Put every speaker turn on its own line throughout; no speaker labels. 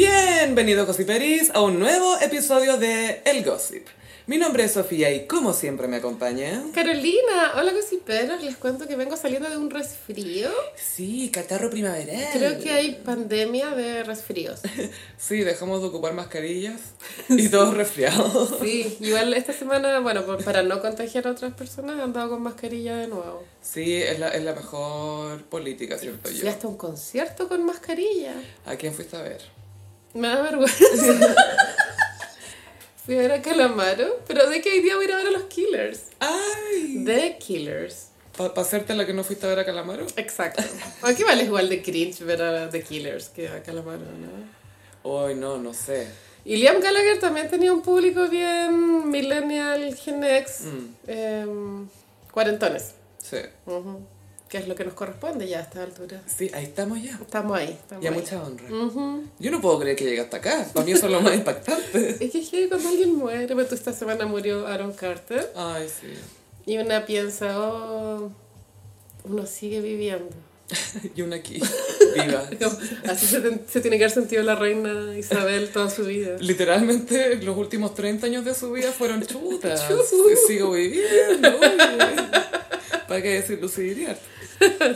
Bienvenidos Gossiperis a un nuevo episodio de El Gossip. Mi nombre es Sofía y como siempre me acompaña...
Carolina, hola gossiperos, les cuento que vengo saliendo de un resfrío.
Sí, catarro primaveral.
Creo que hay pandemia de resfríos.
Sí, dejamos de ocupar mascarillas y todos resfriados.
Sí, igual esta semana, bueno, por- para no contagiar a otras personas, he andado con mascarilla de nuevo.
Sí, es la, es la mejor política, siento
Fui
yo.
hasta un concierto con mascarilla.
¿A quién fuiste a ver?
Me da vergüenza. Fui a ver a Calamaro, pero de que hoy día voy a ir a ver a los Killers.
¡Ay!
The Killers.
¿Para hacerte la que no fuiste a ver a Calamaro?
Exacto. Aunque vale igual de cringe ver a The Killers que a Calamaro, ¿no?
Ay, no, no sé.
Y Liam Gallagher también tenía un público bien millennial, Gen X,
Mm.
em, cuarentones,
Sí.
Ujú. que es lo que nos corresponde ya a esta altura.
Sí, ahí estamos ya.
Estamos ahí. Estamos
Ya
ahí.
mucha honra.
Ujú.
Yo no puedo creer que llegue hasta acá. Para mí eso es lo más impactante.
Es que es heavy cuando alguien muere, pero tú esta semana murió Aaron Carter
Ay, sí.
y una piensa, oh, uno sigue viviendo.
Y una aquí, viva.
Como, Así se, ten- se tiene que haber sentido la reina Isabel toda su vida.
Literalmente los últimos 30 años de su vida fueron chutas.
Chu.
Sigo viviendo. oye. ¿Para qué decir Lucy Diriart?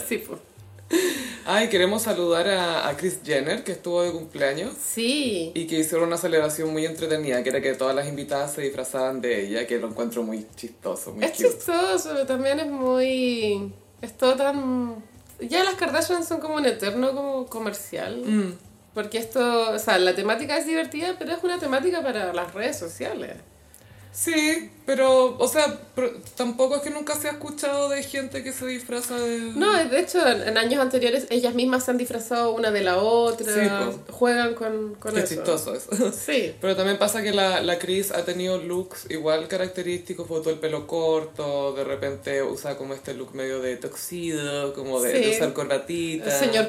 sí, pues.
Ay, Ah, queremos saludar a, a Chris Jenner, que estuvo de cumpleaños.
Sí.
Y que hicieron una celebración muy entretenida, que era que todas las invitadas se disfrazaban de ella, que lo encuentro muy chistoso, muy
Es
cute.
chistoso, pero también es muy... Es todo tan... Ya las Kardashian son como un eterno como comercial.
Mm,
Porque esto... O sea, la temática es divertida, pero es una temática para las redes sociales.
Sí, pero, o sea, pro- tampoco es que nunca se ha escuchado de gente que se disfraza de...
No, de hecho, en, en años anteriores ellas mismas se han disfrazado una de la otra.
Sí, po.
juegan con, con
Qué
eso.
chistoso eso.
Sí.
Pero también pasa que la, la Chris ha tenido looks igual característicos, fue todo el pelo corto, de repente usa como este look medio de tuxedo, como de, de
Sí.
usar corbatita.
El señor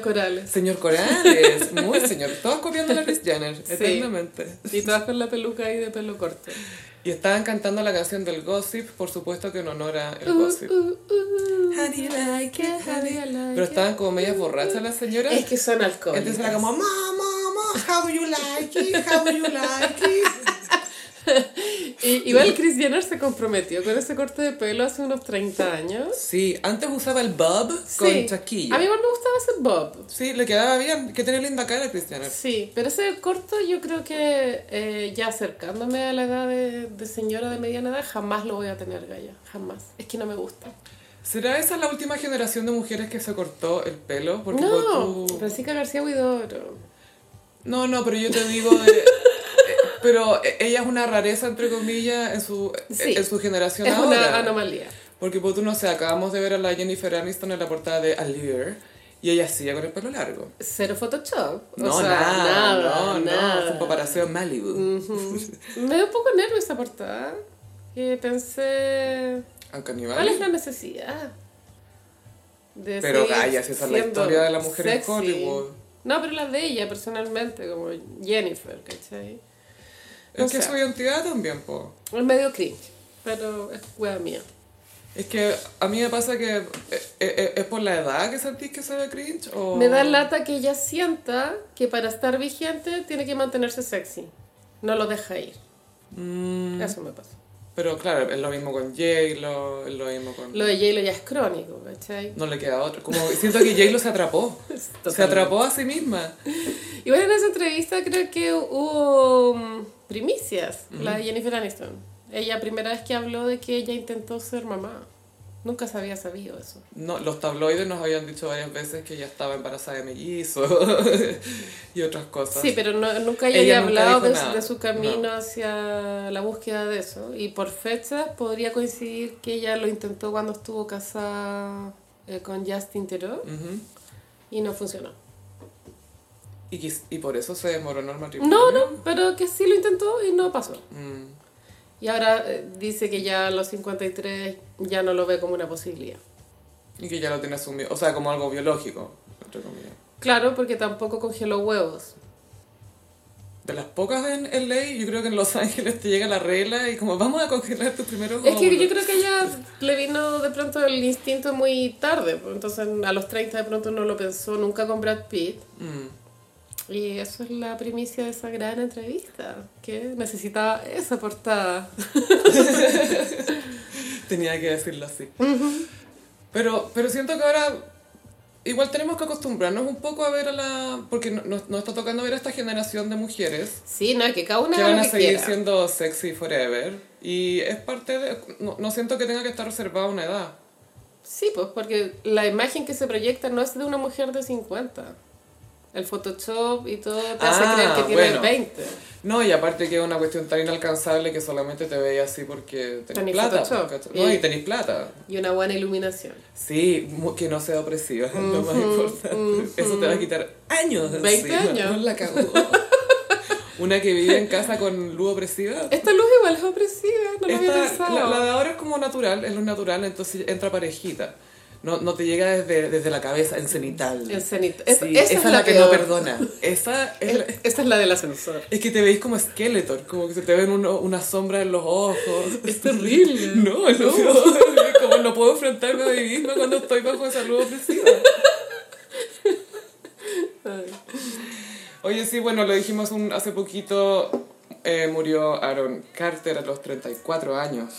Corales.
Señor Corales, muy señor. Todos copiando a la Chris Jenner,
Sí.
eternamente.
Y todas con la peluca ahí de pelo corto.
Y estaban cantando la canción del Gossip, por supuesto que en honor a el
Uh,
Gossip.
uh, uh.
How do you like it, how do you like Pero Este
Pero
estaban como medias borrachas las señoras.
Es que son alcohólicas.
Entonces era como, mamá, mamá, how do you like it, how do you like it.
Y- Igual Chris Jenner se comprometió con ese corte de pelo hace unos 30 años.
Sí, antes usaba el bob con chasquilla.
A mí igual me gustaba ese bob.
Sí, le quedaba bien. Que tenía linda cara Cristiana.
Sí, pero ese corto yo creo que eh, ya acercándome a la edad de, de señora de mediana edad jamás lo voy a tener, Gaya. Jamás. Es que no me gusta.
¿Será esa la última generación de mujeres que se cortó el pelo? Porque
No,
como tú-
Francisca García Huidoro.
No, no, pero yo te digo de... eh, Pero e- ella es una rareza, entre comillas, en su, eh,
Sí.
en su generación
Es
ahora.
una anomalía.
Porque pues, tú no sé, acabamos de ver a la Jennifer Aniston en la portada de Allure y ella sigue con el pelo largo.
Cero Photoshop. O
No,
sea,
nada, no, no,
nada. Mm.
fue un paparazzo en Malibu.
Me dio un poco nervio esa portada. Que pensé...
A
¿Cuál es
caníbal.
la necesidad? De
Pero
seguir
Gaya, si esa es la
siendo
historia de la mujer en
sexy?
Hollywood.
No, pero la de ella personalmente, como Jennifer, ¿cachai?
Es
o
que
sea.
su identidad también, po.
Es medio cringe, pero es hueá mía.
Es que a mí me pasa que eh, eh, es por la edad que sentís que se ve cringe o...
Me da lata que ella sienta que para estar vigente tiene que mantenerse sexy. No lo deja ir.
Mm,
Eso me pasa.
pero claro, es lo mismo con J-Lo, es lo mismo con...
Lo de J-Lo ya es crónico, ¿cachai?
No le queda otro. Como siento que J-Lo se atrapó. Se atrapó a sí misma.
Y bueno, en esa entrevista creo que hubo mm, primicias, la de Jennifer Aniston. Ella primera vez que habló de que ella intentó ser mamá. Nunca se había sabido eso.
No, los tabloides nos habían dicho varias veces que ella estaba embarazada de mellizo y otras cosas.
Sí, pero no- nunca ella,
Ella
había
nunca
hablado
dijo
de, su-
nada,
de su camino
no.
hacia la búsqueda de eso. Y por fechas podría coincidir que ella lo intentó cuando estuvo casada eh, con Justin Theroux
Ujú.
y no funcionó.
y, quis- y por eso se desmoronó el matrimonio.
No, no, pero que sí lo intentó y no pasó.
Mm.
Y ahora eh, dice que ya a los 53 ya no lo ve como una posibilidad.
Y que ya lo tiene asumido. O sea, como algo biológico, entre comillas.
Claro, porque tampoco congeló huevos.
De las pocas en en LA, yo creo que en Los Ángeles te llega la regla y como vamos a congelar tus primeros
Es que
óvulos".
yo creo que a ella le vino de pronto el instinto muy tarde, pues, entonces a los 30 de pronto no lo pensó nunca con Brad Pitt.
Mm.
Y eso es la primicia de esa gran entrevista, que necesitaba esa portada.
Tenía que decirlo así. pero, pero siento que ahora igual tenemos que acostumbrarnos un poco a ver a la... Porque no- nos, nos está tocando ver a esta generación de mujeres
Sí, no, que cada una
que
haga
van
lo
a
que
seguir
quiera.
siendo sexy forever. Y es parte de... No, no siento que tenga que estar reservada a una edad.
Sí, pues porque la imagen que se proyecta no es de una mujer de 50. El Photoshop y todo te hace
Ah,
creer que tiene
bueno.
20.
No, y aparte que es una cuestión tan inalcanzable que solamente te veía así porque tenés,
Tenés
plata.
Photoshop.
¿cachai? No,
Y-
y tenés plata.
Y una buena iluminación.
Sí, mu- que no sea opresiva, es lo más importante. Eso te va a quitar años. de
20
encima,
años.
no la cagó. Una que vive en casa con luz opresiva.
Esta luz igual es opresiva, no lo había
Esta-
pensado.
la, la de ahora es como natural, es luz natural, entonces entra parejita. No, no te llega desde, desde la cabeza, en cenital.
El cenit.
Sí,
Es- esa, es la,
que
peor.
no perdona. Esa es la-
Es- esta es la del ascensor.
Es que te veis como Skeletor, como que se te ven uno- una sombra en los ojos.
Es terrible.
No, no. como no puedo enfrentarme a mí misma cuando estoy bajo esa luz opresiva.
Ay.
Oye, sí, bueno, lo dijimos un- hace poquito, eh, murió Aaron Carter a los 34 años.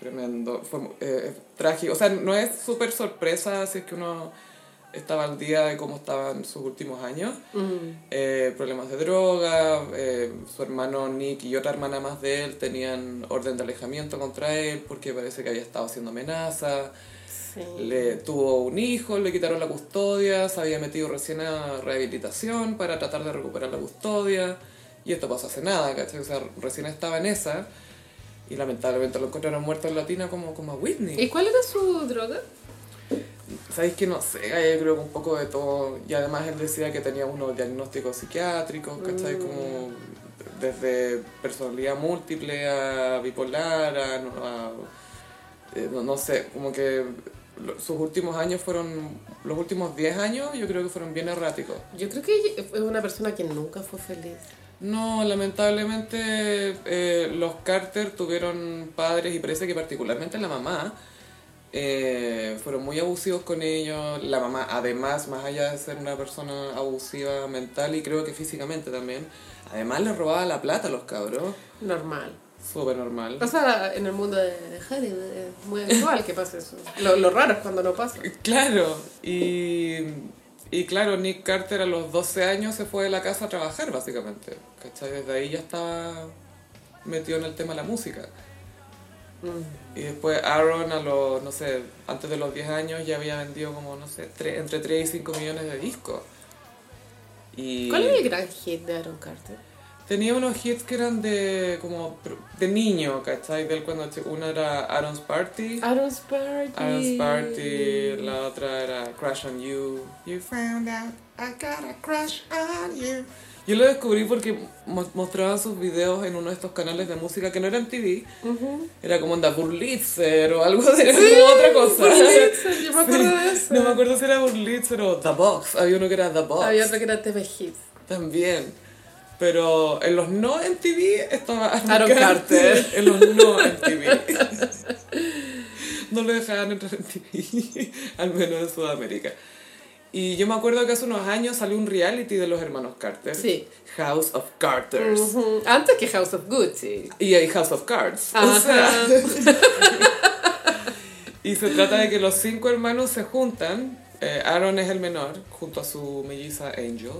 Tremendo, fue eh, trágico. O sea, no es súper sorpresa si es que uno estaba al día de cómo estaban sus últimos años. Eh, problemas de droga, eh, su hermano Nick y otra hermana más de él tenían orden de alejamiento contra él porque parece que había estado haciendo amenazas.
Sí.
Le tuvo un hijo, le quitaron la custodia, se había metido recién a rehabilitación para tratar de recuperar la custodia. Y esto pasó hace nada, ¿cachai? O sea, recién estaba en esa. Y lamentablemente lo encontraron muerto en Latina como, como a Whitney.
¿Y cuál era su droga?
¿Sabéis que no sé? Yo creo que un poco de todo. Y además él decía que tenía unos diagnósticos psiquiátricos, ¿cachai? Como desde personalidad múltiple a bipolar, a... a- eh, no, no sé, como que lo- sus últimos años fueron... Los últimos 10 años yo creo que fueron bien erráticos.
Yo creo que ella es una persona que nunca fue feliz.
No, lamentablemente eh, los Carter tuvieron padres y parece que particularmente la mamá eh, fueron muy abusivos con ellos. La mamá, además, más allá de ser una persona abusiva mental y creo que físicamente también, además les robaba la plata a los cabros.
Normal.
Súper normal.
O sea, en el mundo de de Hollywood es muy habitual que pase eso. Lo, lo raro es cuando no pasa.
Claro, y, y claro, Nick Carter a los 12 años se fue de la casa a trabajar, básicamente. ¿Cachai? Desde ahí ya estaba metido en el tema de la música. Y después Aaron, a los, no sé, antes de los 10 años ya había vendido como, no sé, tre- entre 3 y 5 millones de discos. Y
¿Cuál es el gran hit de Aaron Carter?
Tenía unos hits que eran de como pr- de niño, ¿cachai? Del cuando ch- uno era Aaron's Party.
Aaron's Party.
Aaron's Party, la otra era Crush on You. You found out I got a crush on you. Yo lo descubrí porque mo- mostraban sus videos en uno de estos canales de música que no eran TV, era como onda Burlitzer o algo así, era como otra cosa.
Burlitzer, yo me acuerdo de eso.
No me acuerdo si era Burlitzer o The Box, había uno que era The Box
Había otro que era TV Hits.
también. Pero en los no en TV estaba
Aaron Carter.
En los no en TV. No lo dejaban entrar en TV, al menos en Sudamérica. Y yo me acuerdo que hace unos años salió un reality de los hermanos Carter.
Sí.
House of Carters.
Ujú. Antes que House of Gucci.
Y hay House of Cards. O
Ajá.
sea, y se trata de que los cinco hermanos se juntan. eh, Aaron es el menor, junto a su melliza Angel.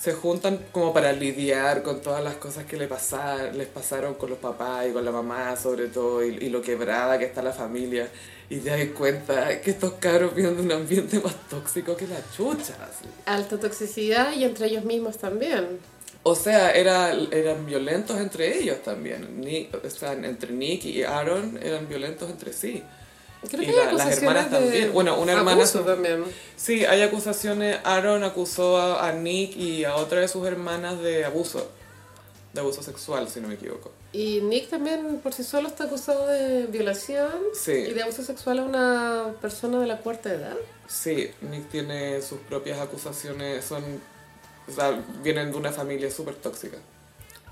Se juntan como para lidiar con todas las cosas que le pasa- les pasaron con los papás y con la mamá, sobre todo, y, y lo quebrada que está la familia. Y te das cuenta que estos cabros viven de un ambiente más tóxico que la chucha. así.
Alta toxicidad y entre ellos mismos también.
O sea, era, eran violentos entre ellos también. Ni, o sea, entre Nick y Aaron eran violentos entre sí.
Creo
Y
que hay
la- las
acusaciones
hermanas
de
también. Bueno, una hermana-
abuso también.
Sí, hay acusaciones. Aaron acusó a, a Nick y a otra de sus hermanas de abuso. De abuso sexual, si no me equivoco.
Y Nick también por sí solo está acusado de violación y
Sí,
de abuso sexual a una persona de la cuarta edad.
sí. Nick tiene sus propias acusaciones. Son... O sea, vienen de una familia súper tóxica.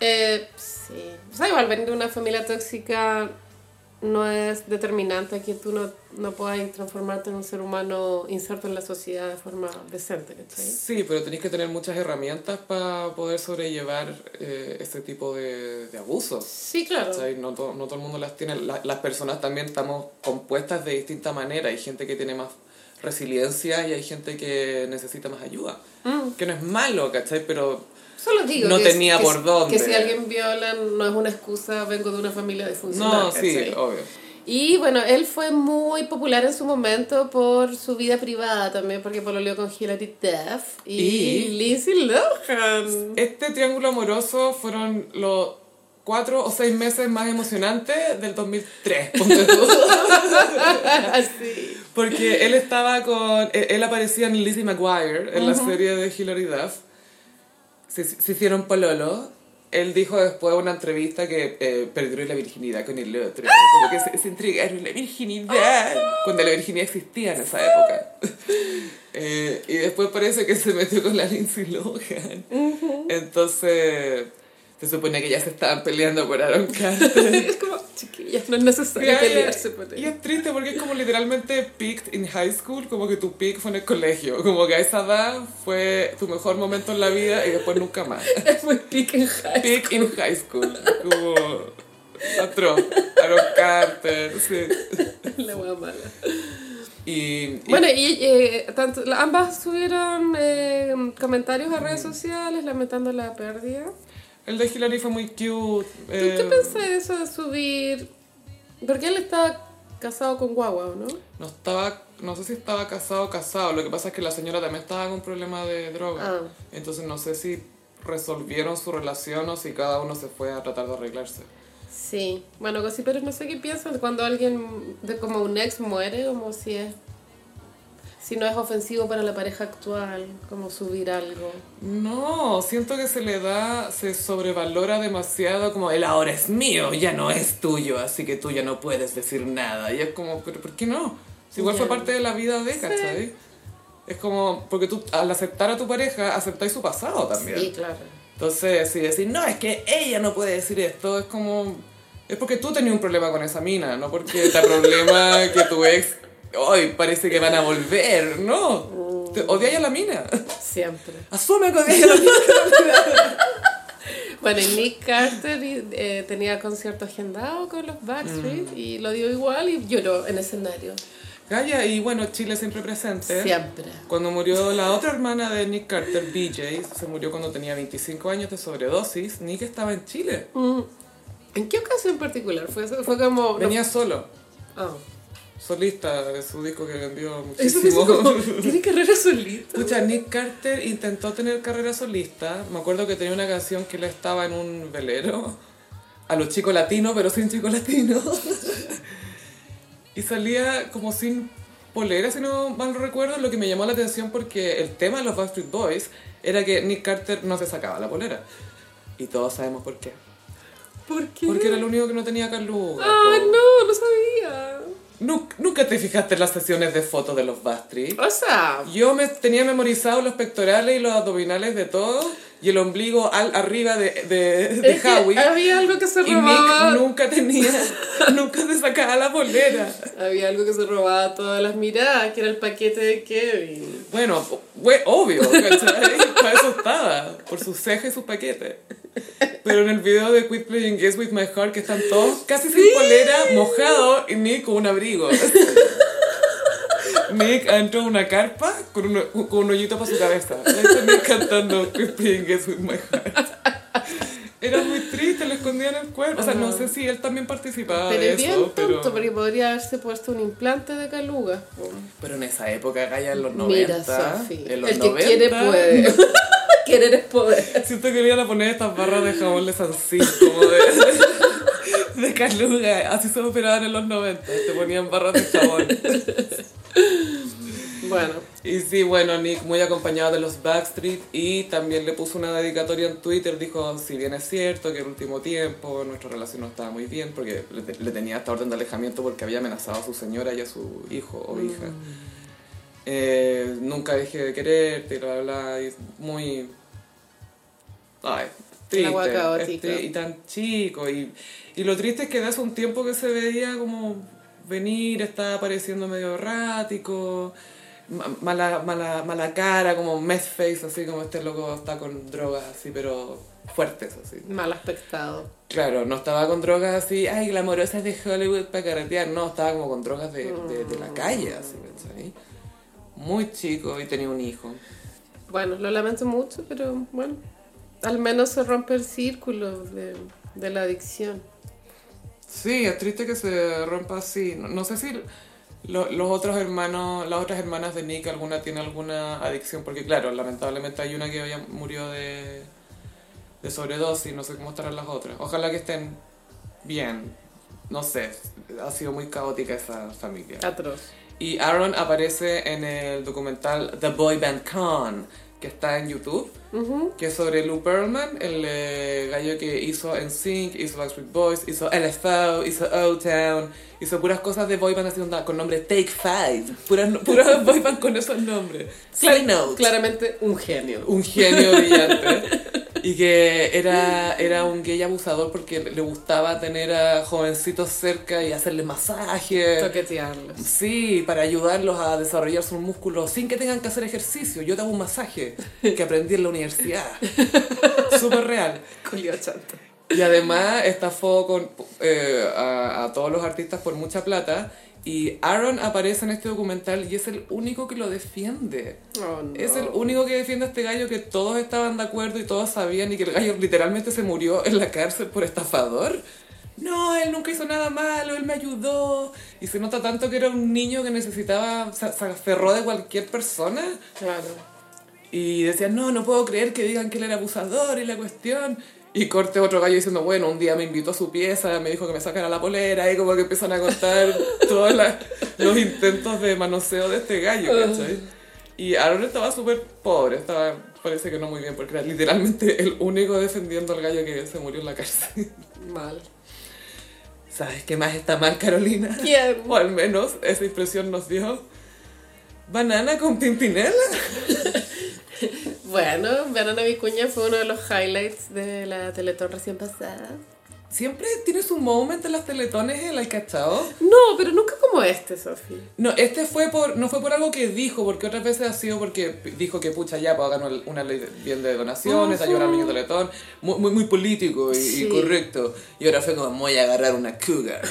Eh, sí. O sea, igual venir de una familia tóxica no es determinante que tú no, no puedas transformarte en un ser humano inserto en la sociedad de forma decente, ¿cachai?
Sí, pero tenéis que tener muchas herramientas para poder sobrellevar eh, este tipo de, de abusos.
Sí, claro.
¿cachai? No, to- no todo el mundo las tiene. La- las personas también estamos compuestas de distinta manera. Hay gente que tiene más resiliencia y hay gente que necesita más ayuda.
Mm.
Que no es malo, ¿cachai? Pero
Solo digo
No
que,
tenía
que-
por dónde.
Que si alguien viola no es una excusa, vengo de una familia disfuncional.
no, sí,
¿cachai?
obvio.
Y bueno, él fue muy popular en su momento por su vida privada también, porque pololeó con Hilary Duff y,
Y-
Lindsay Lohan.
Este triángulo amoroso fueron los cuatro o seis meses más emocionantes del 2003, ponte tú.
sí.
Porque él estaba con. e-, Él él aparecía en Lizzie McGuire, en la serie de Hilary Duff. Se, se hicieron pololo. Él dijo después en una entrevista que eh, perdió la virginidad con el otro. Como que se, se entregaron la virginidad. Cuando la virginidad existía en esa época. Eh, y después parece que se metió con la Lindsay Lohan. Entonces. Se suponía que ya se estaban peleando por Aaron Carter.
es como, chiquillas, no es necesario
Claro.
pelearse por
Y
él.
es triste porque es como literalmente picked in high school, como que tu pick fue en el colegio, como que a esa edad fue tu mejor momento en la vida y después nunca más.
Es muy pick and high.
Pick in high school, como patrón, Aaron Carter, sí.
La wea mala.
Y, y-
Bueno, y eh, tanto, la- ambas subieron eh, comentarios a redes
Mm.
sociales lamentando la pérdida.
el de Hillary fue muy cute.
¿Tú
eh,
qué pensás de eso de subir? Porque él está casado con Guagua, ¿o ¿no?
no estaba, no sé si estaba casado o casado, lo que pasa es que la señora también estaba con problema de droga.
Ah.
Entonces no sé si resolvieron su relación o si cada uno se fue a tratar de arreglarse.
Sí. Bueno, Gossip, pero no sé qué piensan cuando alguien de como un ex muere, como si es... Si no es ofensivo para la pareja actual, como subir algo.
No, siento que se le da, se sobrevalora demasiado como el ahora es mío, ya no es tuyo, así que tú ya no puedes decir nada. Y es como, pero ¿por qué no? Si igual fue
Ya.
parte de la vida de, ¿cachai? Es como, porque tú al aceptar a tu pareja, aceptáis su pasado también.
Sí, claro.
Entonces, si decís, no, es que ella no puede decir esto, es como, es porque tú tenías un problema con esa mina, no porque te problema que tu ex, hoy parece que van a volver, no. Te- Odiáis a la mina.
Siempre.
Oh. Asume que odiáis a la mina.
Bueno, y Nick Carter y, eh, tenía concierto agendado con los Backstreet
Mm.
y lo dio igual y lloró en escenario.
Gaya, y bueno, Chile siempre presente.
Siempre.
Cuando murió la otra hermana de Nick Carter, BJ, se murió cuando tenía 25 años de sobredosis, Nick estaba en Chile.
Mm. ¿En qué ocasión en particular? Fue, eso? fue como...
Venía solo,
Ah.
solista, de su disco que vendió
Eso es
muchísimo.
como, tiene carrera solito.
Escucha, Nick Carter intentó tener carrera solista. Me acuerdo que tenía una canción que él estaba en un velero. A los chicos latinos, pero sin chicos latinos. y salía como sin polera, si no mal no recuerdo. Lo que me llamó la atención porque el tema de los Backstreet Boys era que Nick Carter no se sacaba la polera. Y todos sabemos por qué.
¿Por qué?
Porque era el único que no tenía caluga.
Ah, no, no sabía.
Nu- Nunca te fijaste en las sesiones de fotos de los Backstreet.
O sea,
Yo me tenía memorizado los pectorales y los abdominales de todo y el ombligo al, arriba de, de, de
es que
Howie.
había algo que se
Y Nick
robaba.
nunca tenía, nunca se sacaba la bolera.
Había algo que se robaba todas las miradas, que era el paquete de Kevin.
Bueno, fue obvio, ¿cachai? Para eso estaba, por sus cejas y sus paquetes. Pero en el video de Quit Playing Guess With My Heart, que están todos casi sin polera, mojado, y Nick con un abrigo. Nick entró en una carpa con un, con un hoyito para su cabeza. Ahí está Nick cantando Quit Playing Guess With My Heart. Era muy triste, lo escondían en el cuerpo. O sea, no sé si él también participaba
pero
de
es
Ah, eso,
bien tonto,
pero...
porque podría haberse puesto un implante de caluga.
Pero en esa época, Gaya, en los 90...
Mira, Sofi.
en los
El que quiere
90,
puede. Querer es poder.
Siento que me iban a poner estas barras de jabón de sancil, como de, de caluga. Así se operaban en los 90, te ponían barras de jabón.
Bueno,
Y sí, bueno, Nick muy acompañado de los Backstreet y también le puso una dedicatoria en Twitter, dijo, si bien es cierto que en último tiempo nuestra relación no estaba muy bien, porque le, te- le tenía hasta orden de alejamiento porque había amenazado a su señora y a su hijo o hija. Eh, nunca dejé de quererte, bla, bla, bla, y es muy... Ay, triste.
agua caótica.
este, y tan chico. Y, y lo triste es que de hace un tiempo que se veía como venir, estaba pareciendo medio errático, ma- mala, mala, mala cara, como mess face, así como este loco está con drogas así, pero fuertes así.
Mal aspectado.
Claro, no estaba con drogas así, ay, glamorosas de Hollywood para carretear, no, estaba como con drogas de, de, de la calle, así, ¿cachai? Muy chico y tenía un hijo.
Bueno, lo lamento mucho, pero bueno, al menos se rompe el círculo de, de la adicción.
Sí, es triste que se rompa así. No, no sé si lo- los otros hermanos, las otras hermanas de Nick, alguna tiene alguna adicción, porque claro, lamentablemente hay una que había, murió de, de sobredosis, no sé cómo estarán las otras. Ojalá que estén bien. No sé, ha sido muy caótica esa familia.
Atroz.
Y Aaron aparece en el documental The Boy Band Con, que está en YouTube, que es sobre Lou Pearlman, el eh, gallo que hizo NSYNC, hizo Backstreet Boys, hizo LFO, hizo O-Town, hizo puras cosas de boy band así onda, con nombre Take Five, puras, puras boy band con esos nombres. Clay Note
Claramente un genio.
un genio brillante. Y que era, era un gay abusador porque le gustaba tener a jovencitos cerca y hacerles masajes.
Toquetearlos.
Sí, para ayudarlos a desarrollar sus músculos sin que tengan que hacer ejercicio. Yo te hago un masaje que aprendí en la universidad. Súper real.
Culio chato.
Y además estafó con, eh, a, a todos los artistas por mucha plata. Y Aaron aparece en este documental y es el único que lo defiende.
Oh, no.
Es el único que defiende a este gallo que todos estaban de acuerdo y todos sabían y que el gallo literalmente se murió en la cárcel por estafador. No, él nunca hizo nada malo, él me ayudó. Y se nota tanto que era un niño que necesitaba, se, se aferró de cualquier persona.
Claro.
Y decían, no, no puedo creer que digan que él era abusador y la cuestión. Y corte otro gallo diciendo, bueno, un día me invitó a su pieza, me dijo que me sacara la polera. Y como que empiezan a contar todos la- los intentos de manoseo de este gallo, ¿cachai? Y Aaron estaba súper pobre, estaba, parece que no muy bien, porque era literalmente el único defendiendo al gallo que se murió en la cárcel.
Mal.
¿Sabes qué más está mal, Carolina?
¿Quién?
O al menos esa impresión nos dio. ¿Banana con pimpinela?
Bueno, Banana Vicuña fue uno de los highlights de la Teletón recién pasada.
Siempre tiene su momento en las teletones el alcachado.
No, pero nunca como este, Sofi.
No, este fue por, no fue por algo que dijo, porque otras veces ha sido porque p- dijo que pucha ya, pues hagan una ley de- bien de donaciones, ayudar al niño teletón, muy, muy, muy político y, y
Sí.
correcto. Y ahora fue como voy a agarrar una cougar.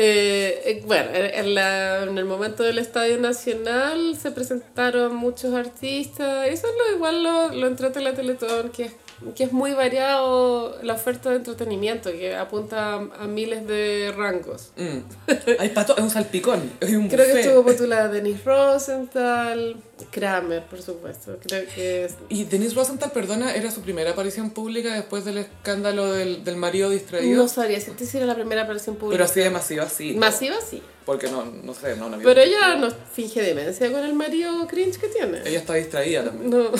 Eh, eh, bueno, en, en la- en el momento del Estadio Nacional se presentaron muchos artistas. Eso es lo igual lo, lo entrete la Teletón, que es, que es muy variado la oferta de entretenimiento, que apunta a, a miles de rangos.
Mm. Hay pato, es un salpicón, es un
Creo que
buffet.
estuvo postulada Denise Rosenthal, Kramer, por supuesto. Creo que es-
Y Denise Rosenthal, perdona, era su primera aparición pública después del escándalo del, del marido distraído.
No sabría si esta sí era la primera aparición
pero
pública.
así de masiva, sí.
Masiva sí.
Porque no, no sé, no, no había-
Pero ella no finge demencia con el marido cringe que tiene.
Ella está distraída también.
No.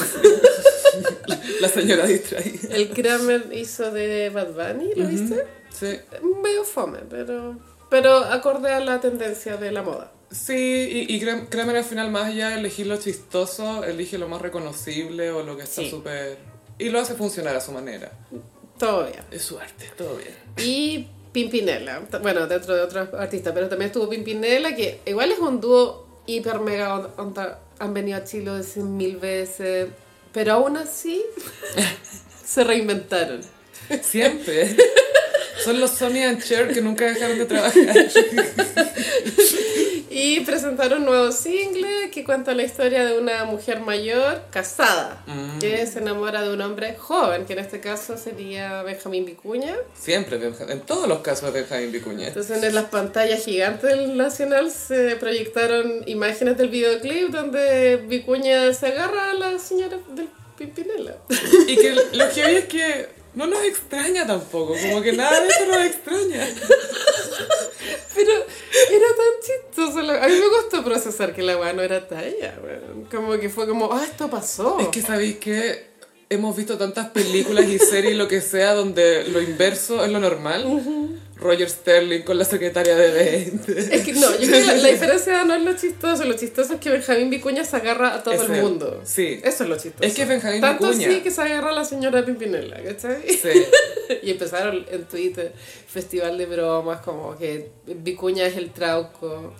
La señora distraída.
El Kramer hizo de Bad Bunny, ¿lo viste?
Sí.
Medio fome, pero. Pero acorde a la tendencia de la moda.
Sí, y, y Kram- Kramer al final, más allá de elegir lo chistoso, elige lo más reconocible o lo que está
Sí.
súper... Y lo hace funcionar a su manera.
Todo bien.
Es su arte, todo bien.
Y Pimpinela, t- bueno, dentro de otros artistas, pero también estuvo Pimpinela, que igual es un dúo hiper mega on- onda. Han venido a Chile cien mil veces, pero aún así se reinventaron.
Siempre. Son los Sony and Cher que nunca dejaron de trabajar.
Y presentaron un nuevo single que cuenta la historia de una mujer mayor casada
Mm.
que se enamora de un hombre joven, que en este caso sería Benjamín Vicuña.
Siempre, Benja- en todos los casos de Jaime Vicuña.
Entonces en las pantallas gigantes del Nacional se proyectaron imágenes del videoclip donde Vicuña se agarra a la señora del Pimpinela.
Y que lo que hoy es que no nos extraña tampoco, como que nada de eso nos extraña.
Pero era tan chistoso. la- A mí me costó procesar que la weá no era talla. weón. Como que fue como, ah, esto pasó.
Es que sabéis que hemos visto tantas películas y series, lo que sea, donde lo inverso es lo normal. Roger Sterling con la secretaria de 20.
Es que no, yo creo que la, la diferencia no es lo chistoso, lo chistoso es que Benjamín Vicuña se agarra a todo
Es
el
él,
mundo.
sí.
Eso es lo chistoso.
Es que Benjamín
Tanto
Vicuña.
así que se agarra a la señora Pimpinela, ¿cachai?
Sí.
Y empezaron en Twitter, festival de bromas, como que Vicuña es el trauco,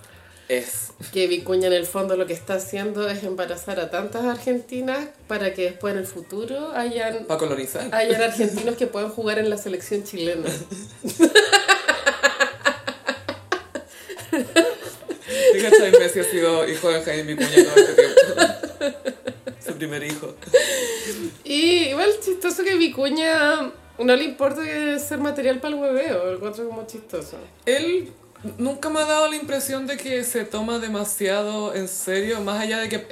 Es.
que Vicuña en el fondo lo que está haciendo es embarazar a tantas argentinas para que después en el futuro hayan,
Para colonizar.
hayan argentinos que puedan jugar en la selección chilena.
¿Qué cachai? Messi ha sido hijo de Jaime Vicuña todo este tiempo. Su primer hijo.
Y igual chistoso que Vicuña no le importa que ser material para el hueveo, lo encuentro como chistoso.
Él nunca me ha dado la impresión de que se toma demasiado en serio, más allá de que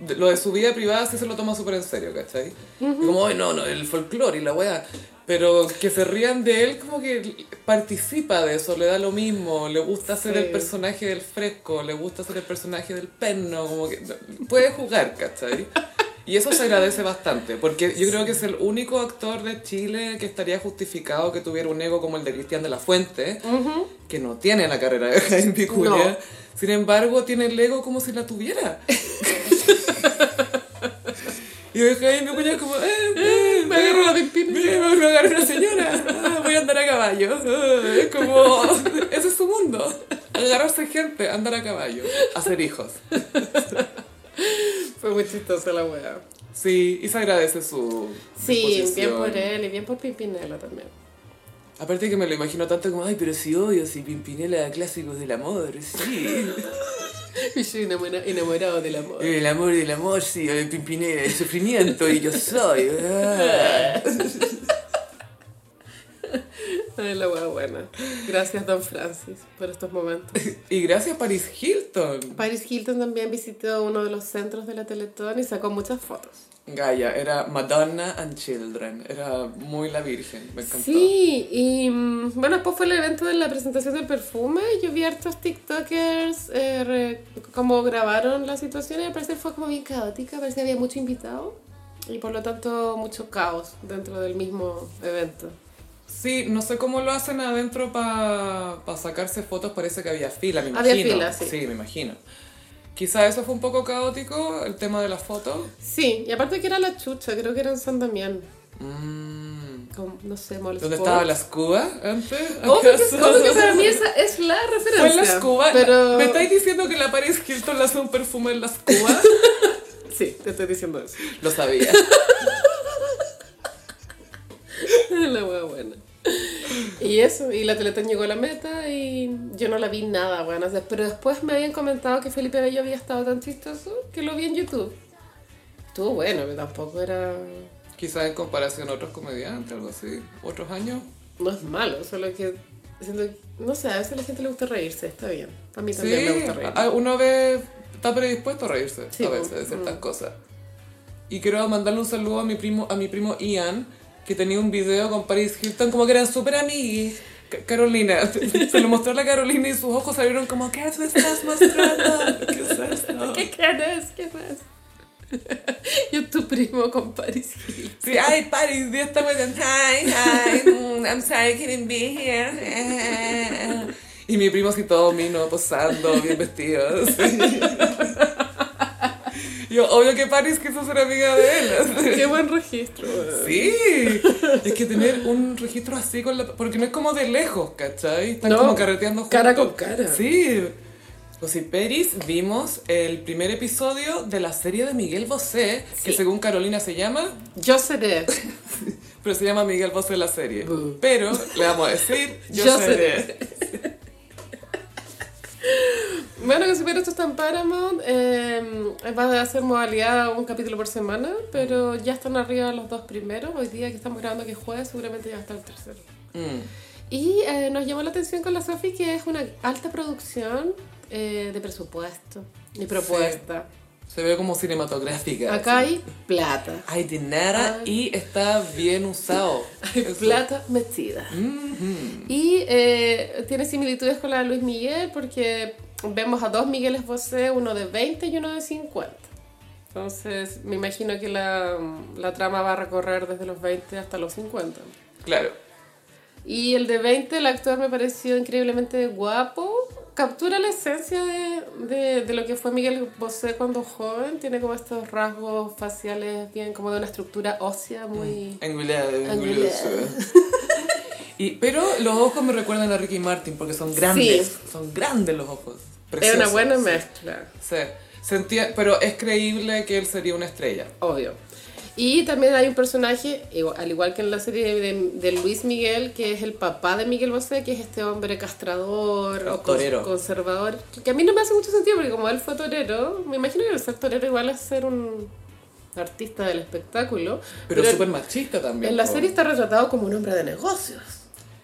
de- lo de su vida privada sí se lo toma súper en serio, ¿cachai? Y Como, "Ay, no, no, el folclore y la weá. Pero que se rían de él, como que participa de eso, le da lo mismo, le gusta ser
Sí.
el personaje del fresco, le gusta ser el personaje del perno, como que puede jugar, ¿cachai? Y eso se agradece bastante, porque yo creo que es el único actor de Chile que estaría justificado que tuviera un ego como el de Cristian de la Fuente, que no tiene la carrera de Jaime Vicuña.
No.
Sin embargo, tiene el ego como si la tuviera. y de Jaime Vicuña es como, eh, eh,
Me agarro la
me
pimpinela.
voy a agarrar una señora, ah, voy a andar a caballo. Ah, Es como, ese es su mundo. Agarrarse gente, andar a caballo, hacer hijos. eh.
Fue muy chistosa la hueá.
Sí, y se agradece su
Sí, bien
disposición.
por él y bien por Pimpinela también.
Aparte que me lo imagino tanto como, ay, pero si obvio, si Pimpinela clásicos del amor, sí.
Y yo enamora- enamorado del amor.
El amor del amor, sí, el Pimpinela, el sufrimiento, y yo soy. ah.
Ay, la hueá buena. Gracias, Don Francis, por estos momentos.
Y gracias Paris Hilton.
Paris Hilton también visitó uno de los centros de la Teletón y sacó muchas fotos.
Gaia, era Madonna and Children, era muy la virgen, me encantó.
Sí, y mm, bueno, después fue el evento de la presentación del perfume. Yo vi hartos TikTokers eh, re- como grabaron la situación y al parecer fue como bien caótica, parece que había mucho invitado y por lo tanto mucho caos dentro del mismo evento.
Sí, no sé cómo lo hacen adentro para sacarse fotos, parece que había fila, me imagino.
Había fila, sí.
Sí, me imagino. Quizá eso fue un poco caótico, el tema de las fotos.
Sí, y aparte que era la chucha, creo que era en San Damián,
Mm.
con, no sé, Mall
¿Dónde
Sport.
estaba la escuba antes?
Obvio que,
¿Acaso?
obvio que para mí esa es la referencia.
Fue la escuba.
Pero...
¿Me estáis diciendo que la Paris Hilton le hace un perfume en la escuba?
Sí, te estoy diciendo eso.
Lo sabía.
La wea buena. Y eso, y la Teletón llegó a la meta y yo no la vi nada, buena. Pero después me habían comentado que Felipe Bello había estado tan chistoso que lo vi en YouTube. Estuvo bueno, pero tampoco era...
Quizás en comparación a otros comediantes, algo así. Otros años.
No es malo, solo que... siento- no sé, a veces a la gente le gusta reírse, está bien. A mí también
Sí,
me gusta reírse.
a- uno ve, está predispuesto a reírse
Sí,
a veces de
pues,
ciertas
mm.
cosas. Y quiero mandarle un saludo a mi primo, a mi primo Ian, que tenía un video con Paris Hilton, como que eran súper amiguis. Ca- Carolina, se lo mostró a la Carolina y sus ojos salieron como, ¿qué me estás mostrando? ¿Qué es esto?
¿Qué querés? ¿Qué más? yo tu primo con Paris Hilton.
Sí, ay, Paris, Dios está muy bien. Hi, hi, mm, I'm sorry I couldn't be here. Eh. Y mi primo así todo mino, posando, bien vestido. sí. Yo, obvio que Paris quiso ser amiga de él.
Qué buen registro. weón.
Sí, es que tener un registro así con la... Porque no es como de lejos, ¿cachai? Están
No,
como carreteando juntos.
cara con cara.
Sí. Pues y Peris vimos el primer episodio de la serie de Miguel Bosé, que
Sí.
según Carolina se llama...
Yo seré.
Pero se llama Miguel Bosé la serie.
Bu.
Pero le vamos a decir, yo,
Yo
seré.
Bueno, que supieron esto está en Paramount. eh, va a ser modalidad un capítulo por semana, pero ya están arriba los dos primeros. Hoy día que estamos grabando que es jueves, seguramente ya va a estar el tercero.
Mm,
Y eh, nos llamó la atención con la Sofi que es una alta producción eh, de presupuesto y propuesta.
se ve como cinematográfica.
Acá hay Ah. plata.
Hay dinero
Ay.
y está bien usado.
Hay
Eso.
plata metida.
Mhm.
Y eh, tiene similitudes con la de Luis Miguel porque vemos a dos Migueles Bosé, uno de 20 y uno de 50. Entonces me imagino que la, la trama va a recorrer desde los 20 hasta los 50.
Claro.
Y el de 20, el actor me pareció increíblemente guapo. Captura la esencia de, de, de lo que fue Miguel Bosé cuando joven. Tiene como estos rasgos faciales bien como de una estructura ósea muy...
Angular,
Angular.
anguloso. Y, pero los ojos me recuerdan a Ricky Martin porque son grandes. Son grandes los ojos.
es una
Preciosos.
buena mezcla.
Sí. Se entie- pero es creíble que él sería una estrella.
Obvio. Y también hay un personaje, igual- al igual que en la serie de, de Luis Miguel, que es el papá de Miguel Bosé, que es este hombre castrador o cons-
Torero.
conservador, que a mí no me hace mucho sentido porque como él fue torero, me imagino que el ser torero igual es ser un artista del espectáculo,
Pero,
pero
súper machista también.
en la
po.
serie está retratado como un hombre de negocios,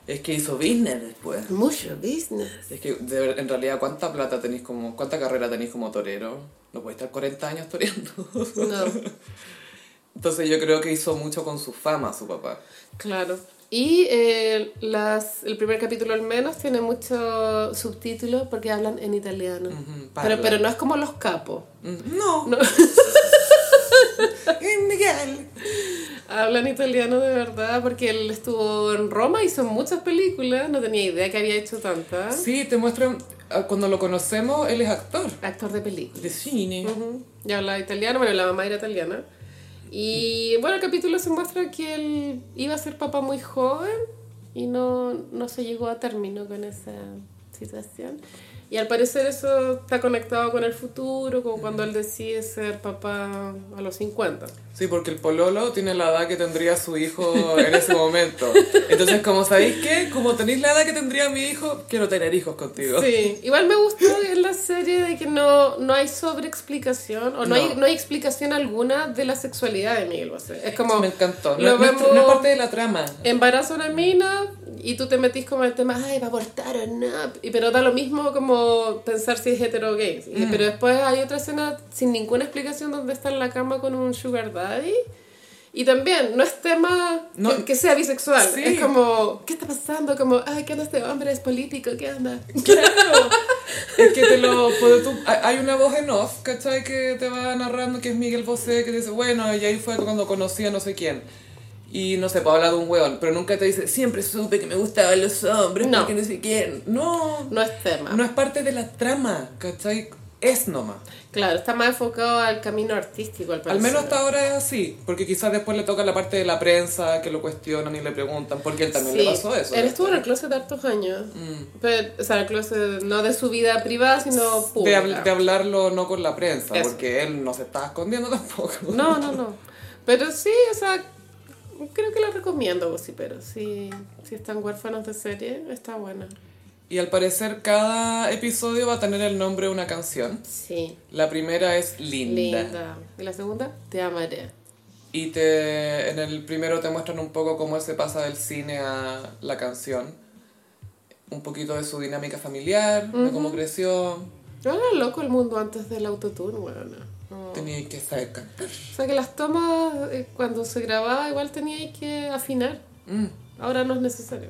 Es que hizo business después.
mucho business.
Es que de ver- en realidad, ¿cuánta plata tenéis como. ¿Cuánta carrera tenéis como torero? No podéis estar 40 años toreando.
No,
Entonces yo creo que hizo mucho con su fama su papá.
claro. Y eh, las, el primer capítulo al menos tiene mucho subtítulo porque hablan en italiano.
Ujú,
Pero,
Pablo.
pero no es como los capos.
Mm, No.
No.
Eh, Miguel.
Hablan italiano de verdad porque él estuvo en Roma, hizo muchas películas, no tenía idea que había hecho tantas.
Sí, te muestran. ah, Cuando lo conocemos, él es actor.
Actor de películas.
De cine.
Ujú. Y hablaba italiano, bueno, la mamá era italiana. Y bueno, el capítulo se muestra que él iba a ser papá muy joven y no, no se llegó a término con esa situación. Y al parecer eso está conectado con el futuro, como cuando él decide ser papá a los 50.
Sí, porque el pololo tiene la edad que tendría su hijo en ese momento. Entonces, como sabéis que, como tenéis la edad que tendría mi hijo, quiero tener hijos contigo.
Sí, igual me gustó en la serie de que no, no hay sobreexplicación o no,
No.
Hay, no hay explicación alguna de la sexualidad de Miguel Bosé. Es como,
Me encantó. No,
Lo
no es-
vemos-
no es parte de la trama.
embarazo a una mina y tú te metís como en el tema, ay, va a abortar o no. Y, pero da lo mismo como pensar si es hetero o gay. Y-
Mm.
Pero después hay otra escena sin ninguna explicación donde está en la cama con un sugar daddy. Y también, no es tema
No.
que, que sea bisexual.
Sí.
Es como, ¿qué está pasando? Como, ay, ¿qué onda este hombre? Es político, ¿qué onda?
Es que te lo puedo tú- hay- Hay una voz en off, ¿cachai? Que te va narrando que es Miguel Bosé, que dice, bueno, y ahí fue cuando conocí a no sé quién. Y no sé, para hablar de un weón, pero nunca te dice, siempre supe que me gustaban los hombres,
No.
porque no sé quién. No,
No es tema.
no es parte de la trama, ¿cachai? Es nomás.
Claro, está más enfocado al camino artístico, al
Al
parecer.
menos hasta ahora es así, porque quizás después le toca la parte de la prensa, que lo cuestionan y le preguntan, porque él también
Sí.
le pasó eso. Mm.
Él estuvo en el closet hartos años. Pero, o sea, en el closet no de su vida privada, sino
de,
pública.
habl- de hablarlo no con la prensa,
Eso.
porque él no se está escondiendo tampoco.
No, no, no. Pero sí, o sea, creo que la recomiendo, sí, pero si, si están huérfanos de serie, está buena.
Y al parecer cada episodio va a tener el nombre de una canción.
Sí.
La primera es Linda.
Linda. ¿Y la segunda? Te amaré.
Y te, en el primero te muestran un poco cómo se pasa del cine a la canción. Un poquito de su dinámica familiar, de cómo creció.
No era loco el mundo antes del autotune, bueno. no.
Tenía que saber cantar.
O sea que las tomas eh, cuando se grababa igual tenía que afinar.
Mm.
Ahora no es necesario.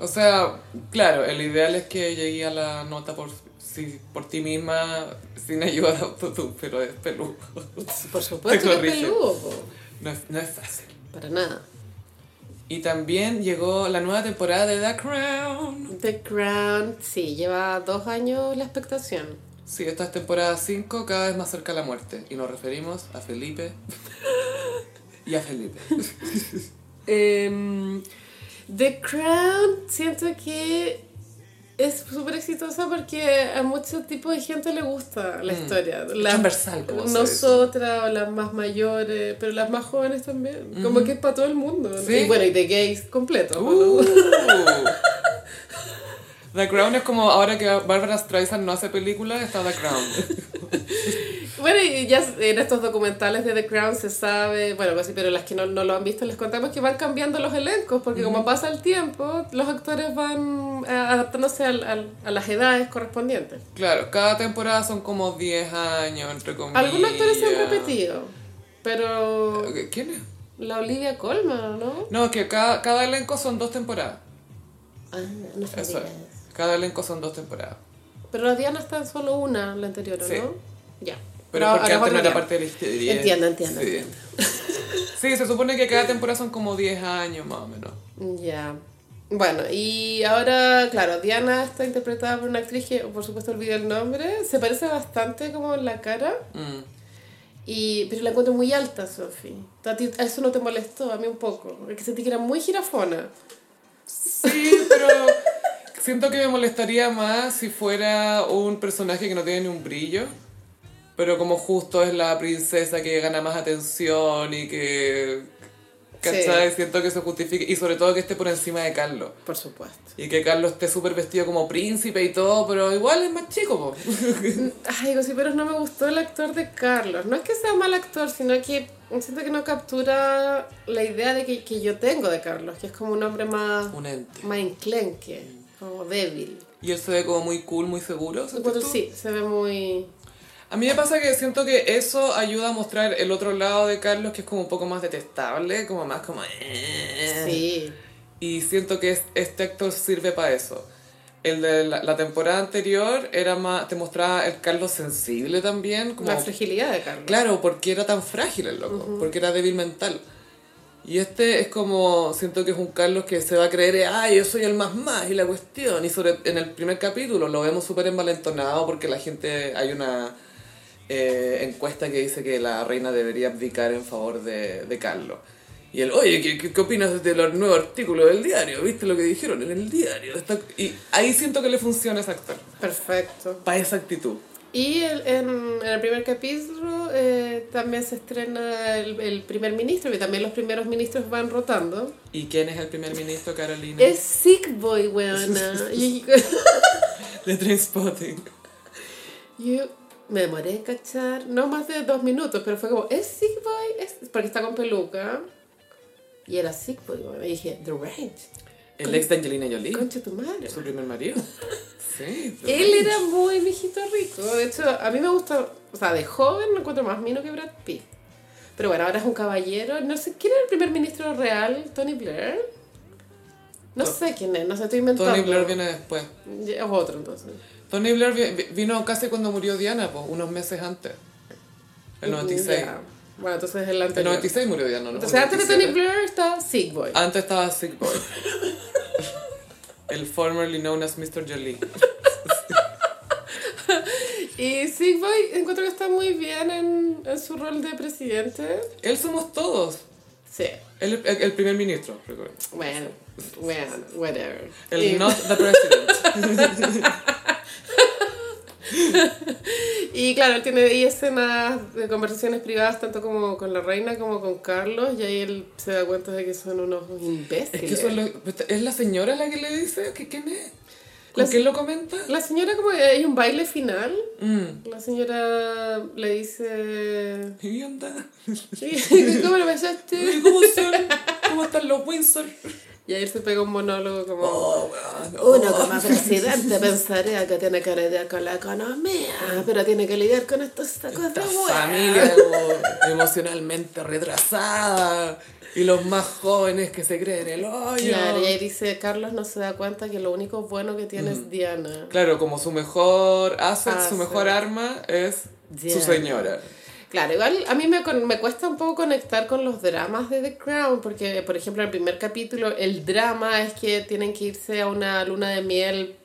O sea, claro, el ideal es que llegué a la nota por, si, por ti misma sin ayuda de autotune, pero es peludo.
Por supuesto
Te
que es
corrige.
peludo, po.
No es, no es fácil.
Para nada.
Y también llegó la nueva temporada de The Crown.
The Crown, sí, lleva dos años la expectación.
Sí, esta es temporada 5, cada vez más cerca a la muerte. Y nos referimos a Felipe y a Felipe.
Em, The Crown, siento que es súper exitosa porque a muchos tipos de gente le gusta la historia. Las-
transversal, Mm. como se dice.
Nosotras, o las más mayores, pero las más jóvenes también. Como que es para todo el mundo. ¿no?
Sí. Uh.
Y bueno, y de gays completo. ¿no?
The Crown es como ahora que Barbara Streisand no hace películas, está The Crown.
Bueno, y ya en estos documentales de The Crown se sabe, bueno, pues sí, pero las que no, no lo han visto les contamos que van cambiando los elencos, porque como pasa el tiempo, los actores van eh, adaptándose al- al- a las edades correspondientes.
Claro, cada temporada son como 10 años, entre comillas.
Algunos actores se han repetido, pero
¿Quién es?
la Olivia Colman, ¿no?
No, que cada, cada elenco son dos temporadas.
Ah, no sabía
Eso es.
eso.
Cada elenco son dos temporadas.
Pero la Diana está en solo una, la anterior, ¿o
Sí.
¿no? Ya.
Pero
ahora
porque antes no
volvería.
era parte de la historia.
Entiendo, entiendo,
Sí.
entiendo.
Sí, se supone que cada temporada son como 10 años más o menos.
Ya. Bueno, y ahora, claro, Diana está interpretada por una actriz que, por supuesto, olvidé el nombre. Se parece bastante como en la cara,
Mm.
y, pero la encuentro muy alta, Sophie. ¿A ti eso no te molestó? A mí un poco. Es que sentí que era muy girafona.
Sí, pero siento que me molestaría más si fuera un personaje que no tiene ni un brillo. Pero como justo es la princesa que gana más atención y que... ¿Cachai? Siento que se justifique. Y sobre todo que esté por encima de Carlos.
Por supuesto.
Y que Carlos esté súper vestido como príncipe y todo, pero igual es más chico, po.
Ay, sí, pero no me gustó el actor de Carlos. No es que sea mal actor, sino que siento que no captura la idea de que, que yo tengo de Carlos, que es como un hombre más,
Un ente.
más enclenque, como débil.
Y él se ve como muy cool, muy seguro. ¿sientes
Encuentro-
tú?
sí, se ve muy...
A mí me pasa que siento que eso ayuda a mostrar el otro lado de Carlos, que es como un poco más detestable, como más como... "Eh".
Sí.
Y siento que es- este actor sirve para eso. El de la, la temporada anterior era más, te mostraba el Carlos sensible también. Como,
La fragilidad de Carlos.
claro, porque era tan frágil el loco, porque era débil mental. Y este es como, siento que es un Carlos que se va a creer, ah, yo soy el más más y la cuestión. Y sobre, en el primer capítulo lo vemos súper envalentonado porque la gente, hay una eh, encuesta que dice que la reina debería abdicar en favor de, de Carlos. Y él, oye, ¿qué, qué, qué opinas del nuevo artículo del diario? ¿Viste lo que dijeron en el diario? Está- Y ahí siento que le funciona ese actor,
Perfecto.
para esa actitud.
Y el- en, en el primer capítulo eh, también se estrena el, el primer ministro, que también los primeros ministros van rotando.
¿Y quién es el primer ministro, Carolina?
Es Sick Boy, weona. Y-
De Trainspotting.
Yo me demoré en cachar, no más de dos minutos, pero fue como, ¿es Sick Boy? ¿Es-? Porque está con peluca. Y era Sick Boy, bueno, y dije, The Range,
El ex de Angelina Jolie.
concha tu madre.
Su primer marido. Sí. pues,
Él era muy viejito rico, de hecho, a mí me gusta, o sea, de joven no encuentro más mino que Brad Pitt. Pero bueno, ahora es un caballero, no sé, ¿quién era el primer ministro real? ¿Tony Blair? No sé quién es, no sé, estoy inventando.
Tony Blair viene después.
Es otro entonces.
Tony Blair vi- vi- vino casi cuando murió Diana, pues, unos meses antes. El 96.
Ya. Bueno, entonces el
El
anterior.
96 murió Diana, ¿no?
Entonces
El
antes de Tony
97.
Blair está Sick Boy.
Antes estaba Sick Boy. El formerly known as Mr. Jolie.
Y Sick Boy encuentro que está muy bien en, en su rol de presidente.
Él somos todos.
Sí,
Él es el, el primer ministro, recuerdo.
bueno, bueno, whatever.
El
y,
not the president.
y claro, él tiene ahí escenas de conversaciones privadas, tanto como con la reina como con Carlos, y ahí él se da cuenta de que son unos
Es
imbéciles.
que eso es, lo- es la señora la que le dice que quién es. ¿Con
La-
quién lo comenta?
La señora como que hay un baile final,
Mm.
la señora le dice...
¿Y onda?
¿Cómo lo pensaste?
¿Y ¿Cómo son? ¿Cómo están los Windsor?
Y ahí él se pega un monólogo como...
Oh, weón.
Uno como presidente pensaría que tiene que lidiar con la economía, pero tiene que lidiar con estos sacos de
Esta
hueá.
familia como emocionalmente retrasada y los más jóvenes que se creen el hoyo.
Claro, y ahí dice, Carlos no se da cuenta que lo único bueno que tiene es Diana.
Claro, como su mejor asset, su
Asset.
mejor arma es su
Yeah.
señora.
Claro, igual a mí me, con- me cuesta un poco conectar con los dramas de The Crown, porque por ejemplo en el primer capítulo el drama es que tienen que irse a una luna de miel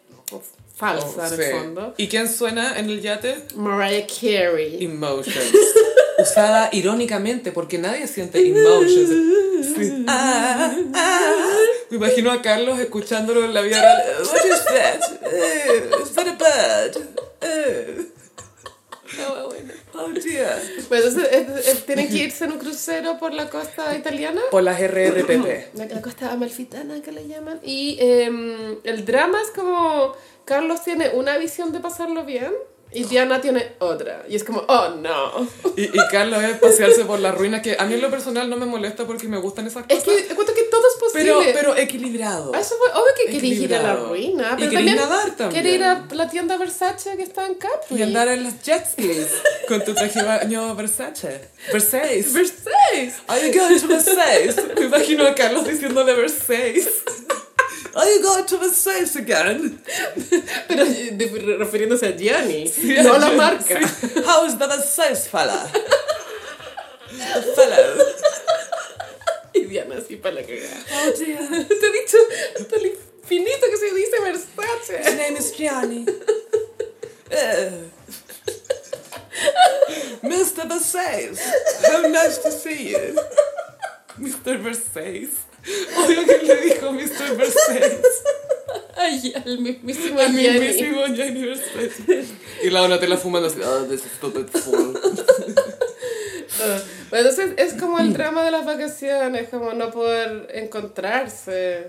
falsa
Oh,
en el
sí.
fondo.
¿Y quién suena en el yate?
Mariah Carey.
Emotions. Usada irónicamente porque nadie siente emotions. Sí. Ah, ah. Me imagino a Carlos escuchándolo en la vida real. What is that? Eh, is that a bird? Eh. No, bueno. Oh dear.
Pero entonces es- es- tienen que irse en un crucero por la costa italiana.
Por las RRPP.
La, la costa amalfitana que le llaman. Y eh, el drama es como Carlos tiene una visión de pasarlo bien y Diana tiene otra. Y es como, oh no.
Y, y Carlos es pasearse por las ruinas, que a mí en lo personal no me molesta porque me gustan esas
Es
cosas.
que cuento que todo es posible.
pero, pero equilibrado.
A eso fue- obvio que querís ir a la
Oh, Equilibrado.
ruina.
Y
Pero
querís
también
nadar también.
Quería ir a la tienda Versace que está en Capri.
Y andar en los jet skis con tu traje de baño Versace. Versace.
Versace.
Are you going to Versailles? Me imagino a Carlos diciéndole Versailles. Are you going to Versailles again?
Pero eh, de- refiriéndose a Gianni.
Sí,
no
a
a la
Gianni,
marca.
How is the Versailles fella? The fellow.
Y lesbiana así para la cagada. Oh, Te he dicho hasta el infinito que se dice Versace.
name is Gianni.
Uh. Mr. Versace, how nice to see you. Oh, Mr. Versace. Odio que le dijo Mr. Versace.
Ay, al mismísimo
Al
Gianni.
mismísimo Gianni Versace. Y la Donatella fumando así, oh, this is stupid fool.
Ah, bueno, entonces es como
Mm.
el drama de las vacaciones, como no poder encontrarse.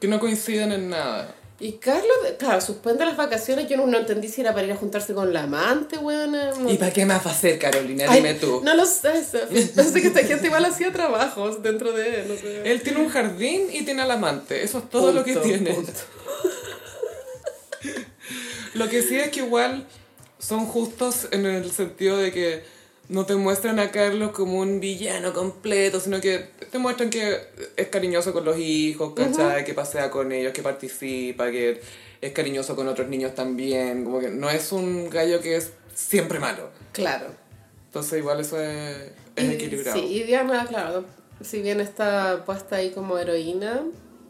Que no coinciden en nada.
Y Carlos, claro, suspende las vacaciones. Yo no, no entendí si era para ir a juntarse con la amante, weón. No,
para qué más va a hacer, Carolina?
Ay, No lo sé, Sofi. Parece que esta gente igual hacía trabajos dentro de él, no sé.
Él tiene un jardín y tiene al amante. Eso es todo lo que
Punto,
tiene.
punto.
Lo que sí es que igual son justos en el sentido de que no te muestran a Carlos como un villano completo, sino que te muestran que es cariñoso con los hijos, ¿cachai? Que pasea con ellos, que participa, que es cariñoso con otros niños también. Como que no es un gallo que es siempre malo.
Claro.
Entonces igual eso es, es
Y-
equilibrado.
Sí, y Diana, claro, si bien está puesta ahí como heroína,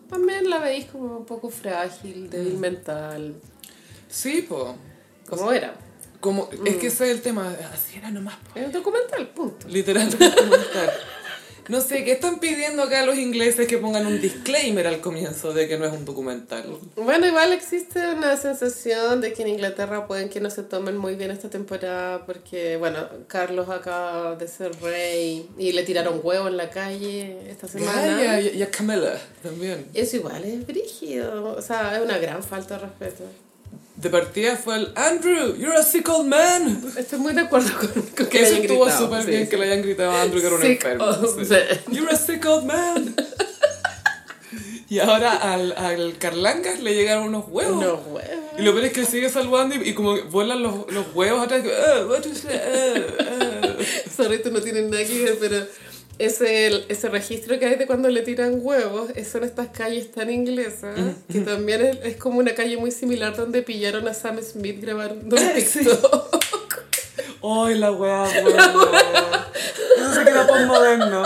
también la veis como un poco frágil, débil mental,
Sí, po.
como era.
Como, Es
Mm.
que ese es el tema. Así era nomás, po.
Es un documental, punto.
Literalmente. comentar. No sé, ¿qué están pidiendo acá los ingleses que pongan un disclaimer al comienzo de que no es un documental?
Bueno, igual existe una sensación de que en Inglaterra pueden que no se tomen muy bien esta temporada porque, bueno, Carlos acaba de ser rey y le tiraron huevo en la calle esta semana.
Gaia y, y a Camela también.
Eso igual es brígido, o sea, es una gran falta de respeto.
De partida fue el Andrew, you're a sick old man.
Estoy muy de acuerdo con, con
Que
que
eso
hayan
estuvo
gritado,
súper
sí, oh,
bien
sí.
que le hayan gritado a Andrew que era un
Sick
enfermo.
old
sí.
man.
You're a sick old man. Y ahora al, al Carlangas le llegaron unos huevos.
No, huevos.
Y lo peor es que sigue saludando y, y como que vuelan los, los huevos atrás. que, "Eh, what is that? Eh, eh".
Sorry, esto no tiene nada que ver, pero ese, ese registro que hay de cuando le tiran huevos es- son estas calles tan inglesas, que también es, es como una calle muy similar donde pillaron a Sam Smith grabando un
Sí.
TikTok.
¡Ay, la weá, weá! Pensé que era postmoderno.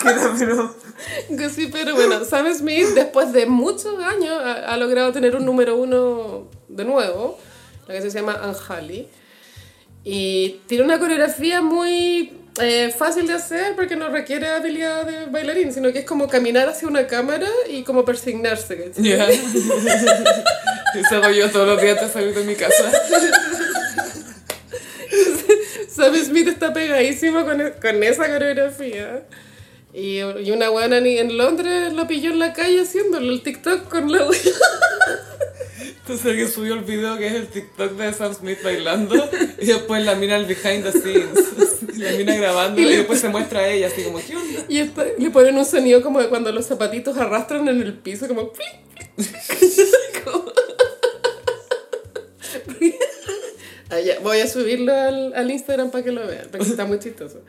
que era, pero...
Que Sí, pero bueno, Sam Smith después de muchos años ha, ha logrado tener un número uno de nuevo, la que se llama Anjali. Y tiene una coreografía muy eh, fácil de hacer porque no requiere habilidad de bailarín, sino que es como caminar hacia una cámara y como persignarse. ¿cachai?
Ya. Eso hago yo todos los días antes de salir de mi casa.
Sam Smith está pegadísimo con, e- con esa coreografía. Y, y una buena en Londres lo pilló en la calle haciéndolo, el TikTok con la
Entonces alguien subió el video que es el TikTok de Sam Smith bailando y después la mina al behind the scenes. La mina grabando y después se muestra a ella así como, ¿qué onda?
Y esta- le ponen un sonido como de cuando los zapatitos arrastran en el piso, como... plic, plic. Como- Ah, ya, voy a subirlo al, al Instagram para que lo vean, porque está muy chistoso.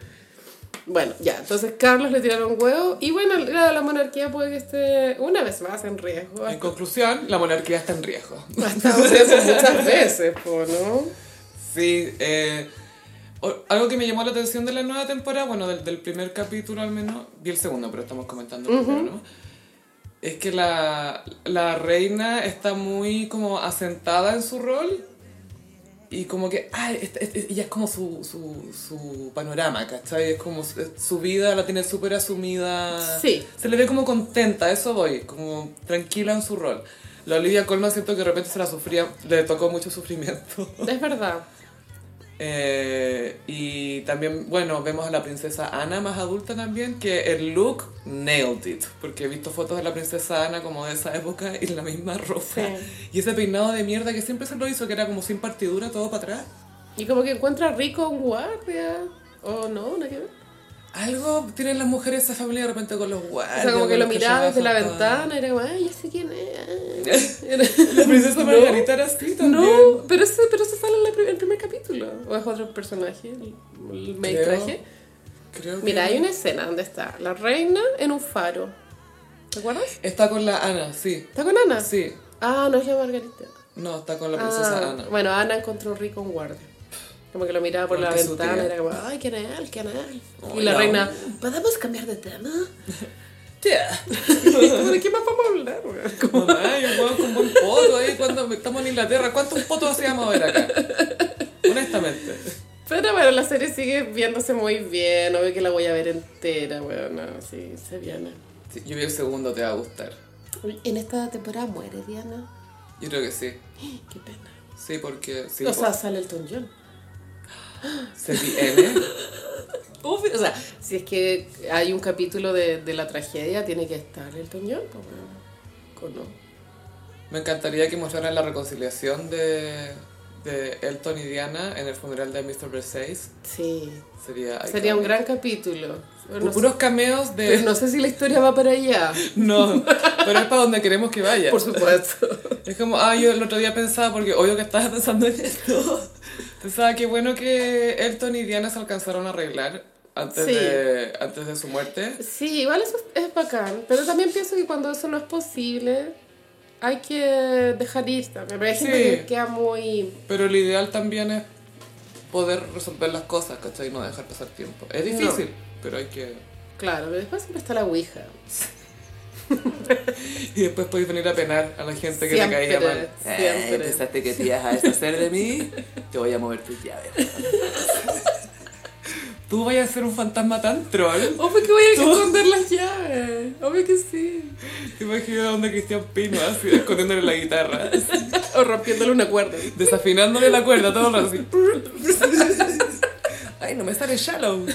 Bueno, ya, entonces Carlos le tiraron huevo y bueno, la, la monarquía puede que esté una vez más en riesgo.
En conclusión, la monarquía está en riesgo.
Hasta ahora eso muchas veces, po, ¿no?
Sí, eh, o- algo que me llamó la atención de la nueva temporada, bueno, del, del primer capítulo al menos, vi el segundo, pero estamos comentando el primero, ¿no? Es que la, la reina está muy como asentada en su rol y como que, ay, es- es- es- ella es como su, su, su panorama, ¿cachai? Es como su, su vida la tiene súper asumida.
Sí.
Se le ve como contenta, a eso voy, como tranquila en su rol. La Olivia Colman siento que de repente se la sufría, le tocó mucho sufrimiento.
Es verdad.
Eh, y también, bueno, vemos a la princesa Ana más adulta también, que el look nailed it, porque he visto fotos de la princesa Ana como de esa época y la misma ropa.
Sí.
Y ese peinado de mierda que siempre se lo hizo, que era como sin partidura, todo para atrás.
Y como que encuentra rico un guardia, o no, nada que ver.
Algo tienen las mujeres esa familia de repente con los guardias.
O sea, como que
con
lo
Ah, los
miraba desde la
llevan fantasmas.
ventana y era como, ay, ya sé quién es. Era-
La princesa
No,
Margarita era así también.
No, pero ese, pero ese sale en la pri- el primer capítulo. O es otro personaje, el, el maid
Creo.
traje.
Creo que-
Mira, hay una escena donde está la reina en un faro. ¿Te acuerdas?
Está con la Ana, sí.
¿Está con Ana?
Sí.
Ah, no es la Margarita.
No, está con la princesa
Ah,
Ana.
Bueno, Ana encontró rico un guardia. Como que lo miraba por
Como
la
que su tía. Oh,
ventana y era como, ay, qué anal, qué anal. y
Ay,
la
no.
reina, ¿podemos cambiar de tema? Como, ¿De qué más vamos a hablar, weón?
Como, ay, un hueón con buen poto ahí cuando estamos en Inglaterra. ¿Cuántos potos hacíamos ver acá? Honestamente.
Pero bueno, la serie sigue viéndose muy bien, obvio que la voy a ver entera, weón, no, sí, se viene.
Sí, yo vi el segundo, te va a gustar.
En esta temporada muere Diana.
Yo creo que sí.
Qué pena.
Sí, porque. Sí,
o sea, sale el John.
se viene.
Obvio, o sea, si es que hay un capítulo de, de la tragedia, tiene que estar el John, pues, weón. ¿O no?
Me encantaría que mostraran la reconciliación de, de Elton y Diana en el funeral de Mr. Versailles.
Sí,
Sería,
sería un gran capítulo. Pero
Pu-
no, sé,
Puros cameos
pero
de...
no sé si la historia va para allá.
No, pero es para donde queremos que vaya.
Por supuesto.
Es como, ah, yo el otro día pensaba, porque obvio que estabas pensando en esto. Pensaba que bueno que Elton y Diana se alcanzaron a arreglar antes,
Sí.
de, antes de su muerte.
Sí, igual eso es es bacán, pero también pienso que cuando eso no es posible, hay que dejar ir también. Pero hay gente
Sí.
que queda muy...
Pero lo ideal también es poder resolver las cosas, ¿cachai? No dejar pasar tiempo. Es difícil, pero hay que...
Claro, pero después siempre está la ouija.
Y después podéis venir a penar a la gente que
Siempre,
te caía mal.
siempre.
que te ibas a deshacer de mí, te voy a mover tus llaves. Tú vayas a ser un fantasma tan troll.
Obvio que voy a esconder las llaves, obvio que sí.
Te imaginas donde Cristian Pino así, escondiéndole la guitarra,
O rompiéndole una cuerda.
desafinándole la cuerda todo el rato así. Ay, no me sale shallow.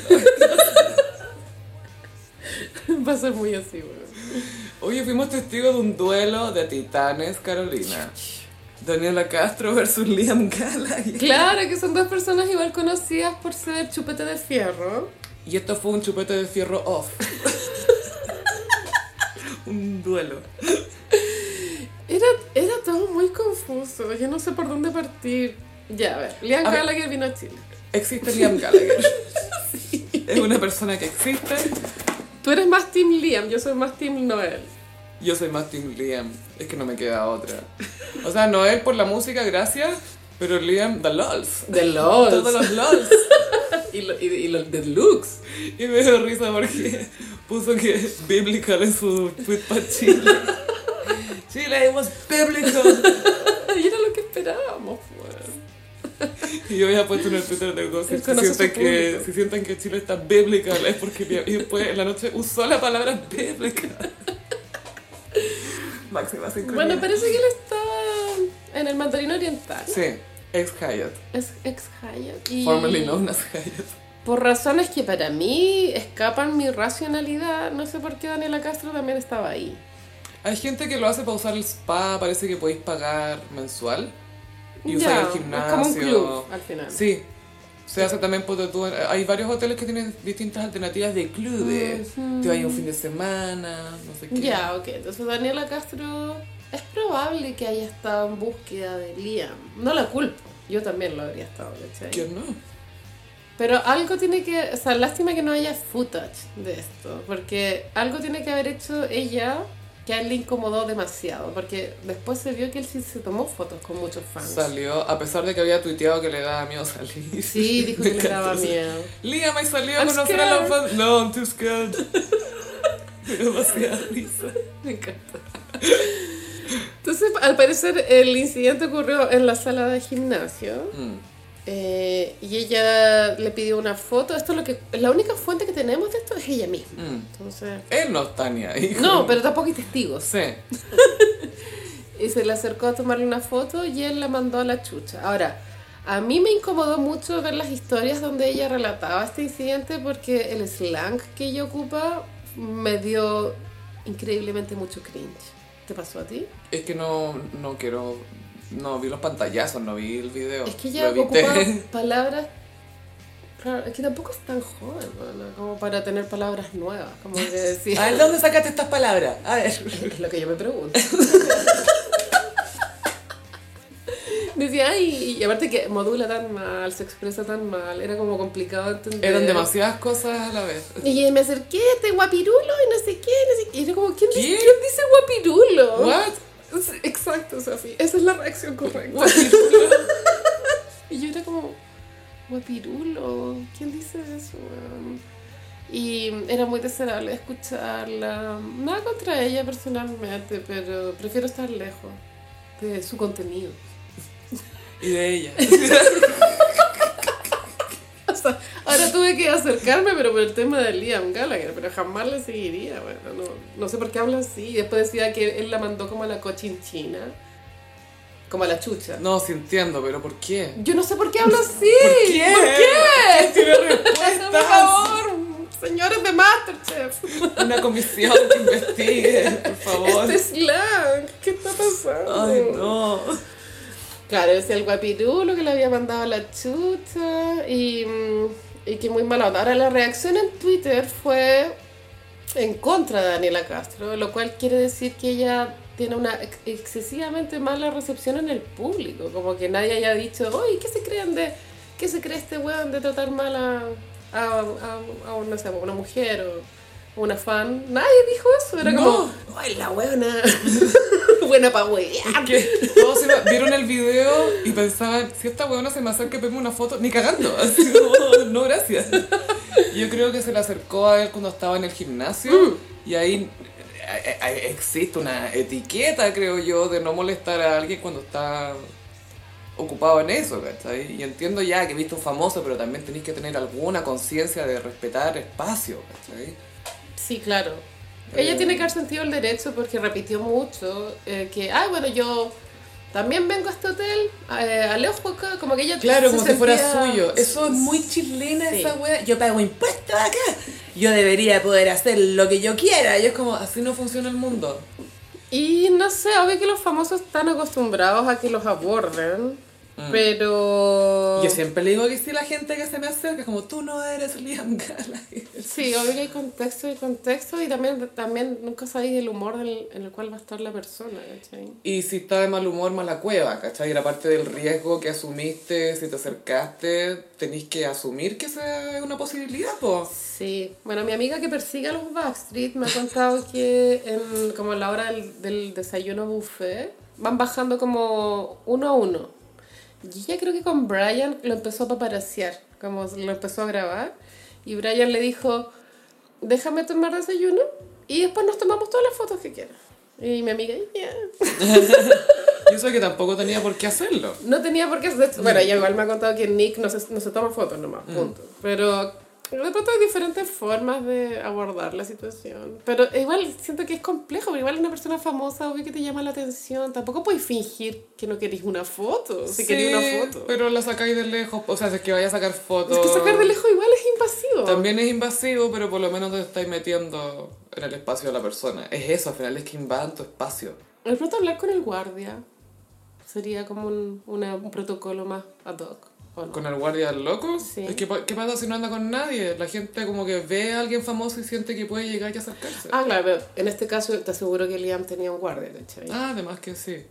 Va a ser muy así, weón.
Oye, fuimos testigos de un duelo de titanes, Carolina. Daniela Castro versus Liam Gallagher.
Claro, que son dos personas igual conocidas por ser chupete de fierro.
Y esto fue un chupete de fierro off. un duelo.
Era, era todo muy confuso, yo no sé por dónde partir. Ya, a ver, Liam
A ver.
Gallagher vino a Chile.
Existe Liam Gallagher. Es una persona que existe.
Tú eres más Team Liam, yo soy más Team Noel.
Yo soy más Team Liam. Es que no me queda otra. O sea, Noel por la música, gracias. Pero Liam, the lols.
De LOL.
Todos los lols.
y, lo, y, y lo- de looks.
Y me dio risa porque puso que biblical en su tweet para Chile. Chile, it was biblical.
Y era lo que esperábamos, pues.
Y yo había puesto en el Twitter de algo, si,
Él conoce
sienten
su
que,
público.
si sienten que Chile está biblical es porque Liam- y después en la noche usó la palabra biblical. Máxima sincronía.
Bueno, parece que él está en el mandarín oriental.
Sí, ex Hyatt,
Es ex Hyatt. Y
formerly known as Hyatt.
Por razones que para mí escapan mi racionalidad, no sé por qué Daniela Castro también estaba ahí.
Hay gente que lo hace para usar el spa, parece que podéis pagar mensual y
Ya,
usar el
Es
gimnasio.
como un club al final.
Sí, se hace también por tú. Hay varios hoteles que tienen distintas alternativas de clubes.
Ujú.
Te vas un fin de semana, no sé qué.
Ya, ok. Entonces Daniela Castro es probable que haya estado en búsqueda de Liam. No la culpo. Yo también lo habría estado, ¿cachai?
¿Quién no?
Pero algo tiene que... O sea, lástima que no haya footage de esto. Porque algo tiene que haber hecho ella que a él le incomodó demasiado. Porque después se vio que él sí se tomó fotos con muchos fans.
Salió, a pesar de que había tuiteado que le daba miedo salir.
Sí, dijo que
Me
le daba
encantó.
miedo.
Liam, ahí salió a
I'm
conocer a la
scared.
fan. No, I'm too scared. Pero demasiada risa.
Me encanta. Entonces, al parecer, el incidente ocurrió en la sala de gimnasio.
Mm.
Eh, y ella le pidió una foto. Esto es lo que. La única fuente que tenemos de esto es ella misma.
Mm.
Entonces.
Él no está ni ahí.
No, pero tampoco hay testigos.
Sí.
Y se le acercó a tomarle una foto y él la mandó a la chucha. Ahora, a mí me incomodó mucho ver las historias donde ella relataba este incidente porque el slang que ella ocupa me dio increíblemente mucho cringe. ¿Te pasó a ti?
Es que no, no quiero. No vi los pantallazos, no vi el video.
Es que ella
Lo evité.
ocupa palabras. Claro, es que tampoco es tan joven, bueno, como para tener palabras nuevas. Como que decía.
¿A dónde sacaste estas palabras? A ver.
Es lo que yo me pregunto. Decía, ay, y aparte que modula tan mal, se expresa tan mal, era como complicado de entender.
Eran demasiadas cosas a la vez.
Y yo me acerqué, te guapirulo y no sé qué, no sé qué. Y era como, ¿quién,
¿Qué?
Dice, ¿quién dice guapirulo?
What?
Sí, Exacto, Sofía, esa es la reacción correcta.
What?
Y yo era como, guapirulo, ¿quién dice eso? weón? Y era muy deseable escucharla. Nada contra ella personalmente, pero prefiero estar lejos de su contenido.
Y de ella.
O sea, ahora tuve que acercarme, pero por el tema de Liam Gallagher, pero jamás le seguiría. Bueno, no, no sé por qué habla así. Y Después decía que él la mandó como a la cochinchina, como a la chucha.
No, sí entiendo, pero ¿por qué?
Yo no sé por qué habla así.
¿Por qué?
¿Por qué?
Tiene
Por
respuestas.
favor, señores de Masterchef.
Una comisión que investigue, por favor.
Este slang, ¿qué está pasando?
Ay, no.
Claro, decía el guapirulo que le había mandado a la chuta y, mm, y que muy mala onda. Ahora, la reacción en Twitter fue en contra de Daniela Castro, lo cual quiere decir que ella tiene una ex- excesivamente mala recepción en el público. Como que nadie haya dicho, oye, ¿qué se creen de, qué se cree este weón de tratar mal a, a, a- a un- no sé, a una mujer o una fan? Nadie dijo eso, era
No.
como, ay, la weona, buena pa' wear.
Que todos se me- vieron el video y pensaban, si esta huevona se me acerca y pedirme una foto, ni cagando. Así como, no, gracias. Yo creo que se le acercó a él cuando estaba en el gimnasio y ahí eh, eh, existe una etiqueta, creo yo, de no molestar a alguien cuando está ocupado en eso, ¿cachai? Y entiendo ya que he visto un famoso, pero también tenéis que tener alguna conciencia de respetar espacio, ¿cachai?
Sí, claro.
Eh,
Ella tiene que haber sentido el derecho porque repitió mucho eh, que, ay, bueno, yo también vengo a este hotel, eh, alejo acá, como que ella
Claro,
se
como si fuera
sentía-
suyo. Eso es muy chilena
Sí.
esa wea. Yo pago impuestos acá. Yo debería poder hacer lo que yo quiera. Y es como, así no funciona el mundo.
Y no sé, obvio que los famosos están acostumbrados a que los aborden,
Mm.
pero...
Yo siempre le digo que sí a la gente que se me acerca, es como, tú no eres Liam Gallagher.
Sí, obvio que hay contexto y contexto y también, también nunca sabéis el humor del- en el cual va a estar la persona, ¿cachai?
Y si está de mal humor, más la cueva, ¿cachai? Y la parte del riesgo que asumiste, si te acercaste, tenéis que asumir que sea una posibilidad, po.
Sí, bueno, mi amiga que persigue a los Backstreet me ha contado que en, como en la hora del, del desayuno buffet van bajando como uno a uno. Y ella creo que con Brian lo empezó a paparasear, como lo empezó a grabar. Y Brian le dijo, déjame tomar desayuno y después nos tomamos todas las fotos que quieras. Y mi amiga, "Ya".
Y eso que tampoco tenía por qué hacerlo.
no tenía por qué... hacer-
Mm.
Bueno, ella igual me ha contado que Nick no se, no se toma fotos nomás, punto. Pero de pronto hay diferentes formas de abordar la situación. Pero igual siento que es complejo, porque igual una persona famosa, obvio que te llama la atención. Tampoco puedes fingir que no querís una foto, si querís una foto.
pero la sacáis de lejos. O sea, si es que vaya a sacar fotos.
Es que sacar de lejos igual es invasivo.
También es invasivo, pero por lo menos te estáis metiendo en el espacio de la persona. Es eso, al final es que invadan tu espacio.
De pronto hablar con el guardia sería como un, una- un protocolo más ad hoc, ¿o no?
Con el guardia del loco,
Sí.
es que, pa- ¿qué pasa si no anda con nadie? La gente como que ve a alguien famoso y siente que puede llegar y acercarse. Ah,
Ah, claro, pero en este caso te aseguro que Liam tenía un guardia,
Ah.
¿cachai?
además que sí.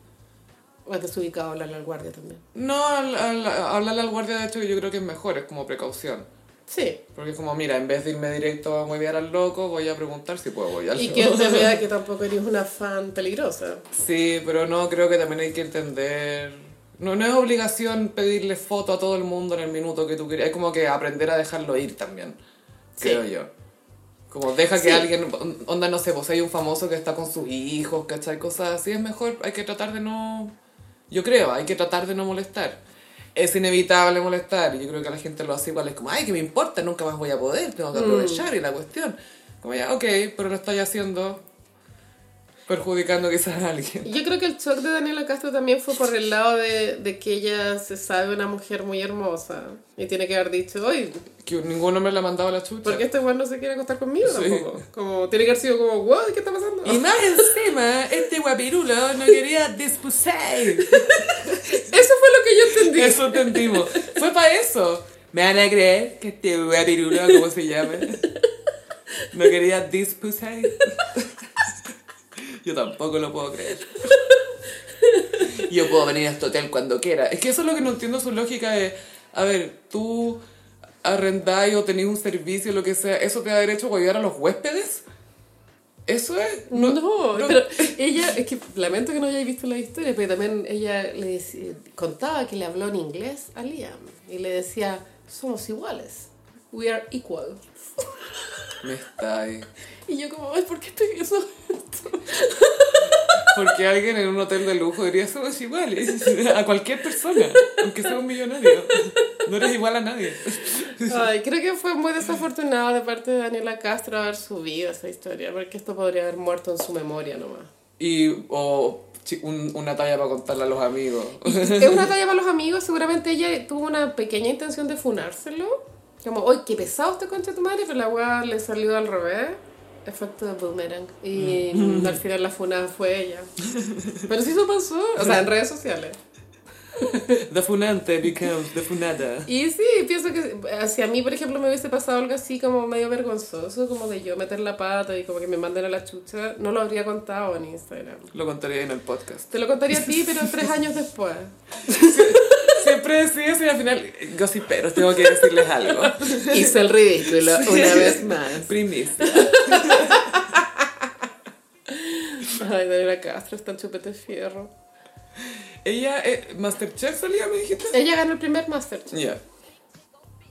O es desubicado hablarle al guardia también.
No, al- al- hablarle al guardia de hecho yo creo que es mejor, es como precaución.
Sí.
Porque es como, mira, en vez de irme directo a huevear al loco, voy a preguntar si puedo huevearlo.
Y que te vea que tampoco eres una fan peligrosa.
Sí, pero no, creo que también hay que entender. No, no es obligación pedirle foto a todo el mundo en el minuto que tú quieras. Es como que aprender a dejarlo ir también,
Sí.
creo yo. Como deja que
Sí.
alguien, on- onda, no sé, pues hay un famoso que está con sus hijos, ¿cachai? Cosas así, es mejor, hay que tratar de no... Yo creo, hay que tratar de no molestar. Es inevitable molestar, y yo creo que la gente lo hace igual, es como, ay, que me importa, nunca más voy a poder, tengo que aprovechar y la cuestión. Como ya, ok, pero lo estoy haciendo perjudicando quizás a alguien.
Yo creo que el shock de Daniela Castro también fue por el lado de, de que ella se sabe una mujer muy hermosa. Y tiene que haber dicho, oye,
que ningún hombre le ha mandado a la chucha.
¿por qué este weón no se quiere acostar conmigo
Sí.
tampoco? Como, tiene que haber sido como, wow, ¿qué está pasando?
Y más encima, este guapirulo no quería disputar.
Eso fue lo que yo entendí.
Eso entendimos. Fue para eso. Me van a creer que este guapirulo, como se llame, no quería disputar. Yo tampoco lo puedo creer. Yo puedo venir a este hotel cuando quiera. Es que eso es lo que no entiendo su lógica de, a ver, tú arrendáis o tenéis un servicio, lo que sea, ¿eso te da derecho a guayar a los huéspedes? Eso es...
No,
no-
pero ella, es que lamento que no hayáis visto la historia, pero también ella le dec- contaba que le habló en inglés a Liam y le decía, somos iguales. We are equal.
Me está ahí.
Y yo como, ay, ¿por qué estoy viendo esto?
Porque alguien en un hotel de lujo diría, somos iguales. A cualquier persona, aunque sea un millonario. No eres igual a nadie.
Ay, creo que fue muy desafortunado de parte de Daniela Castro haber subido esa historia, porque esto podría haber muerto en su memoria nomás.
Y o chi- un- una talla para contarla a los amigos.
Es una talla para los amigos, seguramente ella tuvo una pequeña intención de funárselo. Como, uy, qué pesado este concha de tu madre, pero la weá le salió al revés. Efecto de boomerang. Y mm, al final la funada fue ella. Pero sí eso pasó, o sea, en redes sociales.
The funante becomes the funada.
Y sí, pienso que hacia mí, por ejemplo, me hubiese pasado algo así como medio vergonzoso, como de yo meter la pata y como que me manden a la chucha. No lo habría contado en Instagram.
Lo contaría en el podcast.
Te lo contaría a ti, pero tres años después.
Siempre decía eso y al final, gossiperos, tengo que decirles algo.
Hizo el ridículo
una vez
más.
Primicia.
Ay, Daniela Castro está en chupete de fierro.
Ella, eh, Masterchef salía, me dijiste.
Ella ganó el primer Masterchef.
Ya.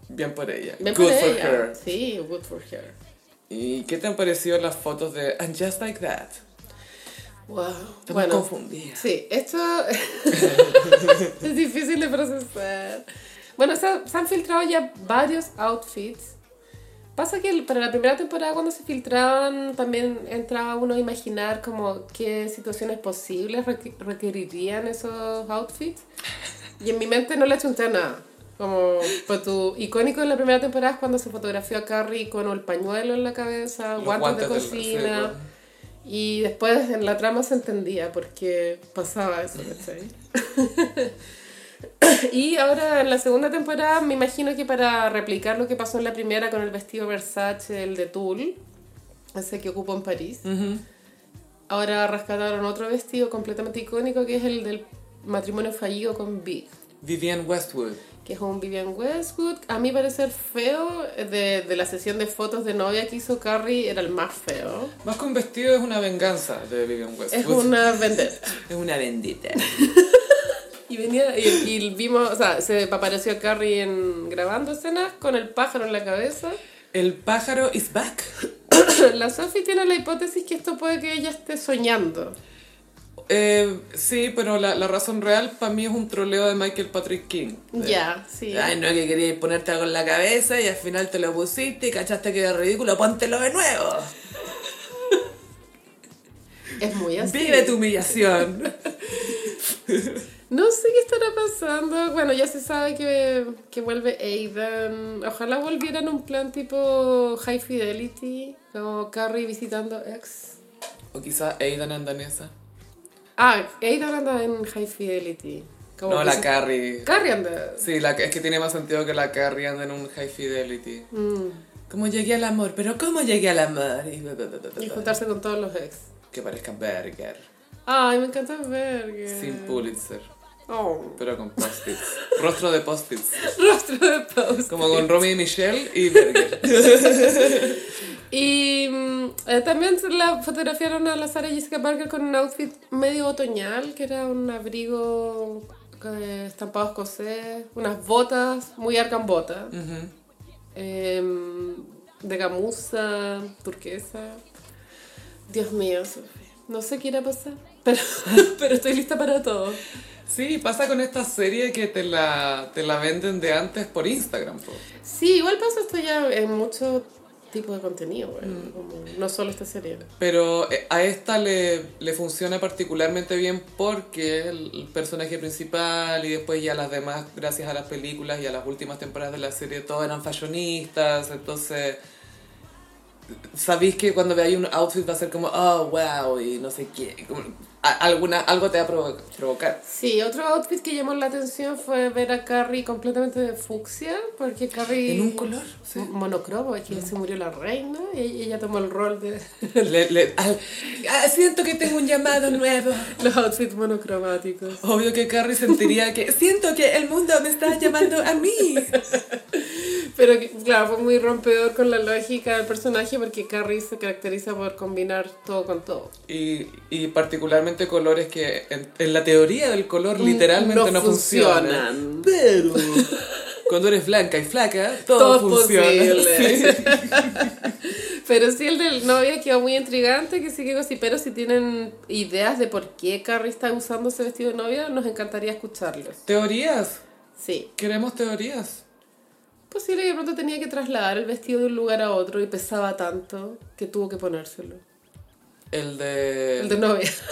Bien por ella.
Bien
Good
por
for
ella.
her.
Sí, good for her.
¿Y qué te han parecido las fotos de And Just Like That?
Wow.
Estamos
Bueno,
confundidas.
sí, esto es difícil de procesar. Bueno, se, se han filtrado ya varios outfits. Pasa que el- para la primera temporada cuando se filtraban también entraba uno a imaginar como qué situaciones posibles requ- requerirían esos outfits. Y en mi mente no le achunté nada. Como, pues tu icónico en la primera temporada es cuando se fotografió a Carrie con el pañuelo en la cabeza,
Los
guantes, de
guantes del- sí,
cocina.
bueno.
y después en la trama se entendía porque pasaba eso, ¿cachai? y ahora en la segunda temporada me imagino que para replicar lo que pasó en la primera con el vestido Versace, el de Tulle, ese que ocupó en París,
Ujú.
ahora rescataron otro vestido completamente icónico que es el del matrimonio fallido con Big.
Vivian Westwood.
que es un Vivian Westwood. A mi parecer feo, de, de la sesión de fotos de novia que hizo Carrie, era el más feo.
Más que un vestido es una venganza de Vivian Westwood.
Es una vendetta.
es una bendita.
Y venía, y, y vimos, o sea, se apareció a Carrie en, grabando escenas con el pájaro en la cabeza.
El pájaro is back.
la Sophie tiene la hipótesis que esto puede que ella esté soñando.
Eh, sí, pero la, la razón real para mí es un troleo de Michael Patrick King.
Ya,
De-
sí.
Ay, no, que querías ponerte algo en la cabeza y al final te lo pusiste y cachaste que era ridículo, póntelo de nuevo.
Es muy así.
Vive tu humillación.
No sé qué estará pasando. Bueno, ya se sabe que, que vuelve Aidan. Ojalá volvieran un plan tipo High Fidelity, como Carrie visitando ex.
o quizá Aidan Andanesa.
Ah, Aidan anda en High Fidelity. Como
No,
que
la
se-
Carrie.
Carrie anda.
Sí, la, es que tiene más sentido que la Carrie anda en un high fidelity.
mm,
¿Cómo llegué al amor? ¿Pero cómo llegué al amor? Y, bla, bla, bla, bla, bla.
Y juntarse con todos los ex.
Que parezca Berger.
Ay, me encanta ver.
Sin Pulitzer.
Oh.
Pero con post-its. Rostro de post-its.
Rostro de post.
Como con Romy y Michelle y Berger.
Y mm, eh, también se la fotografiaron a la Sarah Jessica Parker con un outfit medio otoñal, que era un abrigo eh, estampado escocés, unas botas, muy arcambotas,
Ujú.
em, de gamuza, turquesa. Dios mío, Sofía, no sé qué irá a pasar, pero, pero estoy lista para todo.
Sí, pasa con esta serie que te la, te la venden de antes por Instagram. po.
Sí, igual pasa esto ya en muchos tipos de contenido, güey,
Mm.
como no solo esta serie.
Pero eh, a esta le, le funciona particularmente bien porque el personaje principal y después ya las demás, gracias a las películas y a las últimas temporadas de la serie, todos eran fashionistas, entonces... Sabéis que cuando veáis un outfit va a ser como, oh, wow, y no sé qué. como- a- alguna, algo te va a provo- provocar.
Sí, otro outfit que llamó la atención fue ver a Carrie completamente de fucsia, porque Carrie...
En un color, sí. Mm.
Mo- Monocromo, es que se murió la reina y y ella tomó el rol de
Le- le- al- ah, siento que tengo un llamado nuevo.
los outfits monocromáticos.
Obvio que Carrie sentiría que siento que el mundo me está llamando a mí.
Pero que- claro, fue muy rompedor con la lógica del personaje porque Carrie se caracteriza por combinar todo con todo.
Y, y particularmente colores que en, en la teoría del color literalmente no,
no
funcionan.
funcionan.
Pero Cuando eres blanca y flaca, todo,
Todo es
funciona.
posible.
Sí.
Pero sí, el del novia quedó muy intrigante, que sí que así, pero si tienen ideas de por qué Carrie está usando ese vestido de novia, nos encantaría escucharlos.
Teorías.
Sí.
Queremos teorías.
Posible que de pronto tenía que trasladar el vestido de un lugar a otro y pesaba tanto que tuvo que ponérselo.
El de...
El de novia.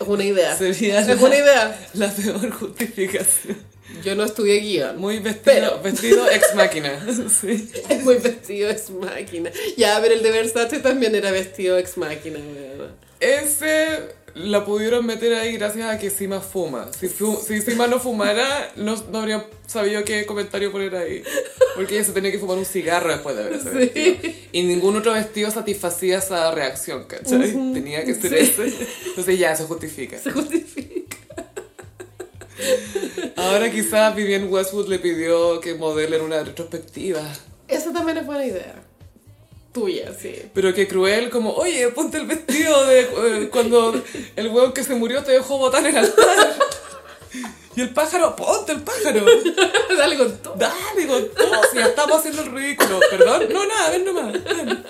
Es una idea.
Sería
Es una idea.
la peor justificación.
Yo no estudié guión.
Muy vestido, vestido ex máquina. Sí.
Es muy vestido ex máquina. Ya, pero el de Versace también era vestido ex máquina, weón.
Ese la pudieron meter ahí gracias a que Sima fuma. Si, fu- si Sima no fumara, no, no habría sabido qué comentario poner ahí. Porque ella se tenía que fumar un cigarro después de ver ese
Sí.
vestido. Y ningún otro vestido satisfacía esa reacción, ¿cachai? Tenía que ser
Sí.
ese. Entonces ya, se justifica.
Se justifica.
Ahora quizás Vivienne Westwood le pidió que modelen una retrospectiva.
Esa también es buena idea. Tuya, sí.
Pero que cruel, como, oye, ponte el vestido de eh, cuando el huevo que se murió te dejó botar en el altar. Y el pájaro, ponte el pájaro.
Dale con todo.
Dale con todo, si ya estamos haciendo el ridículo. Perdón, no, nada, ven nomás. ven.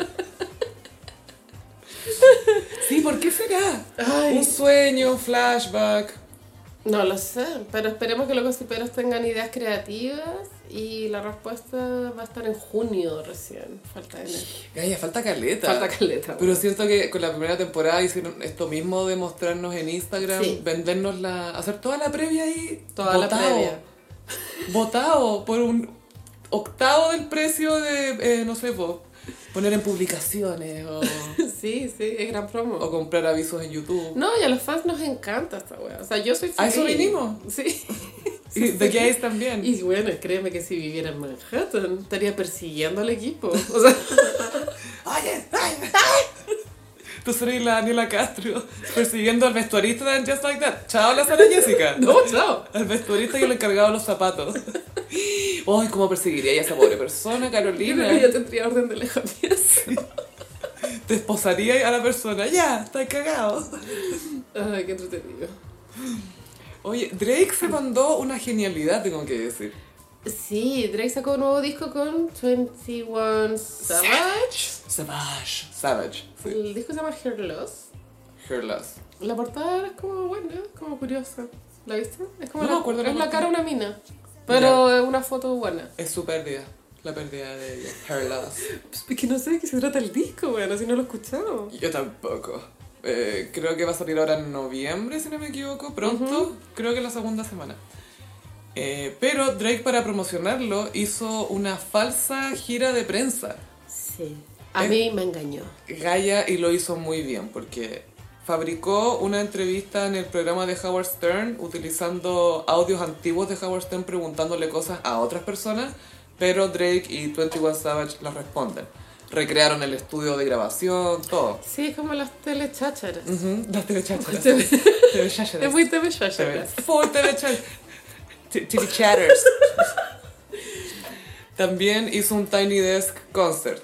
Sí, ¿por qué será?
Ay.
Un sueño, un flashback.
No lo sé, pero esperemos que los gossiperos tengan ideas creativas y la respuesta va a estar en junio recién. Falta en
Gaya, falta caleta.
Falta caleta.
Pero siento que con la primera temporada hicieron esto mismo de mostrarnos en Instagram,
Sí.
vendernos la. hacer toda la previa ahí.
Toda la
botado,
previa.
Botado por un octavo del precio de, eh, no sé, po, poner en publicaciones o,
Sí, sí, es gran promo.
o comprar avisos en YouTube.
No, y a los fans nos encanta esta wea. O sea, yo soy
¿A eso
feliz.
vinimos?
Sí.
y de gays también.
Y bueno, créeme que si viviera en Manhattan estaría persiguiendo al equipo. O sea,
¡Oye! ¡Ay! Tú eres la Daniela Castro persiguiendo al vestuarista de Just Like That. ¡Chao, la Sara Jessica!
no, chao.
Al vestuarista y el encargado de los zapatos. ¡Ay, cómo perseguiría ella a esa pobre persona,
Yo creo que ya
Carolina!
tendría orden de alejamiento.
Te esposaría a la persona. ¡Ya! ¡Está cagado!
Ay, qué entretenido.
Oye, Drake se mandó una genialidad, tengo que decir.
Sí, Drake sacó un nuevo disco con 21 Savage.
Savage. Savage. Sí.
El disco se llama Hair Loss.
Hairless.
La portada es como buena, es como curiosa. ¿La viste? Es como
No
la,
me acuerdo la
es la cara
portada.
de una mina, pero es una foto buena.
Es su pérdida. La pérdida de ella. Hairless.
Pues Es que no sé de qué se trata el disco, bueno, si no lo he escuchado.
Yo tampoco. Eh, creo que va a salir ahora en noviembre, si no me equivoco, pronto. Creo que la segunda semana. Eh, pero Drake, para promocionarlo, hizo una falsa gira de prensa.
Sí. A Eh.
Es-
mí me engañó.
Gaia y lo hizo muy bien porque fabricó una entrevista en el programa de Howard Stern utilizando audios antiguos de Howard Stern preguntándole cosas a otras personas, pero Drake y 21 Savage las responden. Recrearon el estudio de grabación, todo.
Sí, es como las telechacharas.
Ujú, Las telechacharas.
Tele-
Telechacharas.
Es muy
TV.
telechacharas.
Full telechacharas. Ch- chiqui chatters. También hizo un Tiny Desk concert.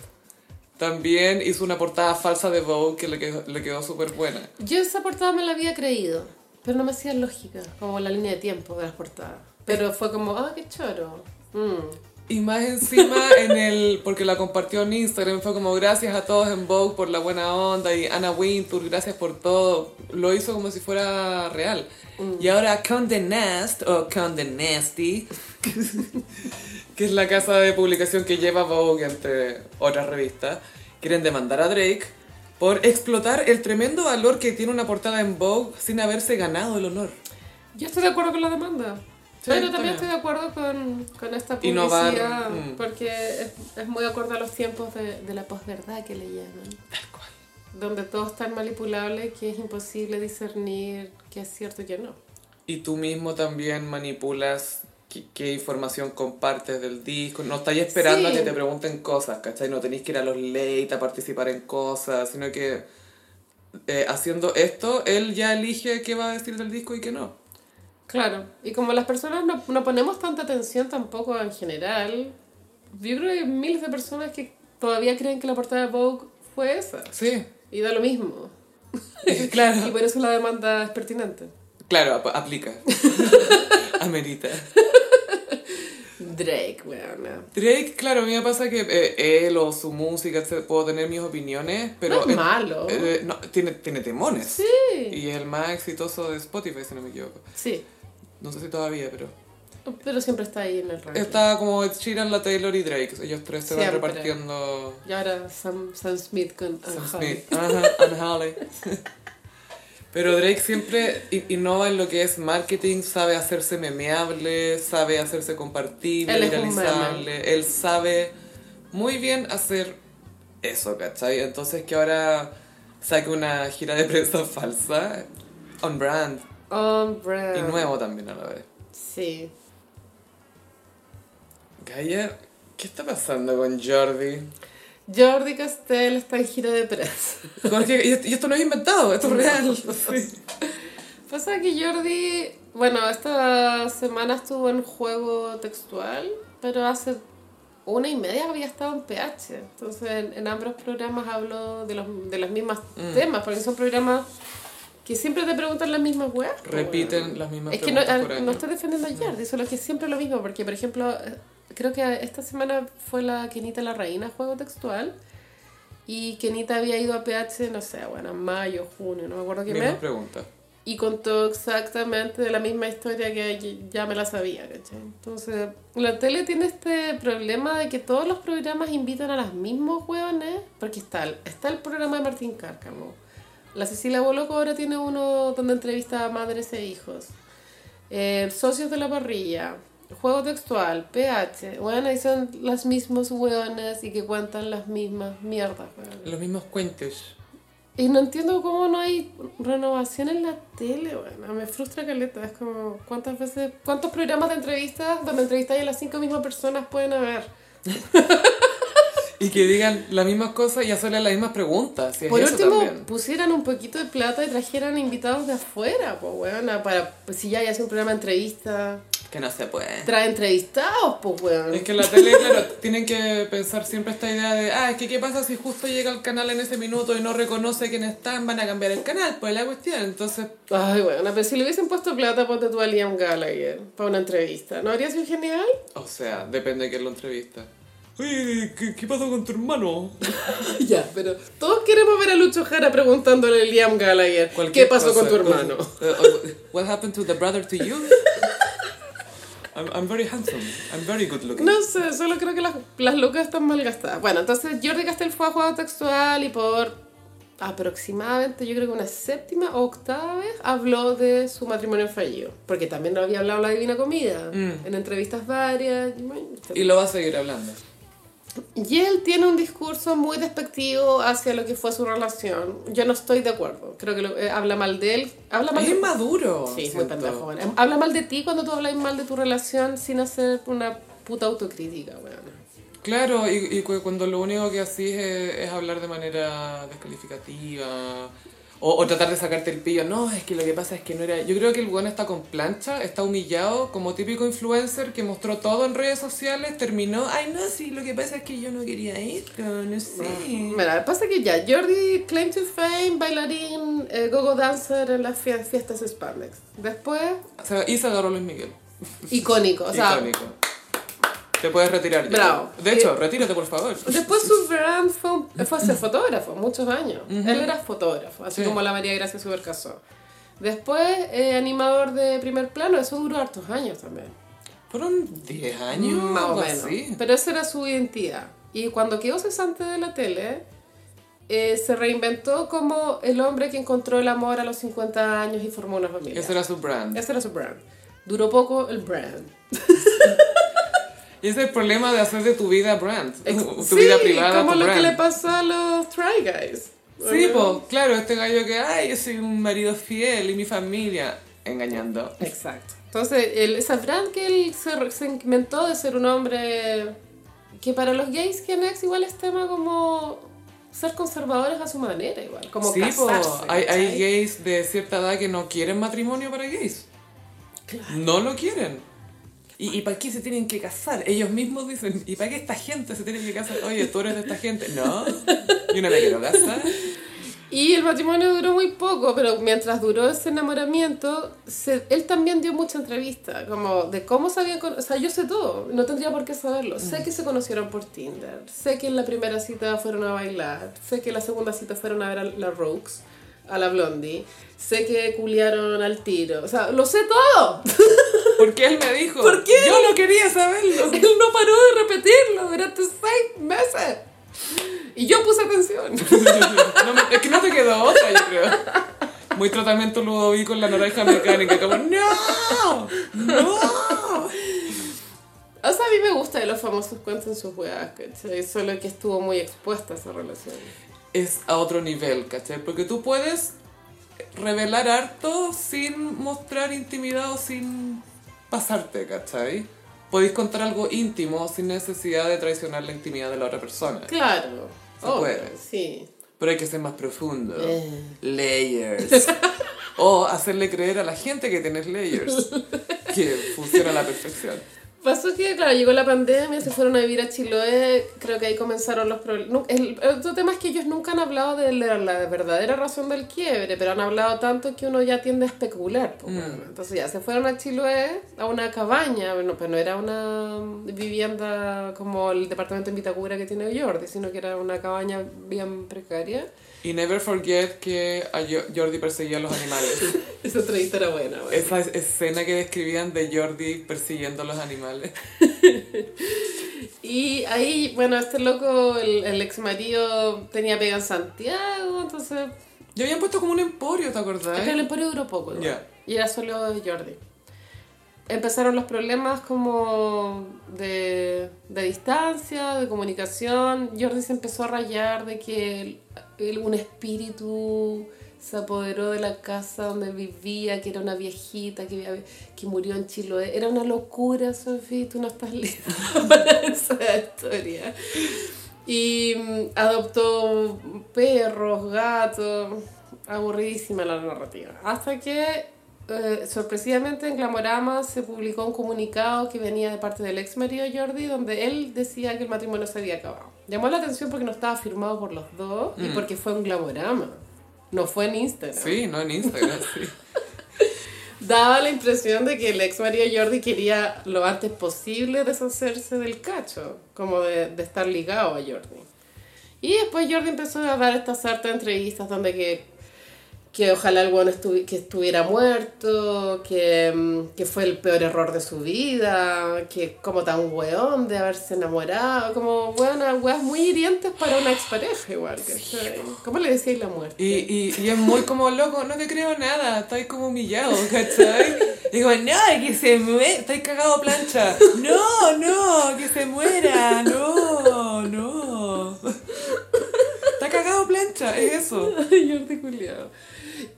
También hizo una portada falsa de Vogue que le quedó, le quedó súper buena.
Yo esa portada me la había creído, pero no me hacía lógica, como la línea de tiempo de las portadas. Pero fue como, ah, qué choro. Mm.
Y más encima en el... Porque la compartió en Instagram, fue como gracias a todos en Vogue por la buena onda y Anna Wintour, gracias por todo. Lo hizo como si fuera real. Y ahora Conde Nast o Conde Nasty, que es la casa de publicación que lleva Vogue entre otras revistas, quieren demandar a Drake por explotar el tremendo valor que tiene una portada en Vogue sin haberse ganado el honor.
Yo estoy de acuerdo con la demanda. pero también
también.
estoy de acuerdo con, con esta
Innovar,
publicidad,
mm.
porque es, es muy acorde a los tiempos de, de la posverdad que le llaman,
Tal cual.
donde todo es tan manipulable que es imposible discernir qué es cierto y qué no.
Y tú mismo también manipulas qué, qué información compartes del disco. No estáis esperando
Sí.
a que te pregunten cosas, ¿cachai? No tenéis que ir a los late a participar en cosas, sino que eh, haciendo esto, él ya elige qué va a decir del disco y qué no.
Claro, y como las personas no, no ponemos tanta atención tampoco en general, yo creo que hay miles de personas que todavía creen que la portada de Vogue fue esa,
Sí.
y da lo mismo. Y
claro.
por eso la demanda es pertinente.
Claro, ap- aplica. Amerita.
Drake, weón.
Drake, claro, a mí me pasa que eh, él o su música, etc., puedo tener mis opiniones, pero...
No es malo.
eh, no, tiene, tiene temones.
Sí.
Y es el más exitoso de Spotify, si no me equivoco.
Sí.
No sé si todavía, pero...
Pero siempre está ahí en el ranking.
Está como Ed Sheeran, la Taylor y Drake. Ellos tres se van
Siempre.
repartiendo...
Y ahora Sam, Sam Smith con
Sam
Unholy.
Smith. Ajá, Anne Hathaway. Pero Drake siempre i- innova en lo que es marketing, sabe hacerse memeable, sabe hacerse compartible,
Él es un
viralizable. Él sabe muy bien hacer eso, ¿cachai? Entonces que ahora saque una gira de prensa falsa, on brand,
On brand.
y nuevo también a la vez.
Oh, Sí.
Gaia, ¿qué está pasando con Jordi?
Jordi Castell está en gira de prensa.
Jorge, y, y esto no es inventado, esto es real. Sí.
Pasa que Jordi, bueno, esta semana estuvo en juego textual, pero hace una y media había estado en PH. Entonces, en, en ambos programas hablo de los, de los mismos
Mm.
temas, porque son programas que siempre te preguntan las mismas weas. po,
Repiten las mismas
Es que no,
preguntas
a-
por año.
no estoy defendiendo a Jordi, solo que siempre lo mismo, porque por ejemplo, eh, creo que esta semana fue la Kenita la Reina juego textual y Kenita había ido a PH, no sé, bueno, en mayo, junio, no me acuerdo qué mes,
Mismas preguntas.
y contó exactamente de la misma historia que y- ya me la sabía, ¿cachai? Entonces, la tele tiene este problema de que todos los programas invitan a los mismos hueones, porque está el, está el programa de Martín Cárcamo. La Cecilia Boloco ahora tiene uno donde entrevista a madres e hijos. Eh, Socios de la parrilla, Juego textual, PH. Bueno, ahí son los mismos hueones y que cuentan las mismas mierdas, hueones.
Los mismos cuentos.
Y no entiendo cómo no hay renovación en la tele, bueno, me frustra caleta, es como cuántas veces, cuántos programas de entrevistas donde entrevistáis a las cinco mismas personas pueden haber.
Y que digan las mismas cosas y hacerle las mismas preguntas. Si es
Por
eso
último,
también.
pusieran un poquito de plata y trajeran invitados de afuera, pues weona, para pues, si ya hay hace un programa de entrevista,
Que no se puede.
trae entrevistados, pues weón.
Es que la tele, claro, tienen que pensar siempre esta idea de, ah, es que qué pasa si justo llega al canal en ese minuto y no reconoce quién están, van a cambiar el canal, pues la cuestión. Entonces,
Ay, bueno, pero si le hubiesen puesto plata, ponte tú a Liam Gallagher para una entrevista, ¿no habría sido genial?
o sea, depende de quién lo entrevista. Oye, ¿qué, qué pasó con tu hermano?
ya, pero todos queremos ver a Lucho Jara preguntándole a Liam Gallagher, ¿qué pasó con tu hermano?
Uh, What happened to the brother to you? I'm, I'm very handsome. I'm very good looking.
No sé, solo creo que las, las lucas están mal gastadas. Bueno, entonces Jordi Castell fue a juego textual y por aproximadamente, yo creo que una séptima o octava vez, habló de su matrimonio fallido. Porque también lo había hablado la Divina Comida, en entrevistas varias. y bueno,
Mm. Y lo va a seguir hablando.
y él tiene un discurso muy despectivo hacia lo que fue su relación. Yo no estoy de acuerdo. Creo que lo- eh, habla mal de él. Habla mal
Es
de-
inmaduro.
Sí, es
siento.
muy pendejo. bueno. Habla mal de ti cuando tú hablas mal de tu relación sin hacer una puta autocrítica, weón.
Claro, y, y cu- cuando lo único que hacís es, es hablar de manera descalificativa o, o tratar de sacarte el pillo. No, es que lo que pasa es que no era. Yo creo que el weón está con plancha, está humillado, como típico influencer que mostró todo en redes sociales, terminó. Ay, no, sí, lo que pasa es que yo no quería esto, no sé.
Mira, pasa que ya, Jordi, claim to fame, bailarín, eh, go-go dancer en las fie- fiestas Spandex. Después,
O sea, y se agarró Luis Miguel.
icónico, o sea,
Icónico. Te puedes retirar ya.
Bravo. Eh,
De hecho, retírate, por favor.
Después su brand fue, un- fue a ser fotógrafo, muchos años. Él era fotógrafo, así
Sí.
como la María Gracia Supercasó. Después, eh, animador de primer plano, eso duró hartos años también.
Fueron 10 años,
más o
algo
menos.
así.
Pero esa era su identidad. Y cuando quedó cesante de la tele, eh, se reinventó como el hombre que encontró el amor a los 50 años y formó una familia.
Ese era su brand.
Ese Este era su brand. Duró poco el brand.
Y ese es el problema de hacer de tu vida brand. tu
Sí,
vida privada,
como
tu
lo
brand.
que le pasó a los Try Guys.
Sí, pues, claro, este gallo que, ay, yo soy un marido fiel y mi familia. Engañando.
Exacto. Entonces, el, esa brand que él se, re- se inventó de ser un hombre que para los gays Gen X igual es tema como ser conservadores a su manera igual, como
sí, po,
casarse.
hay, hay
¿cachai?
gays de cierta edad que no quieren matrimonio para gays. No lo quieren. ¿Y, y para qué se tienen que casar? Ellos mismos dicen, ¿y para qué esta gente se tiene que casar? Oye, tú eres de esta gente. No, yo no me quiero casar.
Y el matrimonio duró muy poco, pero mientras duró ese enamoramiento, se- él también dio mucha entrevista, como de cómo se había cono- O sea, yo sé todo, no tendría por qué saberlo. Sé que se conocieron por Tinder, sé que en la primera cita fueron a bailar, sé que en la segunda cita fueron a ver a la Rox, a la Blondie, sé que culiaron al tiro, o sea, lo sé todo.
¿Por qué él me dijo?
¿Por qué?
Yo no quería saberlo.
Él no paró de repetirlo durante seis meses. Y yo puse atención.
No me- es que no te quedó otra, yo creo. Muy tratamiento Ludovico en la naranja mecánica. Como, ¡No! ¡No!
O sea, a mí me gusta de los famosos cuentan sus weas, ¿cachai? Solo que estuvo muy expuesta a esa relación.
Es a otro nivel, ¿cachai? Porque tú puedes revelar harto sin mostrar intimidad o sin pasarte, ¿cachai? Podéis contar algo íntimo sin necesidad de traicionar la intimidad de la otra persona.
Claro.
Se
obvio,
puede.
Sí.
Pero hay que ser más profundo.
Eh.
Layers. o hacerle creer a la gente que tienes layers. Que funciona a la perfección.
Pasó que, claro, llegó la pandemia, se fueron a vivir a Chiloé, creo que ahí comenzaron los problemas. El otro tema es que ellos nunca han hablado de la, la verdadera razón del quiebre, pero han hablado tanto que uno ya tiende a especular. po, bueno. Entonces ya se fueron a Chiloé, a una cabaña, bueno, pero no era una vivienda como el departamento en Vitacura que tiene Jordi, sino que era una cabaña bien precaria.
Y never forget que a Jo- Jordi perseguía a los animales.
Esa entrevista era buena, bueno.
Esa es- escena que describían de Jordi persiguiendo a los animales.
Y ahí, bueno, este loco, el, el ex marido tenía pega en Santiago, entonces este
Ya habían puesto como un emporio, ¿te acordás?
Es que el emporio duró poco. ¿no?
Ya.
Y era solo de Jordi. Empezaron los problemas como de, de distancia, de comunicación. Jordi se empezó a rayar de que él- él- un espíritu se apoderó de la casa donde vivía, que era una viejita que, había- que murió en Chiloé. Era una locura, Sofía, tú no estás lista para esa historia. Y mm, adoptó perros, gatos, aburridísima la narrativa. Hasta que eh, sorpresivamente en Glamorama se publicó un comunicado que venía de parte del ex marido Jordi, donde él decía que el matrimonio se había acabado. Llamó la atención porque no estaba firmado por los dos y porque fue en Glamorama, no fue en Instagram.
Sí, no en Instagram, sí.
Daba la impresión de que el ex marido Jordi quería lo antes posible deshacerse del cacho, como de, de estar ligado a Jordi. Y después Jordi empezó a dar estas hartas entrevistas donde que, que ojalá el bueno que estuviera muerto, que, mm, que fue el peor error de su vida, que como tan weón de haberse enamorado, como weona, weas muy hirientes para una expareja igual. ¿cachai? ¿Cómo le decíais la muerte?
Y, y, y es muy como loco, no te creo nada, estoy como humillado, ¿cachai? Y como, no, que se muera, estoy cagado a plancha. No, no, que se muera, no, no. Está cagado a plancha, es eso.
Jordi culiao.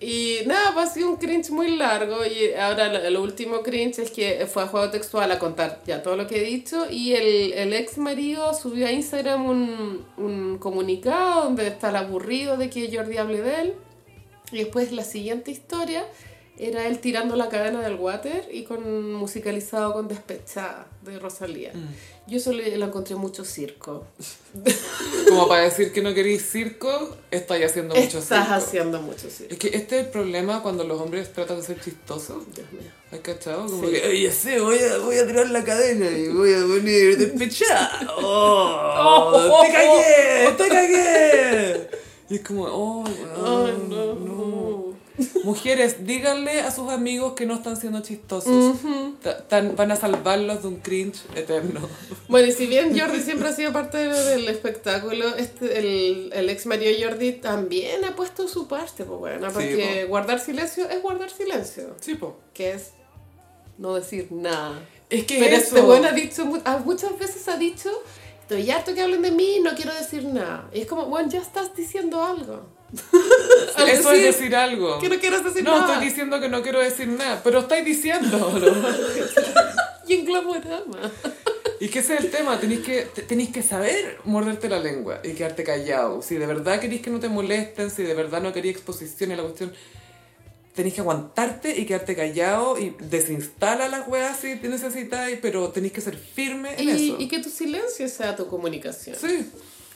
Y nada, pues ha sido un cringe muy largo y ahora lo- el último cringe es que fue a Juego Textual a contar ya todo lo que he dicho y el, el ex marido subió a Instagram un, un comunicado donde está el aburrido de que Jordi hable de él y después la siguiente historia era él tirando la cadena del water y con musicalizado con Despechada de Rosalía. Yo solo lo encontré mucho circo.
Como para decir que no querís circo, estáis haciendo mucho
Estás
circo.
haciendo mucho circo.
Es que este es el problema cuando los hombres tratan de ser chistosos.
Dios mío.
¿Has cachado? Como
Sí.
que, "Ay, ya sé, voy a, voy a tirar la cadena y voy a poner despechado. ¡Oh!
Oh.
¡Te cagué! ¡Te cagué! Y es como, oh,
Oh,
weón,
no.
Mujeres, díganle a sus amigos que no están siendo chistosos. Ta- tan- van a salvarlos de un cringe eterno.
Bueno, y si bien Jordi siempre ha sido parte de- del espectáculo, este, el, el ex marido Jordi también ha puesto su parte, pues bueno, porque
po.
guardar silencio es guardar silencio,
Sí, po.
que es no decir nada.
Es que
Pero
eso.
este bueno ha dicho, mu- ah, muchas veces ha dicho, estoy harto que hablen de mí, no quiero decir nada. Y es como, bueno, ya estás diciendo algo. Al
Eso
decir
es decir algo.
Que no quieres decir
No,
nada.
estoy diciendo que no quiero decir nada, pero estáis diciendo, ¿no?
Y en Glamorama.
Y que ese es el tema, tenéis que, te- tenís que saber morderte la lengua y quedarte callado. Si de verdad queréis que no te molesten, si de verdad no queréis exposición a la cuestión, tenéis que aguantarte y quedarte callado y desinstala las weas si te necesitáis, pero tenéis que ser firme en
Y,
eso.
y que tu silencio sea tu comunicación.
Sí,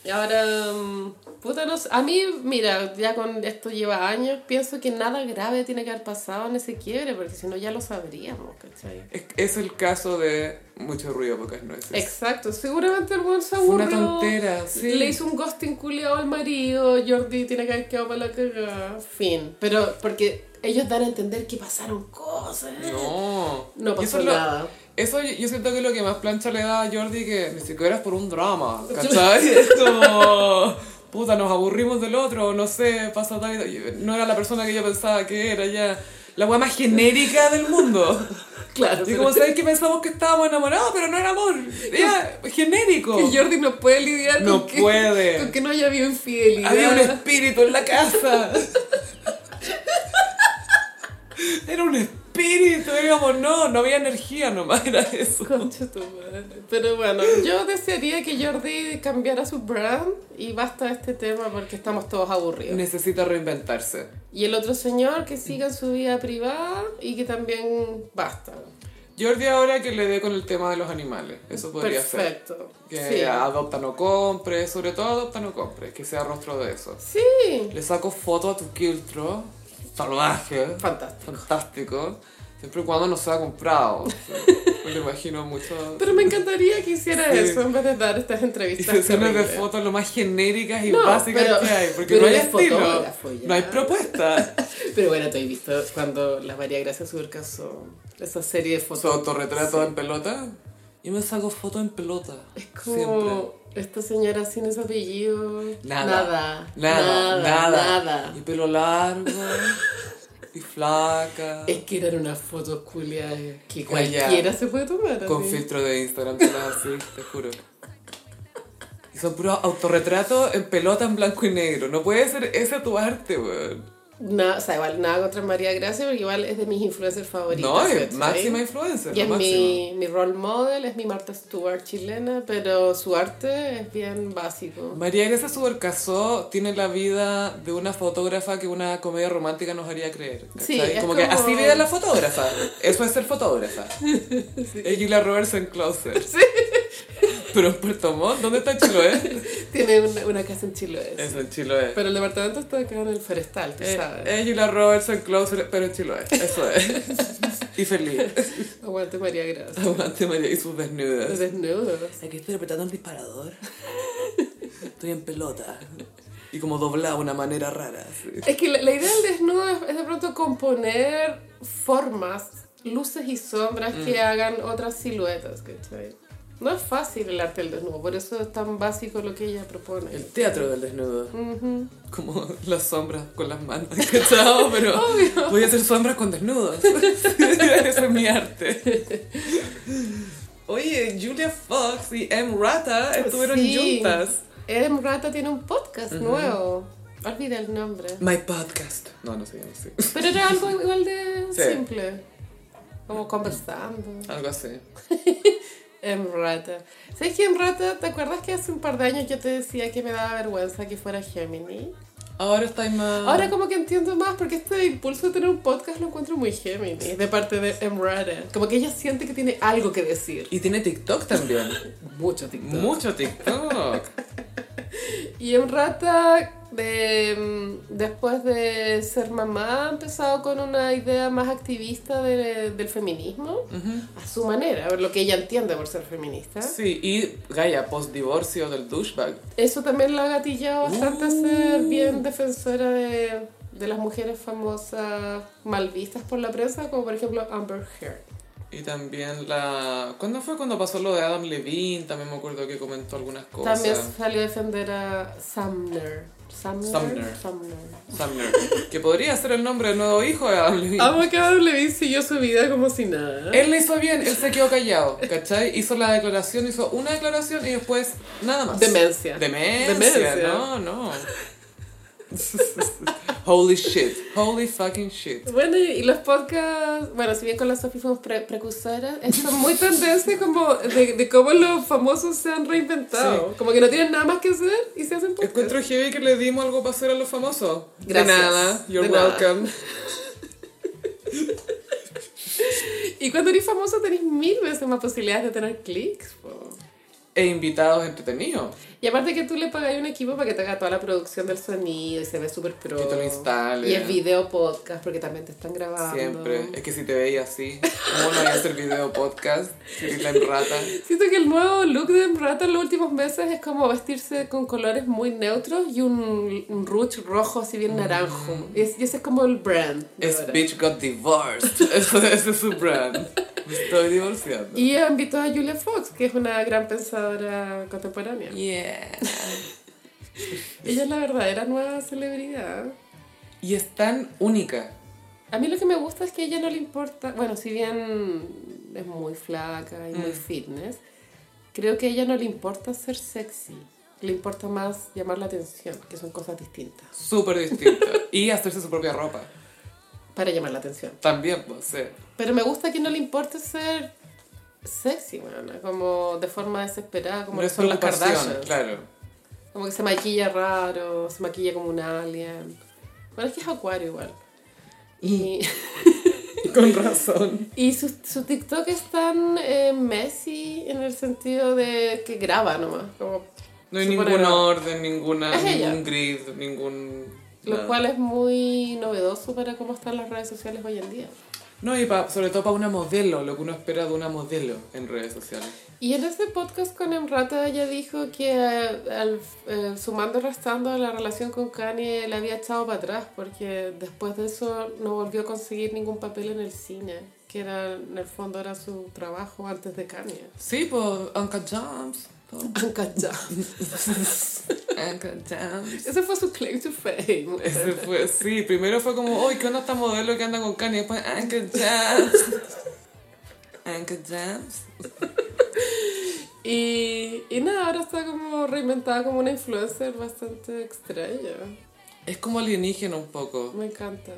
Y ahora, mm, puta, no sé. A mí, mira, ya con esto lleva años, pienso que nada grave tiene que haber pasado en ese quiebre, porque si no ya lo sabríamos, ¿cachai?
Es, es el caso de mucho ruido, pocas nueces.
Exacto, seguramente el buen se
Fue una
aburrió,
tontera, sí.
Le hizo un ghosting culiado al marido, Jordi tiene que haber quedado para la cagada. Fin. Pero porque ellos dan a entender que pasaron cosas.
No,
No
Y eso
pasó
es lo-
nada.
Eso yo, yo siento que es lo que más plancha le da a Jordi, que ni siquiera es por un drama, ¿cachai? Es como, puta, nos aburrimos del otro, no sé, pasa tal y tal. Yo- No era la persona que yo pensaba que era, ya. La weá más genérica del mundo.
Claro.
Y
pero-
como sabes que pensamos que estábamos enamorados, pero no era amor. Era genérico.
que Jordi no puede lidiar
No
con, que,
puede.
con que no haya habido infidelidad.
Había un espíritu en la casa. Era un espíritu, digamos, no, no había energía nomás, era eso.
Concha tu madre. Pero bueno, yo desearía que Jordi cambiara su brand y basta de este tema porque estamos todos aburridos.
Necesita reinventarse.
Y el otro señor que siga en su vida privada y que también basta.
Jordi ahora que le dé con el tema de los animales, eso podría ser.
Perfecto.
Que
Sí.
adopta no compre, sobre todo adopta no compre, que sea rostro de eso.
Sí.
Le saco foto a tu quiltro, salvaje,
Fantástico.
fantástico, siempre y cuando no sea comprado. Me lo imagino mucho.
Pero me encantaría que hiciera
Sí.
eso en vez de dar estas
Y
entrevistas.
sesiones de
terribles.
fotos lo más genéricas y
No,
básicas
pero-
que hay, porque
pero
no hay
eres
estilo,
fotógrafo ya.
no hay propuesta.
Pero bueno, te he visto cuando la María Gracia Surcaso, esa serie de fotos.
Su autorretrato en pelota, yo me saco fotos en pelota.
Es como esta señora sin ese apellido.
Nada.
Nada.
Nada, nada.
nada.
Y pelo largo. y flaca.
Es que eran unas fotos culiadas que
Calla.
cualquiera se puede tomar. así.
Con filtro de Instagram, te las así, te juro. Y son puros autorretratos en pelota en blanco y negro. No puede ser esa tu arte, weón.
Nada, o sea, igual nada contra María Gracia, porque igual es de mis influencers favoritas.
No, es
¿cachai?
máxima influencer.
¿eh? Y
lo
es
máximo.
mi, mi role model, es mi Marta Stewart chilena, pero su arte es bien básico.
María Gracia Subercasó tiene la vida de una fotógrafa que una comedia romántica nos haría creer.
Sí,
¿cachai?
es
como, que
como-
así vive la fotógrafa. Eso es ser fotógrafa. Es Julia Roberts en Closer. Pero en Puerto Montt, ¿dónde está Chiloé?
Tiene una, una casa en Chiloé.
Es en Chiloé.
Pero el departamento está acá en el forestal, tú
Eh,
sabes.
Es Julia Roberts en Closer, pero en Chiloé. Eso es. Y feliz.
Aguante María Gracia.
Aguante María y sus desnudas.
Desnudos.
Aquí estoy apretando un disparador. Estoy en pelota. Y como doblada de una manera rara. así.
Es que la, la idea del desnudo es, es de pronto componer formas, luces y sombras
Mm.
que hagan otras siluetas, ¿cachai? No es fácil el arte del desnudo, por eso es tan básico lo que ella propone.
El teatro del desnudo. Como las sombras con las manos. ¿Cachado? Pero voy a hacer sombras con desnudos. Eso es mi arte. Oye, Julia Fox y M. Rata estuvieron
Sí.
juntas.
Em Rata tiene un podcast nuevo. Olvida el nombre.
My podcast. No, no sé, no sé.
Pero era algo igual de
Sí.
simple. Como conversando.
Algo así.
En rata. ¿Sabes que en rata? ¿Te acuerdas que hace un par de años yo te decía que me daba vergüenza que fuera Gemini?
Ahora está más.
Ahora como que entiendo más porque este impulso de tener un podcast lo encuentro muy Gemini de parte de Emrata. Como que ella siente que tiene algo que decir.
Y tiene TikTok también.
Mucho TikTok.
Mucho TikTok.
Y Emrata de, mm, después de ser mamá ha empezado con una idea más activista de- del feminismo a su manera, lo que ella entiende por ser feminista.
Sí, y Gaia, post-divorcio del douchebag.
Eso también la ha gatillado bastante a ser bien defensora de, de las mujeres famosas mal vistas por la prensa, como por ejemplo Amber Heard.
Y también la... ¿Cuándo fue cuando pasó lo de Adam Levine? También me acuerdo que comentó algunas cosas.
También salió a defender a Sumner. Sumner.
Sumner.
Sumner.
Sumner. Que podría ser el nombre del nuevo hijo de Adam Levine.
Amo que Adam Levine siguió su vida como si nada.
Él le hizo bien, él se quedó callado, ¿cachai? Hizo la declaración, hizo una declaración y después nada más.
Demencia.
Demencia,
Demencia.
no, no. holy shit, holy fucking shit.
Bueno, y los podcasts, bueno, si bien con la Sophie fuimos pre- precursoras, son muy tendencia como de, de cómo los famosos se han reinventado. Como que no tienen nada más que hacer y se hacen podcasts.
Encuentro heavy que le dimos algo para hacer a los famosos.
Gracias.
De nada, you're
De nada.
welcome.
Y cuando eres famoso tenés mil veces más posibilidades de tener clics. po.
e invitados entretenidos.
Y aparte que tú le pagáis un equipo para que te haga toda la producción del sonido y se ve súper pro.
Y te lo instale.
Y es video podcast porque también te están grabando.
Siempre. Es que si te veía así, ¿cómo no voy a hacer video podcast? Si la embrata.
Siento que el nuevo look de Emrata en los últimos meses es como vestirse con colores muy neutros y un, un ruch rojo así bien naranjo. Y, es- y ese es como el brand. de
Es
ahora.
Bitch Got Divorced. Eso- Ese es su brand. Me estoy divorciando.
Y invitó a Julia Fox, que es una gran pensadora contemporánea.
Yeah.
Ella es la verdadera nueva celebridad.
Y es tan única.
A mí lo que me gusta es que a ella no le importa, bueno, si bien es muy flaca y
Mm.
muy fitness, creo que a ella no le importa ser sexy, le importa más llamar la atención, que son cosas distintas,
Súper distinta. Y hacerse su propia ropa.
para llamar la atención.
También, pues, sí.
Pero me gusta que no le importe ser sexy, bueno, como de forma desesperada, como
No
lo
es
son las
preocupación,
Kardashians.
Claro.
Como que se maquilla raro, se maquilla como un alien. Bueno, es que es acuario igual. Y...
Con razón.
Y su, su TikTok es tan eh, messy en el sentido de que graba nomás, como,
No hay
Se pone
ningún
brava.
orden, ninguna,
Es ella.
ningún grid, ningún...
lo
nada.
cual es muy novedoso para cómo están las redes sociales hoy en día.
No, y pa- sobre todo para una modelo, lo que uno espera de una modelo en redes sociales.
Y en este podcast con Emrata ella dijo que eh, al, eh, sumando y restando la relación con Kanye la había echado para atrás porque después de eso no volvió a conseguir ningún papel en el cine, que era en el fondo era su trabajo antes de Kanye.
Sí, pues, Uncle Jumps. Uncle Jumps.
Ese fue su claim to fame.
Ese fue, sí, primero fue como, uy, ¿qué onda esta modelo que anda con Kanye? Y después, "Ah, Uncle Jams. Uncle Jams.
Y, y nada, ahora está como reinventada como una influencer bastante extraña.
Es como alienígena un poco.
Me encanta.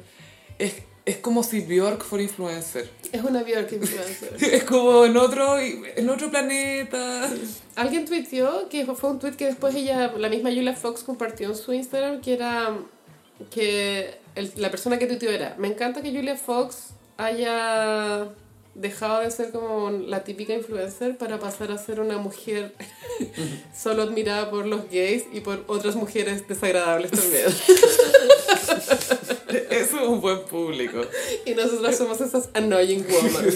Es, es como si Bjork fuera influencer.
Es una Bjork influencer.
Es como en otro, en otro planeta.
Alguien tuiteó que fue un tweet que después ella, la misma Julia Fox compartió en su Instagram, que era que el- la persona que tuiteó era, me encanta que Julia Fox haya dejado de ser como la típica influencer para pasar a ser una mujer solo admirada por los gays y por otras mujeres desagradables también.
Eso es un buen público.
Y nosotras somos esas annoying women.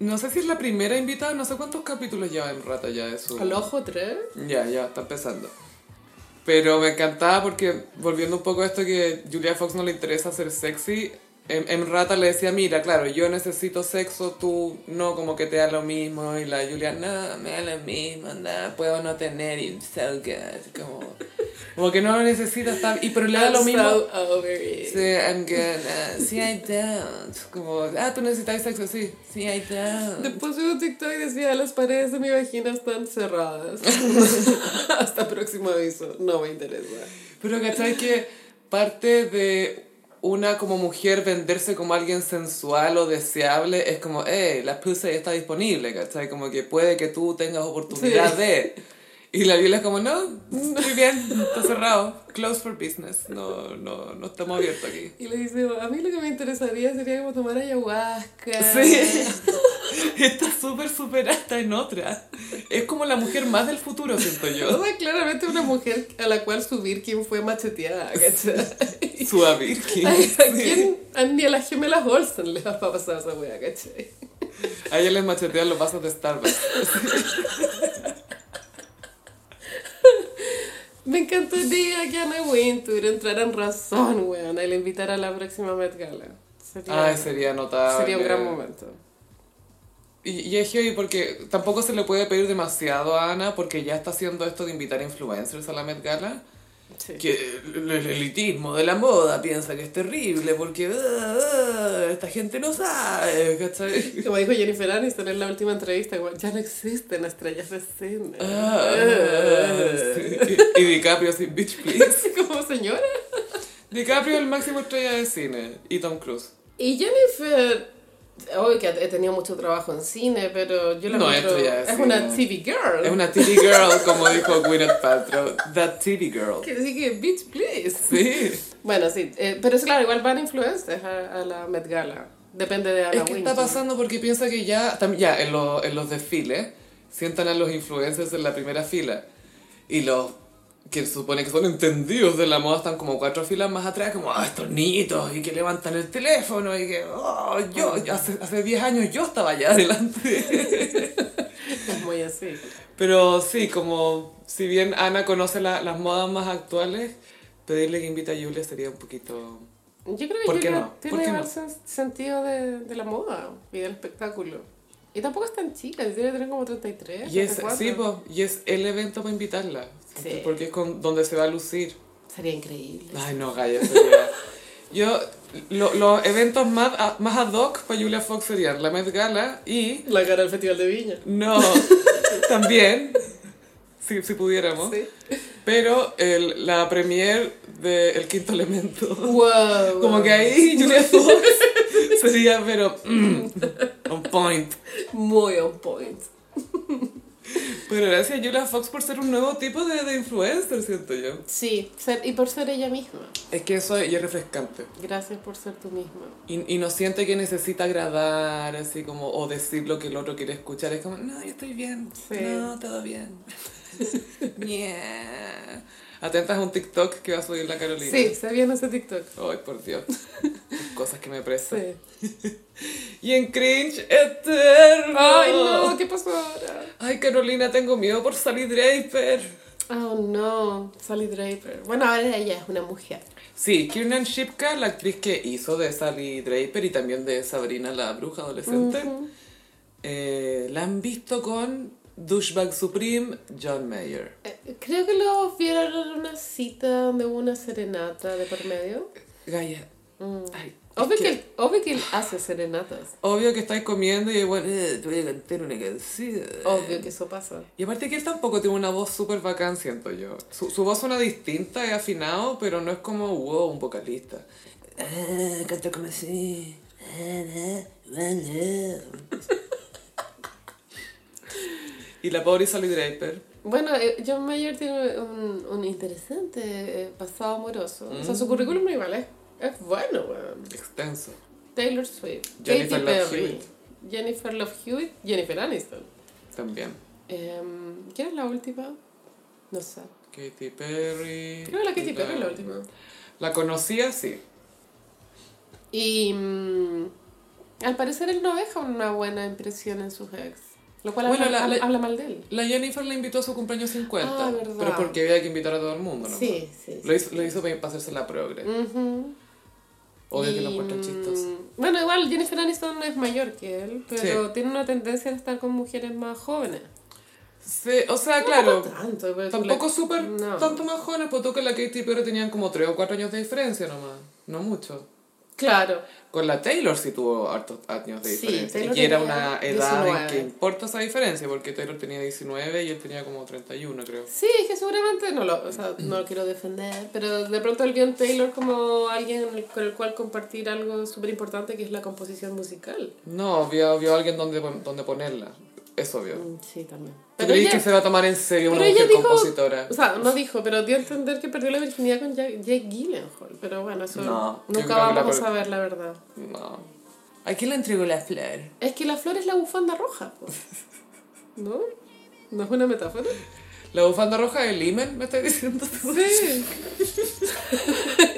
No sé si es la primera invitada, no sé cuántos capítulos lleva en Rata ya de su...
Al ojo tres.
Ya, ya, está empezando. Pero me encantaba porque, volviendo un poco a esto que Julia Fox no le interesa ser sexy, en, en Rata le decía, mira, claro, yo necesito sexo, tú no, como que te da lo mismo. Y la Julia, no, me da lo mismo, anda, puedo no tener, y so good. Como, como que no lo necesita, está- y pero le da lo
I'm
mismo.
so over it.
Sí, I'm gonna, sí, I don't. Como, ah, tú necesitas sexo, sí, sí, I don't.
Después de un TikTok y decía, las paredes de mi vagina están cerradas. Hasta próximo aviso. No me interesa.
Pero ¿cachai que parte de una como mujer venderse como alguien sensual o deseable es como, hey, la pussy está disponible, ¿cachai? Como que puede que tú tengas oportunidad
Sí.
de... Y la Biblia es como, no, muy bien, está cerrado, close for business, no, no, no estamos abiertos aquí.
Y le dice, a mí lo que me interesaría sería como tomar ayahuasca.
Sí, está súper, súper hasta en otra. Es como la mujer más del futuro, siento
O
yo.
sea, claramente una mujer a la cual subir quien fue macheteada, ¿cachai?
Suave. Virgin.
¿A
Sí.
quién? A- Ni a las gemelas Olsen les va a pasar esa wea, ¿cachai?
A ella les machetean los vasos de Starbucks.
Me encantaría que Anna Wintour entrara en razón, weón, al invitar a la próxima Met Gala. Sería,
Ay, Ah, sería notable.
sería un gran momento.
Y, y es heavy porque tampoco se le puede pedir demasiado a Ana porque ya está haciendo esto de invitar influencers a la Met Gala.
Sí.
Que el, el elitismo de la moda piensa que es terrible porque ah, ah, esta gente no sabe, ¿cachai?
Como dijo Jennifer Aniston en la última entrevista, weón, ya no existen estrellas de cine.
Ah, ah, sí. y, y DiCaprio así, bitch please.
Como señora.
DiCaprio el máximo estrella de cine y Tom Cruise.
Y Jennifer, obvio que he tenido mucho trabajo en cine, pero yo la
No,
encuentro-
esto ya es
es una
cine.
TV girl.
Es una TV girl, como dijo Gwyneth Paltrow. That TV girl.
Que sí que, bitch, please.
Sí.
Bueno, sí, eh, pero es claro, igual van influencers a, a la Met Gala. Depende de Ana
Es que está
Wintour.
pasando porque piensa que ya, tam- ya en, lo- en los desfiles, sientan a los influencers en la primera fila. Y los que se supone que son entendidos de la moda están como cuatro filas más atrás, como, ah, estos niñitos, y que levantan el teléfono, y que, oh, yo, hace hace 10 años yo estaba allá adelante.
Es muy así.
Pero sí, como, si bien Ana conoce la- las modas más actuales, pedirle que invite a Julia sería un poquito...
Yo creo que
¿Por qué
Julia
no?
tiene
¿Por qué
el
no?
sentido de, de la moda y del espectáculo. Y tampoco es tan chica, tiene que tener como 33.
Y es,
34.
sí, po, y es el evento para invitarla,
Sí.
porque es con, donde se va a lucir.
Sería increíble.
Ay, no, Gaya, sería- Yo, lo- los eventos más, a- más ad hoc para Julia Fox serían la Met Gala y...
La cara del Festival de Viña.
No, también, si, si pudiéramos.
Sí.
Pero el- la premier de El Quinto Elemento.
Wow.
Como que ahí Julia Fox sería, pero... mm, on point.
Muy on point.
Pero gracias a Julia Fox por ser un nuevo tipo de, de influencer, siento yo.
Sí, ser- y por ser ella misma.
Es que eso es, y es refrescante.
Gracias por ser tú misma.
Y, y no siente que necesita agradar, así como, o decir lo que el otro quiere escuchar. Es como, no, yo estoy bien.
Sí.
No, todo bien. yeah. Atentas a un TikTok que va a subir la Carolina.
Sí, se viene ese TikTok.
Ay, por Dios. Cosas que me presan.
Sí.
Y en cringe eterno.
Ay, no, ¿qué pasó ahora?
Ay, Carolina, tengo miedo por Sally Draper.
Oh, no, Sally Draper. Bueno, ahora ella es una mujer.
Sí, Kiernan Shipka, la actriz que hizo de Sally Draper y también de Sabrina la bruja adolescente, eh, la han visto con Douchebag Supreme, John Mayer.
Eh, Creo que lo vieron en una cita donde hubo una serenata de por medio. Mm.
Gaya, ay,
Obvio
es
que, él- obvio que él hace serenatas.
obvio que estáis comiendo y bueno, eh, te voy a cantar una canción.
Obvio que eso pasa.
Y aparte que él tampoco tiene una voz súper bacán, siento yo. Su, su voz suena distinta, es afinado, pero no es como, wow, un vocalista. Ah, canta como así. Ah, ah, ah, ah. Y la pobre Sally Draper.
Bueno, eh, John Mayer tiene un, un interesante eh, pasado amoroso. O
Mm.
sea, su currículum igual es, es bueno, weón.
Extenso.
Taylor Swift,
Jennifer
Katy
Love
Perry,
Hewitt.
Jennifer Love Hewitt, Jennifer Aniston.
También.
Em, ¿Quién es la última? No sé.
Katy Perry.
Creo que la Katy Perry es la última.
La conocía, sí.
Y mm, al parecer él no deja una buena impresión en sus ex. Lo cual
Bueno,
habla,
la- la-
hab- habla mal de él.
La Jennifer la invitó a su cumpleaños 50.
Ah, verdad.
Pero porque había que invitar a todo el mundo, ¿no?
sí.
Lo hizo, lo hizo para hacerse la progre.
Ujú.
Obvio que
Y,
lo encuentran chistoso.
mm, Bueno, igual Jennifer Aniston es mayor que él, pero
Sí.
tiene una tendencia a estar con mujeres más jóvenes.
Sí, o sea, claro.
No tanto, pero
Tampoco súper
No.
tanto más jóvenes, pues tú que la Katy Perry tenían como 3 o 4 años de diferencia nomás, no mucho.
Claro.
Con la Taylor sí tuvo hartos años de
Sí,
diferencia.
Taylor
y era
tenía
una edad
19.
en que importa esa diferencia, porque Taylor tenía 19 y él tenía como 31, creo.
Sí, es que seguramente no lo, o sea, no lo quiero defender, pero de pronto él vio en Taylor como alguien con el cual compartir algo súper importante que es la composición musical.
No, vio, vio a alguien donde, pon- donde ponerla. Es obvio.
Mm, Sí, también.
¿Tú
Pero
crees que
ella,
se va a tomar en serio una
pero ella
mujer
dijo-
compositora?
o sea, no dijo, pero dio a entender que perdió la virginidad con Jack- Jake Gyllenhaal. Pero bueno, eso
No, yo creo que
nunca
la
vamos a
per-
saber la verdad.
No. ¿A quién le entregó la flor?
Es que la flor es la bufanda roja, po. ¿no? ¿No es una metáfora?
¿La bufanda roja de Limen? ¿Me estás diciendo?
Sí.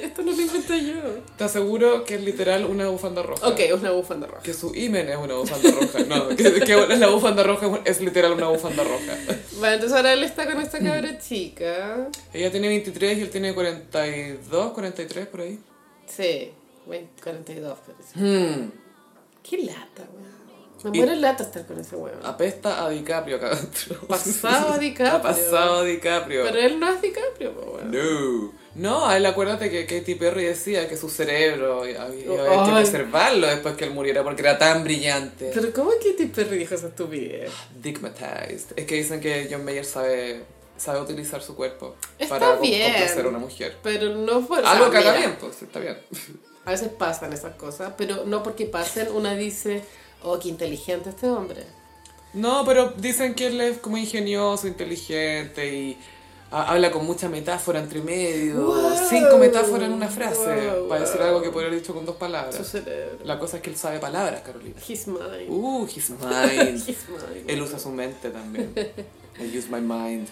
Esto no lo inventé yo.
Te aseguro que es literal una bufanda roja.
Ok, una bufanda roja.
Que su imen es una bufanda roja. No, que, que la bufanda roja es un- es literal una bufanda roja.
Bueno, entonces ahora él está con
Mm.
esta cabra chica.
Ella tiene 23 y él tiene 42, 43 por ahí.
Sí, 20, 42 parece.
Hmm,
Qué lata, weón. Me
Y- Ah,
muero lata estar con ese weón.
Apesta a DiCaprio acá adentro.
Pasado a DiCaprio.
Pasado a DiCaprio.
Pero él no es DiCaprio, po, weón.
No. No, a él acuérdate que Katy Perry decía que su cerebro había, había que
Oh, Ay.
preservarlo después que él muriera porque era tan brillante.
Pero ¿cómo Katy Perry dijo esa estupidez?
Digmatized. Es que dicen que John Mayer sabe, sabe utilizar su cuerpo
Está
para
bien.
complacer a una mujer.
Pero no fue...
Algo que haga
mira,
bien, pues está bien.
A veces pasan esas cosas, pero no porque pasen una dice, oh, qué inteligente este hombre.
No, pero dicen que él es como ingenioso, inteligente y Ha- Habla con mucha metáfora entre medio,
Wow.
cinco metáforas en una frase,
Wow,
para decir
wow.
algo que podría haber dicho con dos
Su
palabras.
cerebro.
La cosa es que él sabe palabras, Carolina.
His mind.
Uh, his mind.
His mind.
él usa su mente también. I use my mind.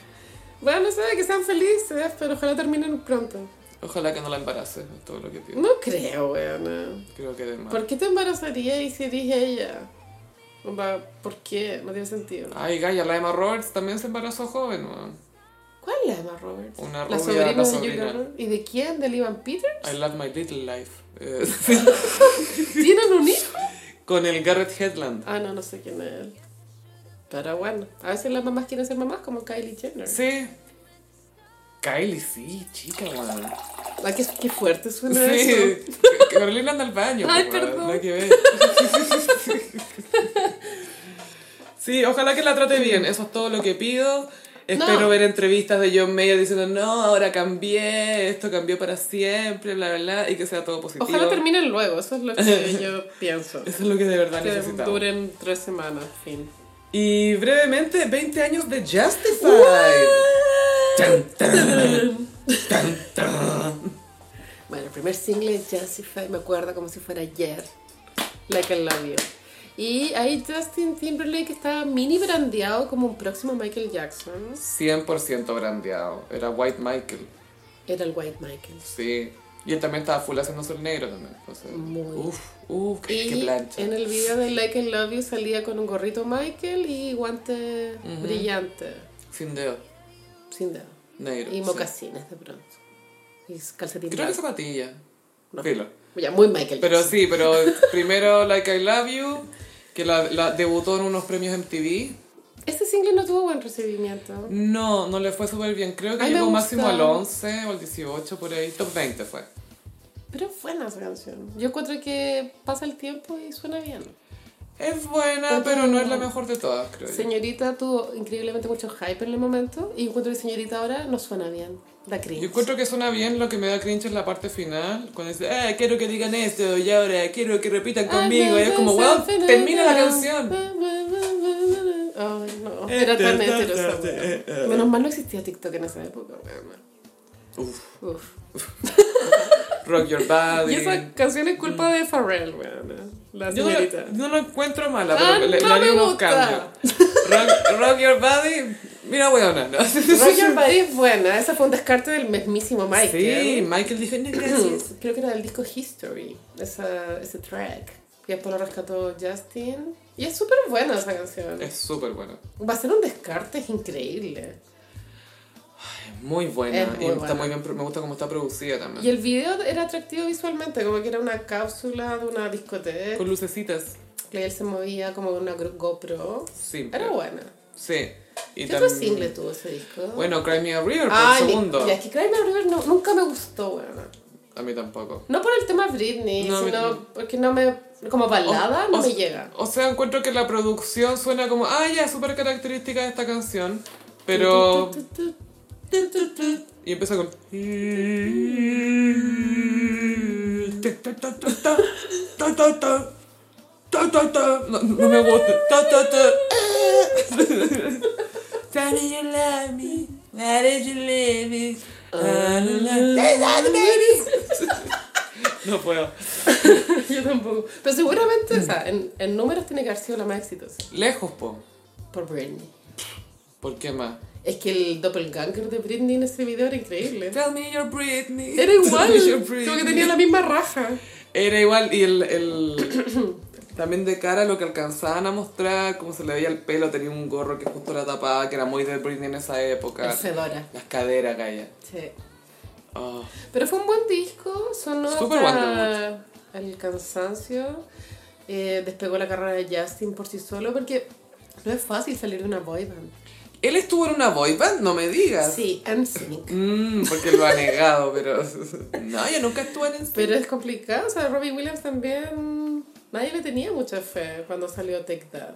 Bueno, no sé, que sean felices, pero ojalá terminen pronto.
Ojalá que no la embarace, es todo lo que pido.
No creo, weón.
Creo que de más.
¿Por qué te embarazaría y si eres ella? Onda, ¿Por qué? No tiene sentido.
Ay, Gaia, la Emma Roberts también se embarazó joven, weón.
¿Cuál es la Emma Roberts?
Una
la
rubia,
sobrina
la
de
sobrina.
Julia Roberts. ¿Y de quién? ¿De Ivan Peters?
I love my little life. Eh,
¿Tienen un hijo?
con el Garrett Headland.
Ah, no, no sé quién es él. Pero bueno, a veces las mamás quieren ser mamás como Kylie Jenner.
Sí. Kylie, sí, chica, weón.
Ay, Ah, qué, qué fuerte suena eso.
Sí. Carolina anda al baño.
Ay,
po,
perdón.
weón, nada que ver. Sí, ojalá que la trate bien. Eso es todo lo que pido. Espero
No.
ver entrevistas de John Mayer diciendo, no, ahora cambié, esto cambió para siempre, bla, bla, bla, y que sea todo positivo.
Ojalá terminen luego, eso es lo que yo pienso.
Eso es lo que de verdad
Que
necesitamos.
duren tres semanas, fin.
Y brevemente, 20 años de Justified. Tan, tan, tan, tan.
Bueno, el primer single de Justify me acuerdo como si fuera ayer. Like I Love You. Y ahí Justin Timberlake estaba mini brandeado como un próximo Michael Jackson.
100% brandeado. Era White Michael.
Era el White Michael.
Sí. Y él también estaba full haciéndose el negro también. Entonces,
Muy.
Uf, uf, qué, qué
Y
plancha.
en el video de Like I Love You salía con un gorrito Michael y guante brillante,
Sin dedo.
sin dedo.
Negro.
Y
sí.
mocasines de pronto. Y calcetín
Creo que
blanco.
zapatilla.
No.
Filo.
Ya, muy Michael
Pero
Jackson.
sí, pero primero Like I Love You, que la, la debutó en unos premios MTV.
Este single no tuvo buen recibimiento.
No, no le fue súper bien. Creo que
Ay, me
llegó máximo
gusta.
al 11 o al 18 por ahí. Top 20 fue.
Pero es buena esa canción. Yo encuentro que pasa el tiempo y suena bien.
Es buena,
Otra
pero no es la
buena.
mejor de todas, creo yo.
Señorita tuvo increíblemente mucho hype en el momento y encuentro que Señorita ahora no suena bien. Da cringe.
Yo encuentro que suena bien, lo que me da cringe es la parte final, cuando dice, ah, quiero que digan esto, y ahora quiero que
Ah,
repitan conmigo, y es como, wow, termina la canción.
Ay, no, era tan
Este,
hetero esa wea. Menos mal no existía TikTok en esa época, weón.
Uf,
Uf.
rock your
Y
body.
esa canción es culpa de Pharrell, weón. eh, La
Yo no,
señorita.
no lo encuentro mala,
Ah,
pero le, le
no
haría
me
unos
gusta.
cambios. Rock, rock your body, mira, weona. ¿no?
Roger Buddy es buena, esa fue un descarte del mismísimo
Sí,
Michael.
Michael dijo, no, gracias.
Creo que era del disco History, esa- ese track. Y después lo rescató Justin. Y es súper buena esa canción.
Es súper bueno.
Va a ser un descarte, es increíble.
Es muy buena,
Es muy
y está
buena.
muy bien, pro- me gusta cómo está producida también.
Y el video era atractivo visualmente, como que era una cápsula de una discoteca.
Con lucecitas,
Y él se movía como con una gro- GoPro.
simple.
Era buena.
Sí. Y
¿Qué otro
también-
single tuvo ese disco?
Bueno, Cry Me a River por
Ah,
el
y-
segundo.
Y es que Cry Me a River no- nunca me gustó, weón.
A mí tampoco.
No por el tema Britney,
No, a mí
sino
tampoco.
porque no me. Como balada,
O-
no
o-
me llega.
O sea, encuentro que la producción suena como, ah, ya, súper característica de esta canción. Pero...
Tu, tu, tu,
Y empieza con... No, no me gusta. Why did you love me? Why did you leave me? Ah, la, la. No puedo.
tu. Yo tampoco. Pero seguramente, o sea, en, en números tiene que haber sido la más exitosa.
Lejos, po.
Por Britney.
¿Por qué más?
Es que el doppelganger de Britney en ese video era increíble.
Tell me your Britney.
Era igual.
Tell me your
Como que
Britney.
tenía la misma raja.
Era igual y el, el- también de cara a lo que alcanzaban a mostrar, como se le veía el pelo, tenía un gorro que justo la tapaba, que era muy de Britney en esa época.
El Fedora.
Las caderas, Gaia.
Sí.
Oh,
Pero fue un buen disco, sonó
Super
hasta el cansancio. eh, despegó la carrera de Justin por sí solo, porque no es fácil salir de una boy band.
Él estuvo en una boy band, no me digas.
Sí, en sync.
Mm, porque lo ha negado, pero... No, yo nunca estuve en...
Pero es complicado, o sea, Robbie Williams también. Nadie le tenía mucha fe cuando salió Take That.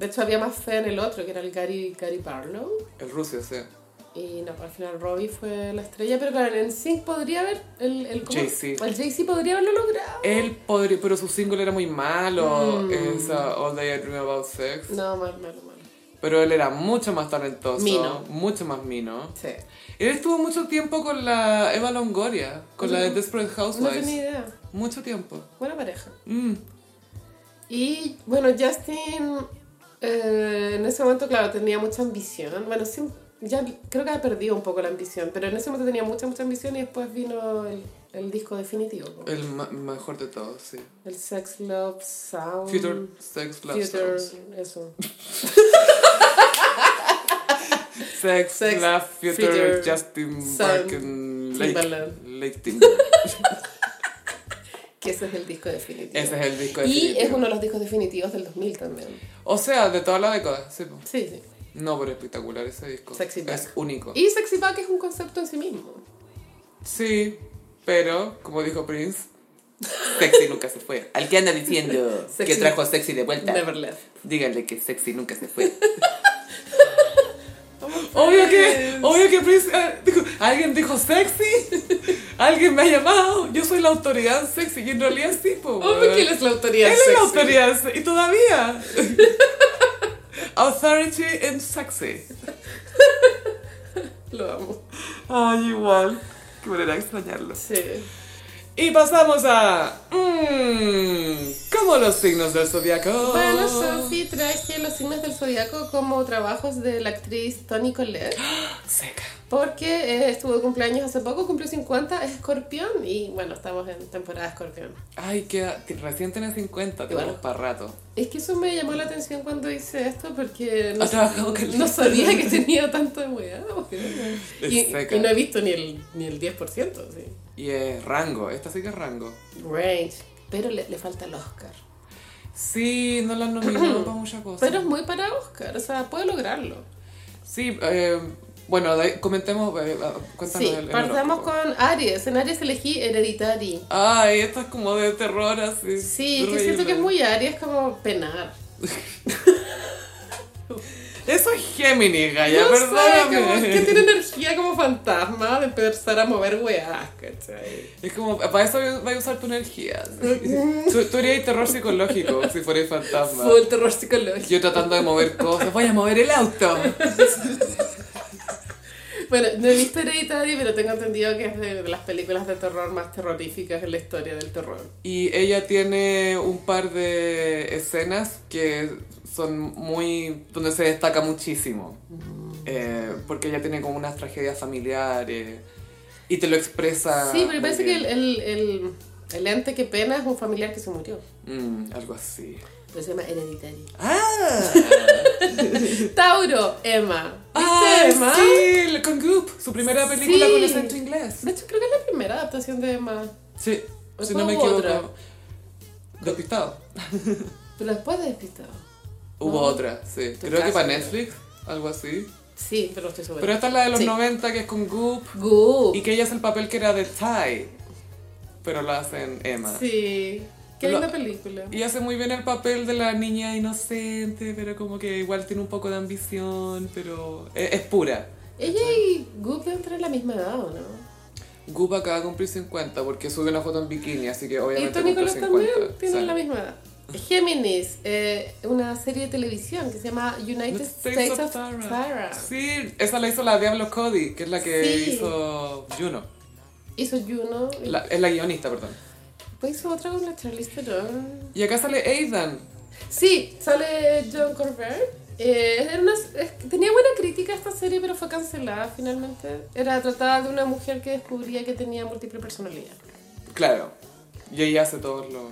De hecho, había más fe en el otro, que era el Gary, Gary Barlow.
El ruso, o sea.
Y no, al final Robbie fue la estrella, pero claro, en sync podría haber. El, el, ¿cómo?
Jay-Z.
El Jay-Z podría haberlo logrado.
Él podría...
Mm.
Pero su single era muy malo. Esa All Day I Dream About Sex.
No, mal, malo, malo.
Pero él era mucho más talentoso.
Mino.
Mucho más mino.
Sí.
Él estuvo mucho tiempo con la Eva Longoria, con la de Desperate
No
Housewives.
tenía idea.
Mucho tiempo.
Buena pareja.
Mm.
Y bueno, Justin eh, en ese momento, claro, tenía mucha ambición. Bueno, sí, ya creo que ha perdido un poco la ambición, pero en ese momento tenía mucha, mucha ambición y después vino el, el disco definitivo, ¿no?
El ma- mejor de todos, sí.
el Sex Love Sound.
Future Sex Love
Um, Future,
Songs.
eso.
Sex,
Sex,
Love Future,
Future,
Justin
Sound,
Barkin Lake,
Timbaland.
Lake Timberland.
Que ese es el disco definitivo.
Ese es el disco
y
definitivo.
es uno de los discos definitivos del 2000 también.
O sea, de toda la década, sí. po.
Sí, sí.
No, pero espectacular ese disco.
Sexy
es
Back.
único.
Y Sexy Back es un concepto en sí mismo.
Sí, pero, como dijo Prince, sexy nunca se fue. Al que anda diciendo
Sexy.
que trajo a sexy de vuelta,
Never left.
díganle que sexy nunca se fue. Obvio que, obvio que Prince eh, dijo, alguien dijo sexy, alguien me ha llamado, yo soy la autoridad sexy y en realidad sí, po.
Obvio
weón.
que él es la autoridad
Él es
sexy.
la autoridad se- y todavía. Authority and sexy.
Lo amo.
Ay, igual. Qué manera de extrañarlo.
Sí.
Y pasamos a. Mmm, ¿Cómo los signos del zodiaco?
Bueno, Sophie traje los signos del zodiaco como trabajos de la actriz Toni Collette,
Seca.
porque eh, estuvo de cumpleaños hace poco, cumplió 50, es escorpión y bueno, estamos en temporada escorpión.
Ay, queda. t- Recién tenés 50, te vamos
Bueno.
para rato.
Es que eso me llamó la atención cuando hice esto porque no,
Ha trabajado con
no sabía que tenía tanta weá.
Es
Y,
seca.
y no he visto ni el, ni el 10%, sí.
Y es rango, esta sí que es rango.
Range. Pero le, le falta el Oscar.
Sí, no la han nominado para muchas cosas.
Pero es muy para Oscar, o sea, puede lograrlo.
Sí, eh, bueno, de- comentemos. eh, ah, cuéntanos
Sí,
el- el
partamos
horóscopo.
con Aries. En Aries elegí Hereditary.
Ay, esto es como de terror así.
Sí, que
horrible.
siento que es muy Aries como penar.
Eso es Géminis, Gaya,
No sé, como
perdóname.
que tiene energía como fantasma de empezar a mover weas, ¿cachai?
Es como, para eso vas a usar tu energía. tú, tú harías terror psicológico si fueras fantasma.
Full terror psicológico.
Yo tratando de mover cosas. Voy a mover el auto.
Bueno, no he visto Hereditary, pero tengo entendido que es de, de las películas de terror más terroríficas en la historia del terror.
Y ella tiene un par de escenas que son muy... donde se destaca muchísimo. Eh, porque ella tiene como unas tragedias familiares. Y te lo expresa...
sí, pero
Ah, muy
parece que
bien.
el, el, el, el ente que pena es un familiar que se murió.
Mm, algo así.
Pero se llama Hereditary.
¡Ah!
Tauro, Emma. ¿Viste
Ah,
Emma?
sí, con Goop, su primera película
Sí.
con acento inglés.
De hecho, creo que es la primera adaptación de Emma.
Sí,
¿O
si no me
hubo
equivoco.
otra?
Despistado.
Pero después de Despistado.
Hubo
No.
otra, sí.
Tu
Creo que
casa,
para
creo.
Netflix, algo así.
Sí, pero estoy segura.
Pero esta es la de los
Sí.
90 que es con Goop
Goop.
y que ella es el papel que era de Ty, pero la hacen Emma.
Sí. Qué
Lo-
linda película.
Y hace muy bien el papel de la niña inocente, pero como que igual tiene un poco de ambición, pero e, es, es pura.
Ella y Goop deben tener la misma edad, ¿o no?
Goop acaba de cumplir 50 porque sube una foto en bikini, así que
Y
obviamente cumple
Tony Colette
50.
también tiene
sale.
la misma edad. Géminis, eh, una serie de televisión que se llama United
United
este States, of Tara.
Sí, esa la hizo la Diablo Cody, que es la que
Sí.
hizo Juno.
Hizo Juno. y
La- es la guionista, perdón.
Después hizo otra con la Charlize Theron.
Y acá sale Aidan.
Sí, sale John Corbett. Eh, era una- es- tenía buena crítica esta serie, pero fue cancelada finalmente. Era tratada de una mujer que descubría que tenía múltiple personalidad.
Claro. Y ella hace todos los...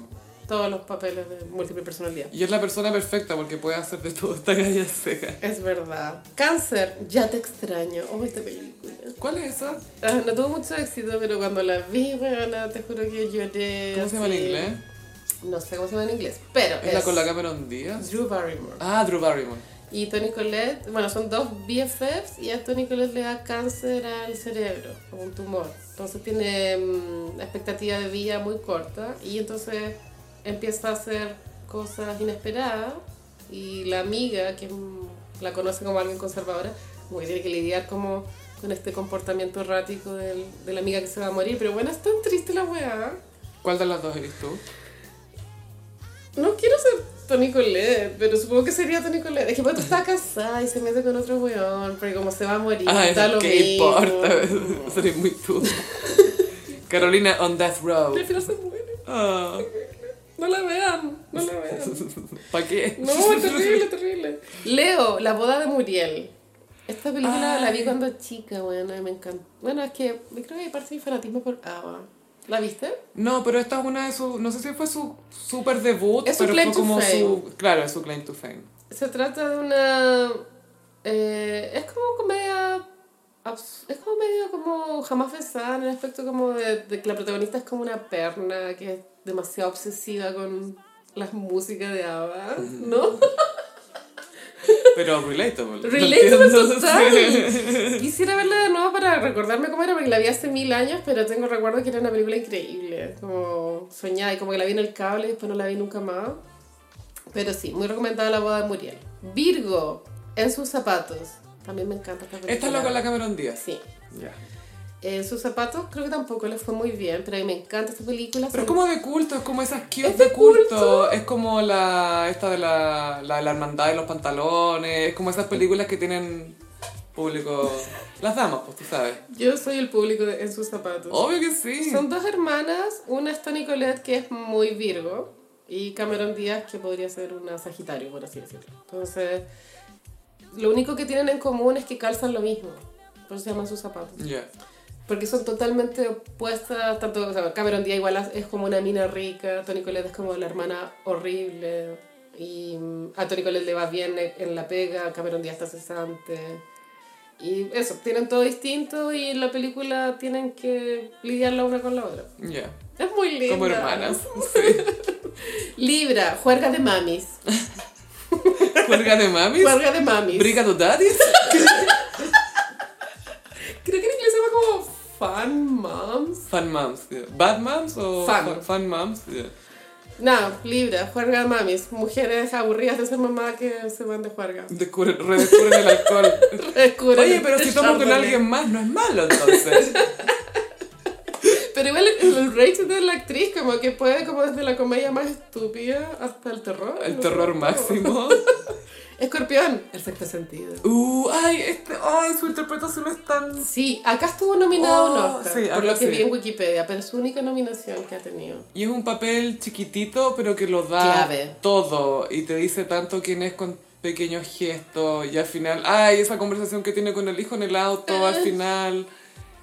Todos los papeles de múltiple personalidad.
Y es la persona perfecta porque puede hacer de todo esta galla seca.
Es verdad. Cáncer, ya te extraño. Oh, esta película.
¿Cuál es esa?
Ah, no tuvo mucho éxito, pero cuando la vi, bueno, te juro que lloré.
¿Cómo se llama en
así.
inglés?
No sé cómo se llama en inglés, pero
¿Es la con la Cameron Díaz?
Drew Barrymore.
Ah, Drew Barrymore.
Y Tony Colette, bueno, son dos BFFs y a Tony Colette le da cáncer al cerebro, como un tumor. Entonces tiene mm, la expectativa de vida muy corta y entonces empieza a hacer cosas inesperadas y la amiga, que mm, la conoce como alguien conservadora, como que tiene que lidiar como con este comportamiento errático del- de la amiga que se va a morir. Pero bueno, es tan triste la weá.
¿Cuál de las dos eres tú?
No quiero ser Tony Colette, pero supongo que sería Tony Colette. Es que cuando está casada y se mete con otro weón, porque como se va a morir,
Ah,
está lo
¿qué
mismo.
importa? Seré muy tú. Carolina on death row.
Al final se muere.
Ah,
No la vean, no la vean.
¿Para qué?
No, terrible, terrible. Leo, la boda de Muriel. Esta película la vi cuando chica, bueno, y me encanta. Bueno, es que yo creo que parte de mi fanatismo por Ava. ¿La viste?
No, pero esta es una de sus, no sé si fue su super debut,
Es su
pero
claim
fue
to
como
fame.
su, claro, es su claim to fame.
Se trata de una... eh, es como comedia... abs- Es como medio como jamás pensada en el aspecto como de, de que la protagonista es como una perna que es demasiado obsesiva con las músicas de Ava, ¿no?
Pero relatable.
Relatable
¿Entiendes?
total. Quisiera verla de nuevo para recordarme cómo era, porque la vi hace mil años, pero tengo recuerdo que era una película increíble, como soñada, y como que la vi en el cable y después no la vi nunca más. Pero sí, muy recomendada la boda de Muriel. Virgo, en sus zapatos. También me encanta esta película.
Esta es la con la Cameron Díaz.
Sí.
Ya.
En sus zapatos creo que tampoco le fue muy bien, pero a mí me encanta esta película.
Pero es
Son-
como de culto, es como esas cute
¿Es
de
de
culto.
culto?
Es como la esta de la, la de la hermandad de los pantalones, es como esas películas que tienen público. Las damas, pues tú sabes.
Yo soy el público de En sus zapatos.
Obvio que sí.
Son dos hermanas, una es Toni Collette que es muy Virgo y Cameron Díaz que podría ser una Sagitario, por así decirlo. Entonces, lo único que tienen en común es que calzan lo mismo, por eso se llaman sus zapatos.
Ya.
Porque son totalmente opuestas, tanto o sea, Cameron Díaz igual es como una mina rica, Toni Collette es como la hermana horrible y mm, a Toni Collette le va bien en en la pega, Cameron Díaz está cesante. Y eso, tienen todo distinto y en la película tienen que lidiar la una con la otra.
Ya.
Es muy linda.
Como hermanas. Sí.
Libra, juerga de mamis.
Juerga de mamis.
Juerga de mamis.
Briga de daddies.
Creo que en inglés se llama como fan moms.
Fan moms. yeah. Bad moms o
Fan.
fan moms. yeah.
No, Libra, juerga de mamis. Mujeres aburridas de ser mamá que se van de juerga.
Descubren- redescubren el alcohol.
Descubren
Oye, pero
el
si tomo con
Chardonnay.
alguien más, no es malo entonces.
Pero igual el, el rating de la actriz como que puede como desde la comedia más estúpida hasta el terror.
El
no
terror
sé.
máximo.
Escorpión. El sexto sentido.
Uh, ay, este, ay, su interpretación es tan.
Sí, acá estuvo nominado a
Oh,
un Oscar,
sí,
por
acá
lo que
sí.
vi en Wikipedia, pero es su única nominación que ha tenido.
Y es un papel chiquitito, pero que lo da
Clave.
todo. Y te dice tanto quién es con pequeños gestos. Y al final, ay, esa conversación que tiene con el hijo en el auto al final.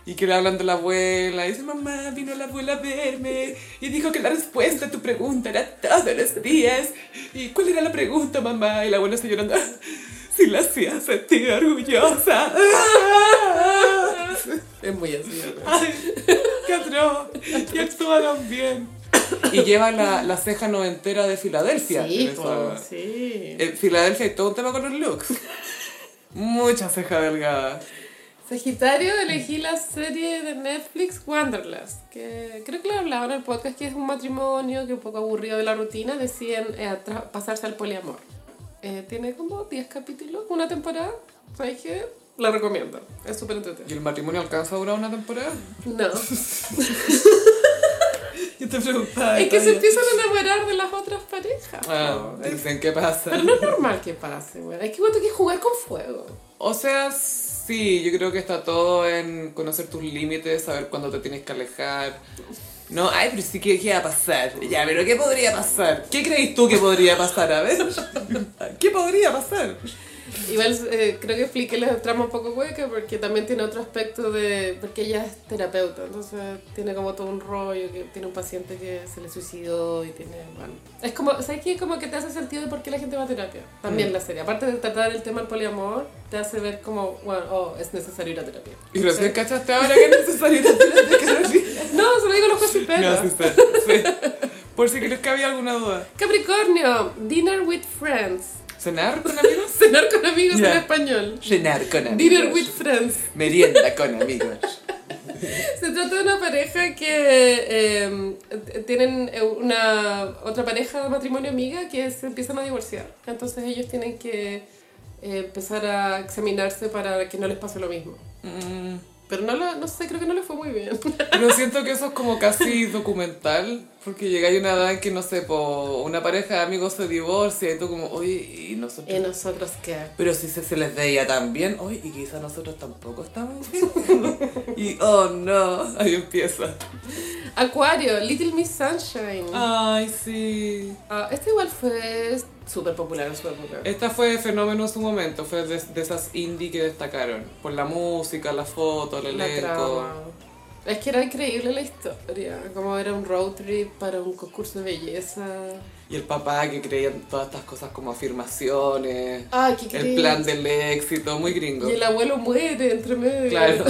Y que le hablan de la abuela. Y dice, mamá, vino la abuela a verme. Y dijo que la respuesta a tu pregunta era todos los días. ¿Y cuál era la pregunta, mamá? Y la abuela está llorando. Si la hacía sentir orgullosa.
Es muy así. ¿eh? ¿no?
¡Ay! ¡Qué atroz! Y actuaron bien. Y lleva la, la ceja noventera de Filadelfia.
Sí,
en esa-
po, sí.
En Filadelfia hay todo un tema con los looks. Mucha ceja delgada.
Sagitario, elegí la serie de Netflix Wanderlust, que creo que lo hablaban en el podcast, que es un matrimonio que un poco aburrido de la rutina, deciden eh, tra- pasarse al poliamor. Eh, tiene como 10 capítulos, una temporada, ¿sabes qué? La recomiendo, es súper
¿Y
entretenido.
el matrimonio alcanza a durar una temporada?
No,
Yo te preguntaba.
es que se empiezan a enamorar de las otras parejas.
Ah,
po.
dicen, ¿qué pasa?
Pero no es normal que pase, güey. Es que bueno, que jugar con fuego.
O sea, sí, yo creo que está todo en conocer tus límites, saber cuándo te tienes que alejar. No, ay, pero sí que qué va a pasar. Ya, pero ¿qué podría pasar? ¿Qué crees tú que podría pasar? A ver. ¿Qué podría pasar?
Igual eh, creo que expliqué la trama un poco hueca porque también tiene otro aspecto de... porque ella es terapeuta, entonces tiene como todo un rollo, que tiene un paciente que se le suicidó y tiene... Bueno, es como, ¿sabes qué? Como que te hace sentido de por qué la gente va a terapia.
Mm.
También la serie, aparte de tratar el tema del poliamor, te hace ver como, bueno, oh, es necesario ir a terapia.
Y recién cachaste ahora que es necesario ir a terapia.
No, se lo digo a los
No,
gossiperos.
sí, sí, sí. Por si crees que había alguna duda.
Capricornio, dinner with friends.
¿Cenar con amigos?
Cenar con amigos
Ya.
en español.
Cenar con
Dinner with friends.
Merienda con amigos.
Se trata de una pareja que eh, tienen eh, una otra pareja de matrimonio amiga que se empiezan a divorciar. Entonces ellos tienen que eh, empezar a examinarse para que no les pase lo mismo. Pero no, lo, no sé, creo que no le fue muy bien.
Mm, Pero siento que eso es como casi documental, porque llega una edad en que, no sé, po, una pareja de amigos se divorcia y tú como, oye, ¿y nosotros?
¿Y nosotros qué?
Pero si se, se les veía tan bien, oye, y quizás nosotros tampoco estamos bien. y, oh no, ahí empieza.
Acuario, Little Miss Sunshine.
Ay, sí.
Ah, este igual fue súper popular, súper popular.
Esta fue fenómeno en su momento, fue de, de esas indie que destacaron, por la música, las fotos, el
La
elenco.
trama. Es que era increíble la historia, como era un road trip para un concurso de belleza.
Y el papá que creía en todas estas cosas como afirmaciones,
Ah, qué
el
cringe.
plan del éxito, muy gringo.
Y el abuelo muere entre medio.
Claro.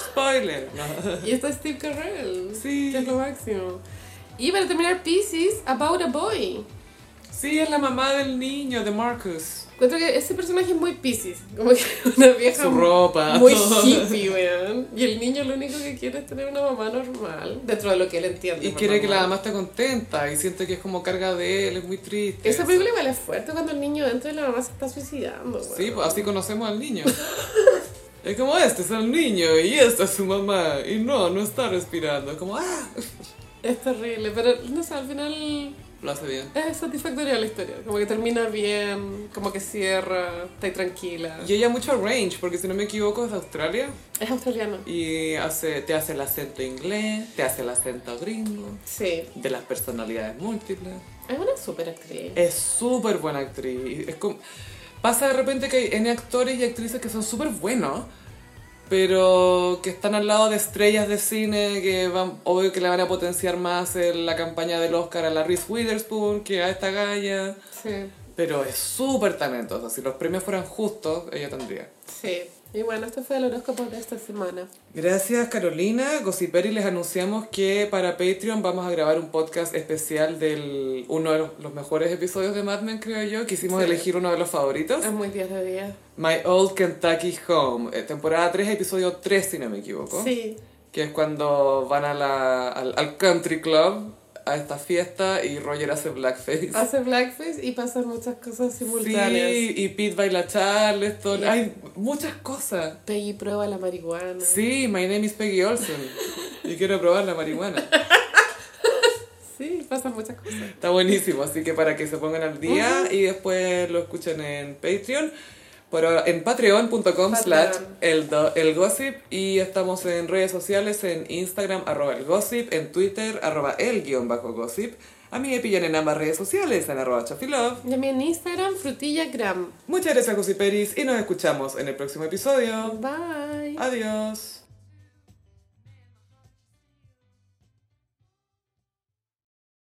Spoiler. ¿no?
Y está Steve Carell.
Sí.
Que es lo máximo. Y para terminar, Pisces, About a Boy.
Sí, es la mamá del niño, de Marcus.
Encuentro que ese personaje es muy Pisces. Como que una vieja
Su ropa.
muy
todo.
hippie, weón. Y el niño lo único que quiere es tener una mamá normal. Dentro de lo que él entiende.
Y
por
quiere que la
normal.
mamá esté contenta y siente que es como carga de él, es muy triste.
Esa
eso.
película igual es fuerte cuando el niño entra y la mamá se está suicidando, weón.
Sí, pues así conocemos al niño. Es como, este es el niño y esta es su mamá. Y no, no está respirando. Como, ah,
Es terrible, pero no sé, al final
lo hace bien.
es satisfactoria la historia. Como que termina bien, como que cierra, está ahí tranquila.
Y ella mucho range, porque si no me equivoco es de Australia.
Es australiano.
Y hace, te hace el acento inglés, te hace el acento gringo,
Sí.
de las personalidades múltiples.
Es una super actriz.
Es súper buena actriz. Es como- pasa de repente que hay N actores y actrices que son súper buenos, pero que están al lado de estrellas de cine que van, obvio que le van a potenciar más en la campaña del Oscar a la Reese Witherspoon que a esta galla.
Sí.
Pero es súper talentosa. Si los premios fueran justos, ella tendría.
Sí. Y bueno, este fue el horóscopo de esta semana.
Gracias Carolina, Gossiperi, les anunciamos que para Patreon vamos a grabar un podcast especial del uno de los, los mejores episodios de Mad Men, creo yo, quisimos
Sí.
elegir uno de los favoritos.
Es muy 10 de 10.
My Old Kentucky Home, eh, temporada 3, episodio 3, si no me equivoco.
Sí.
Que es cuando van a la, al, al country club, a esta fiesta, y Roger hace blackface.
Hace blackface y pasan muchas cosas simultáneas.
Sí, y Pete baila Charleston.
Sí.
Hay muchas cosas.
Peggy prueba la marihuana.
Sí, my name is Peggy Olsen. Y quiero probar la marihuana.
Sí, pasan muchas cosas.
Está buenísimo, así que para que se pongan al día y después lo escuchen en Patreon. Por ahora, en patreon.com slash el do- el gossip y estamos en redes sociales en Instagram arroba el gossip, en Twitter arroba el guión bajo gossip. A mí me pillan en ambas redes sociales en arroba chafilove.
Y a mí en Instagram, frutillagram.
Muchas gracias Gossiperis y nos escuchamos en el próximo episodio.
Bye.
Adiós.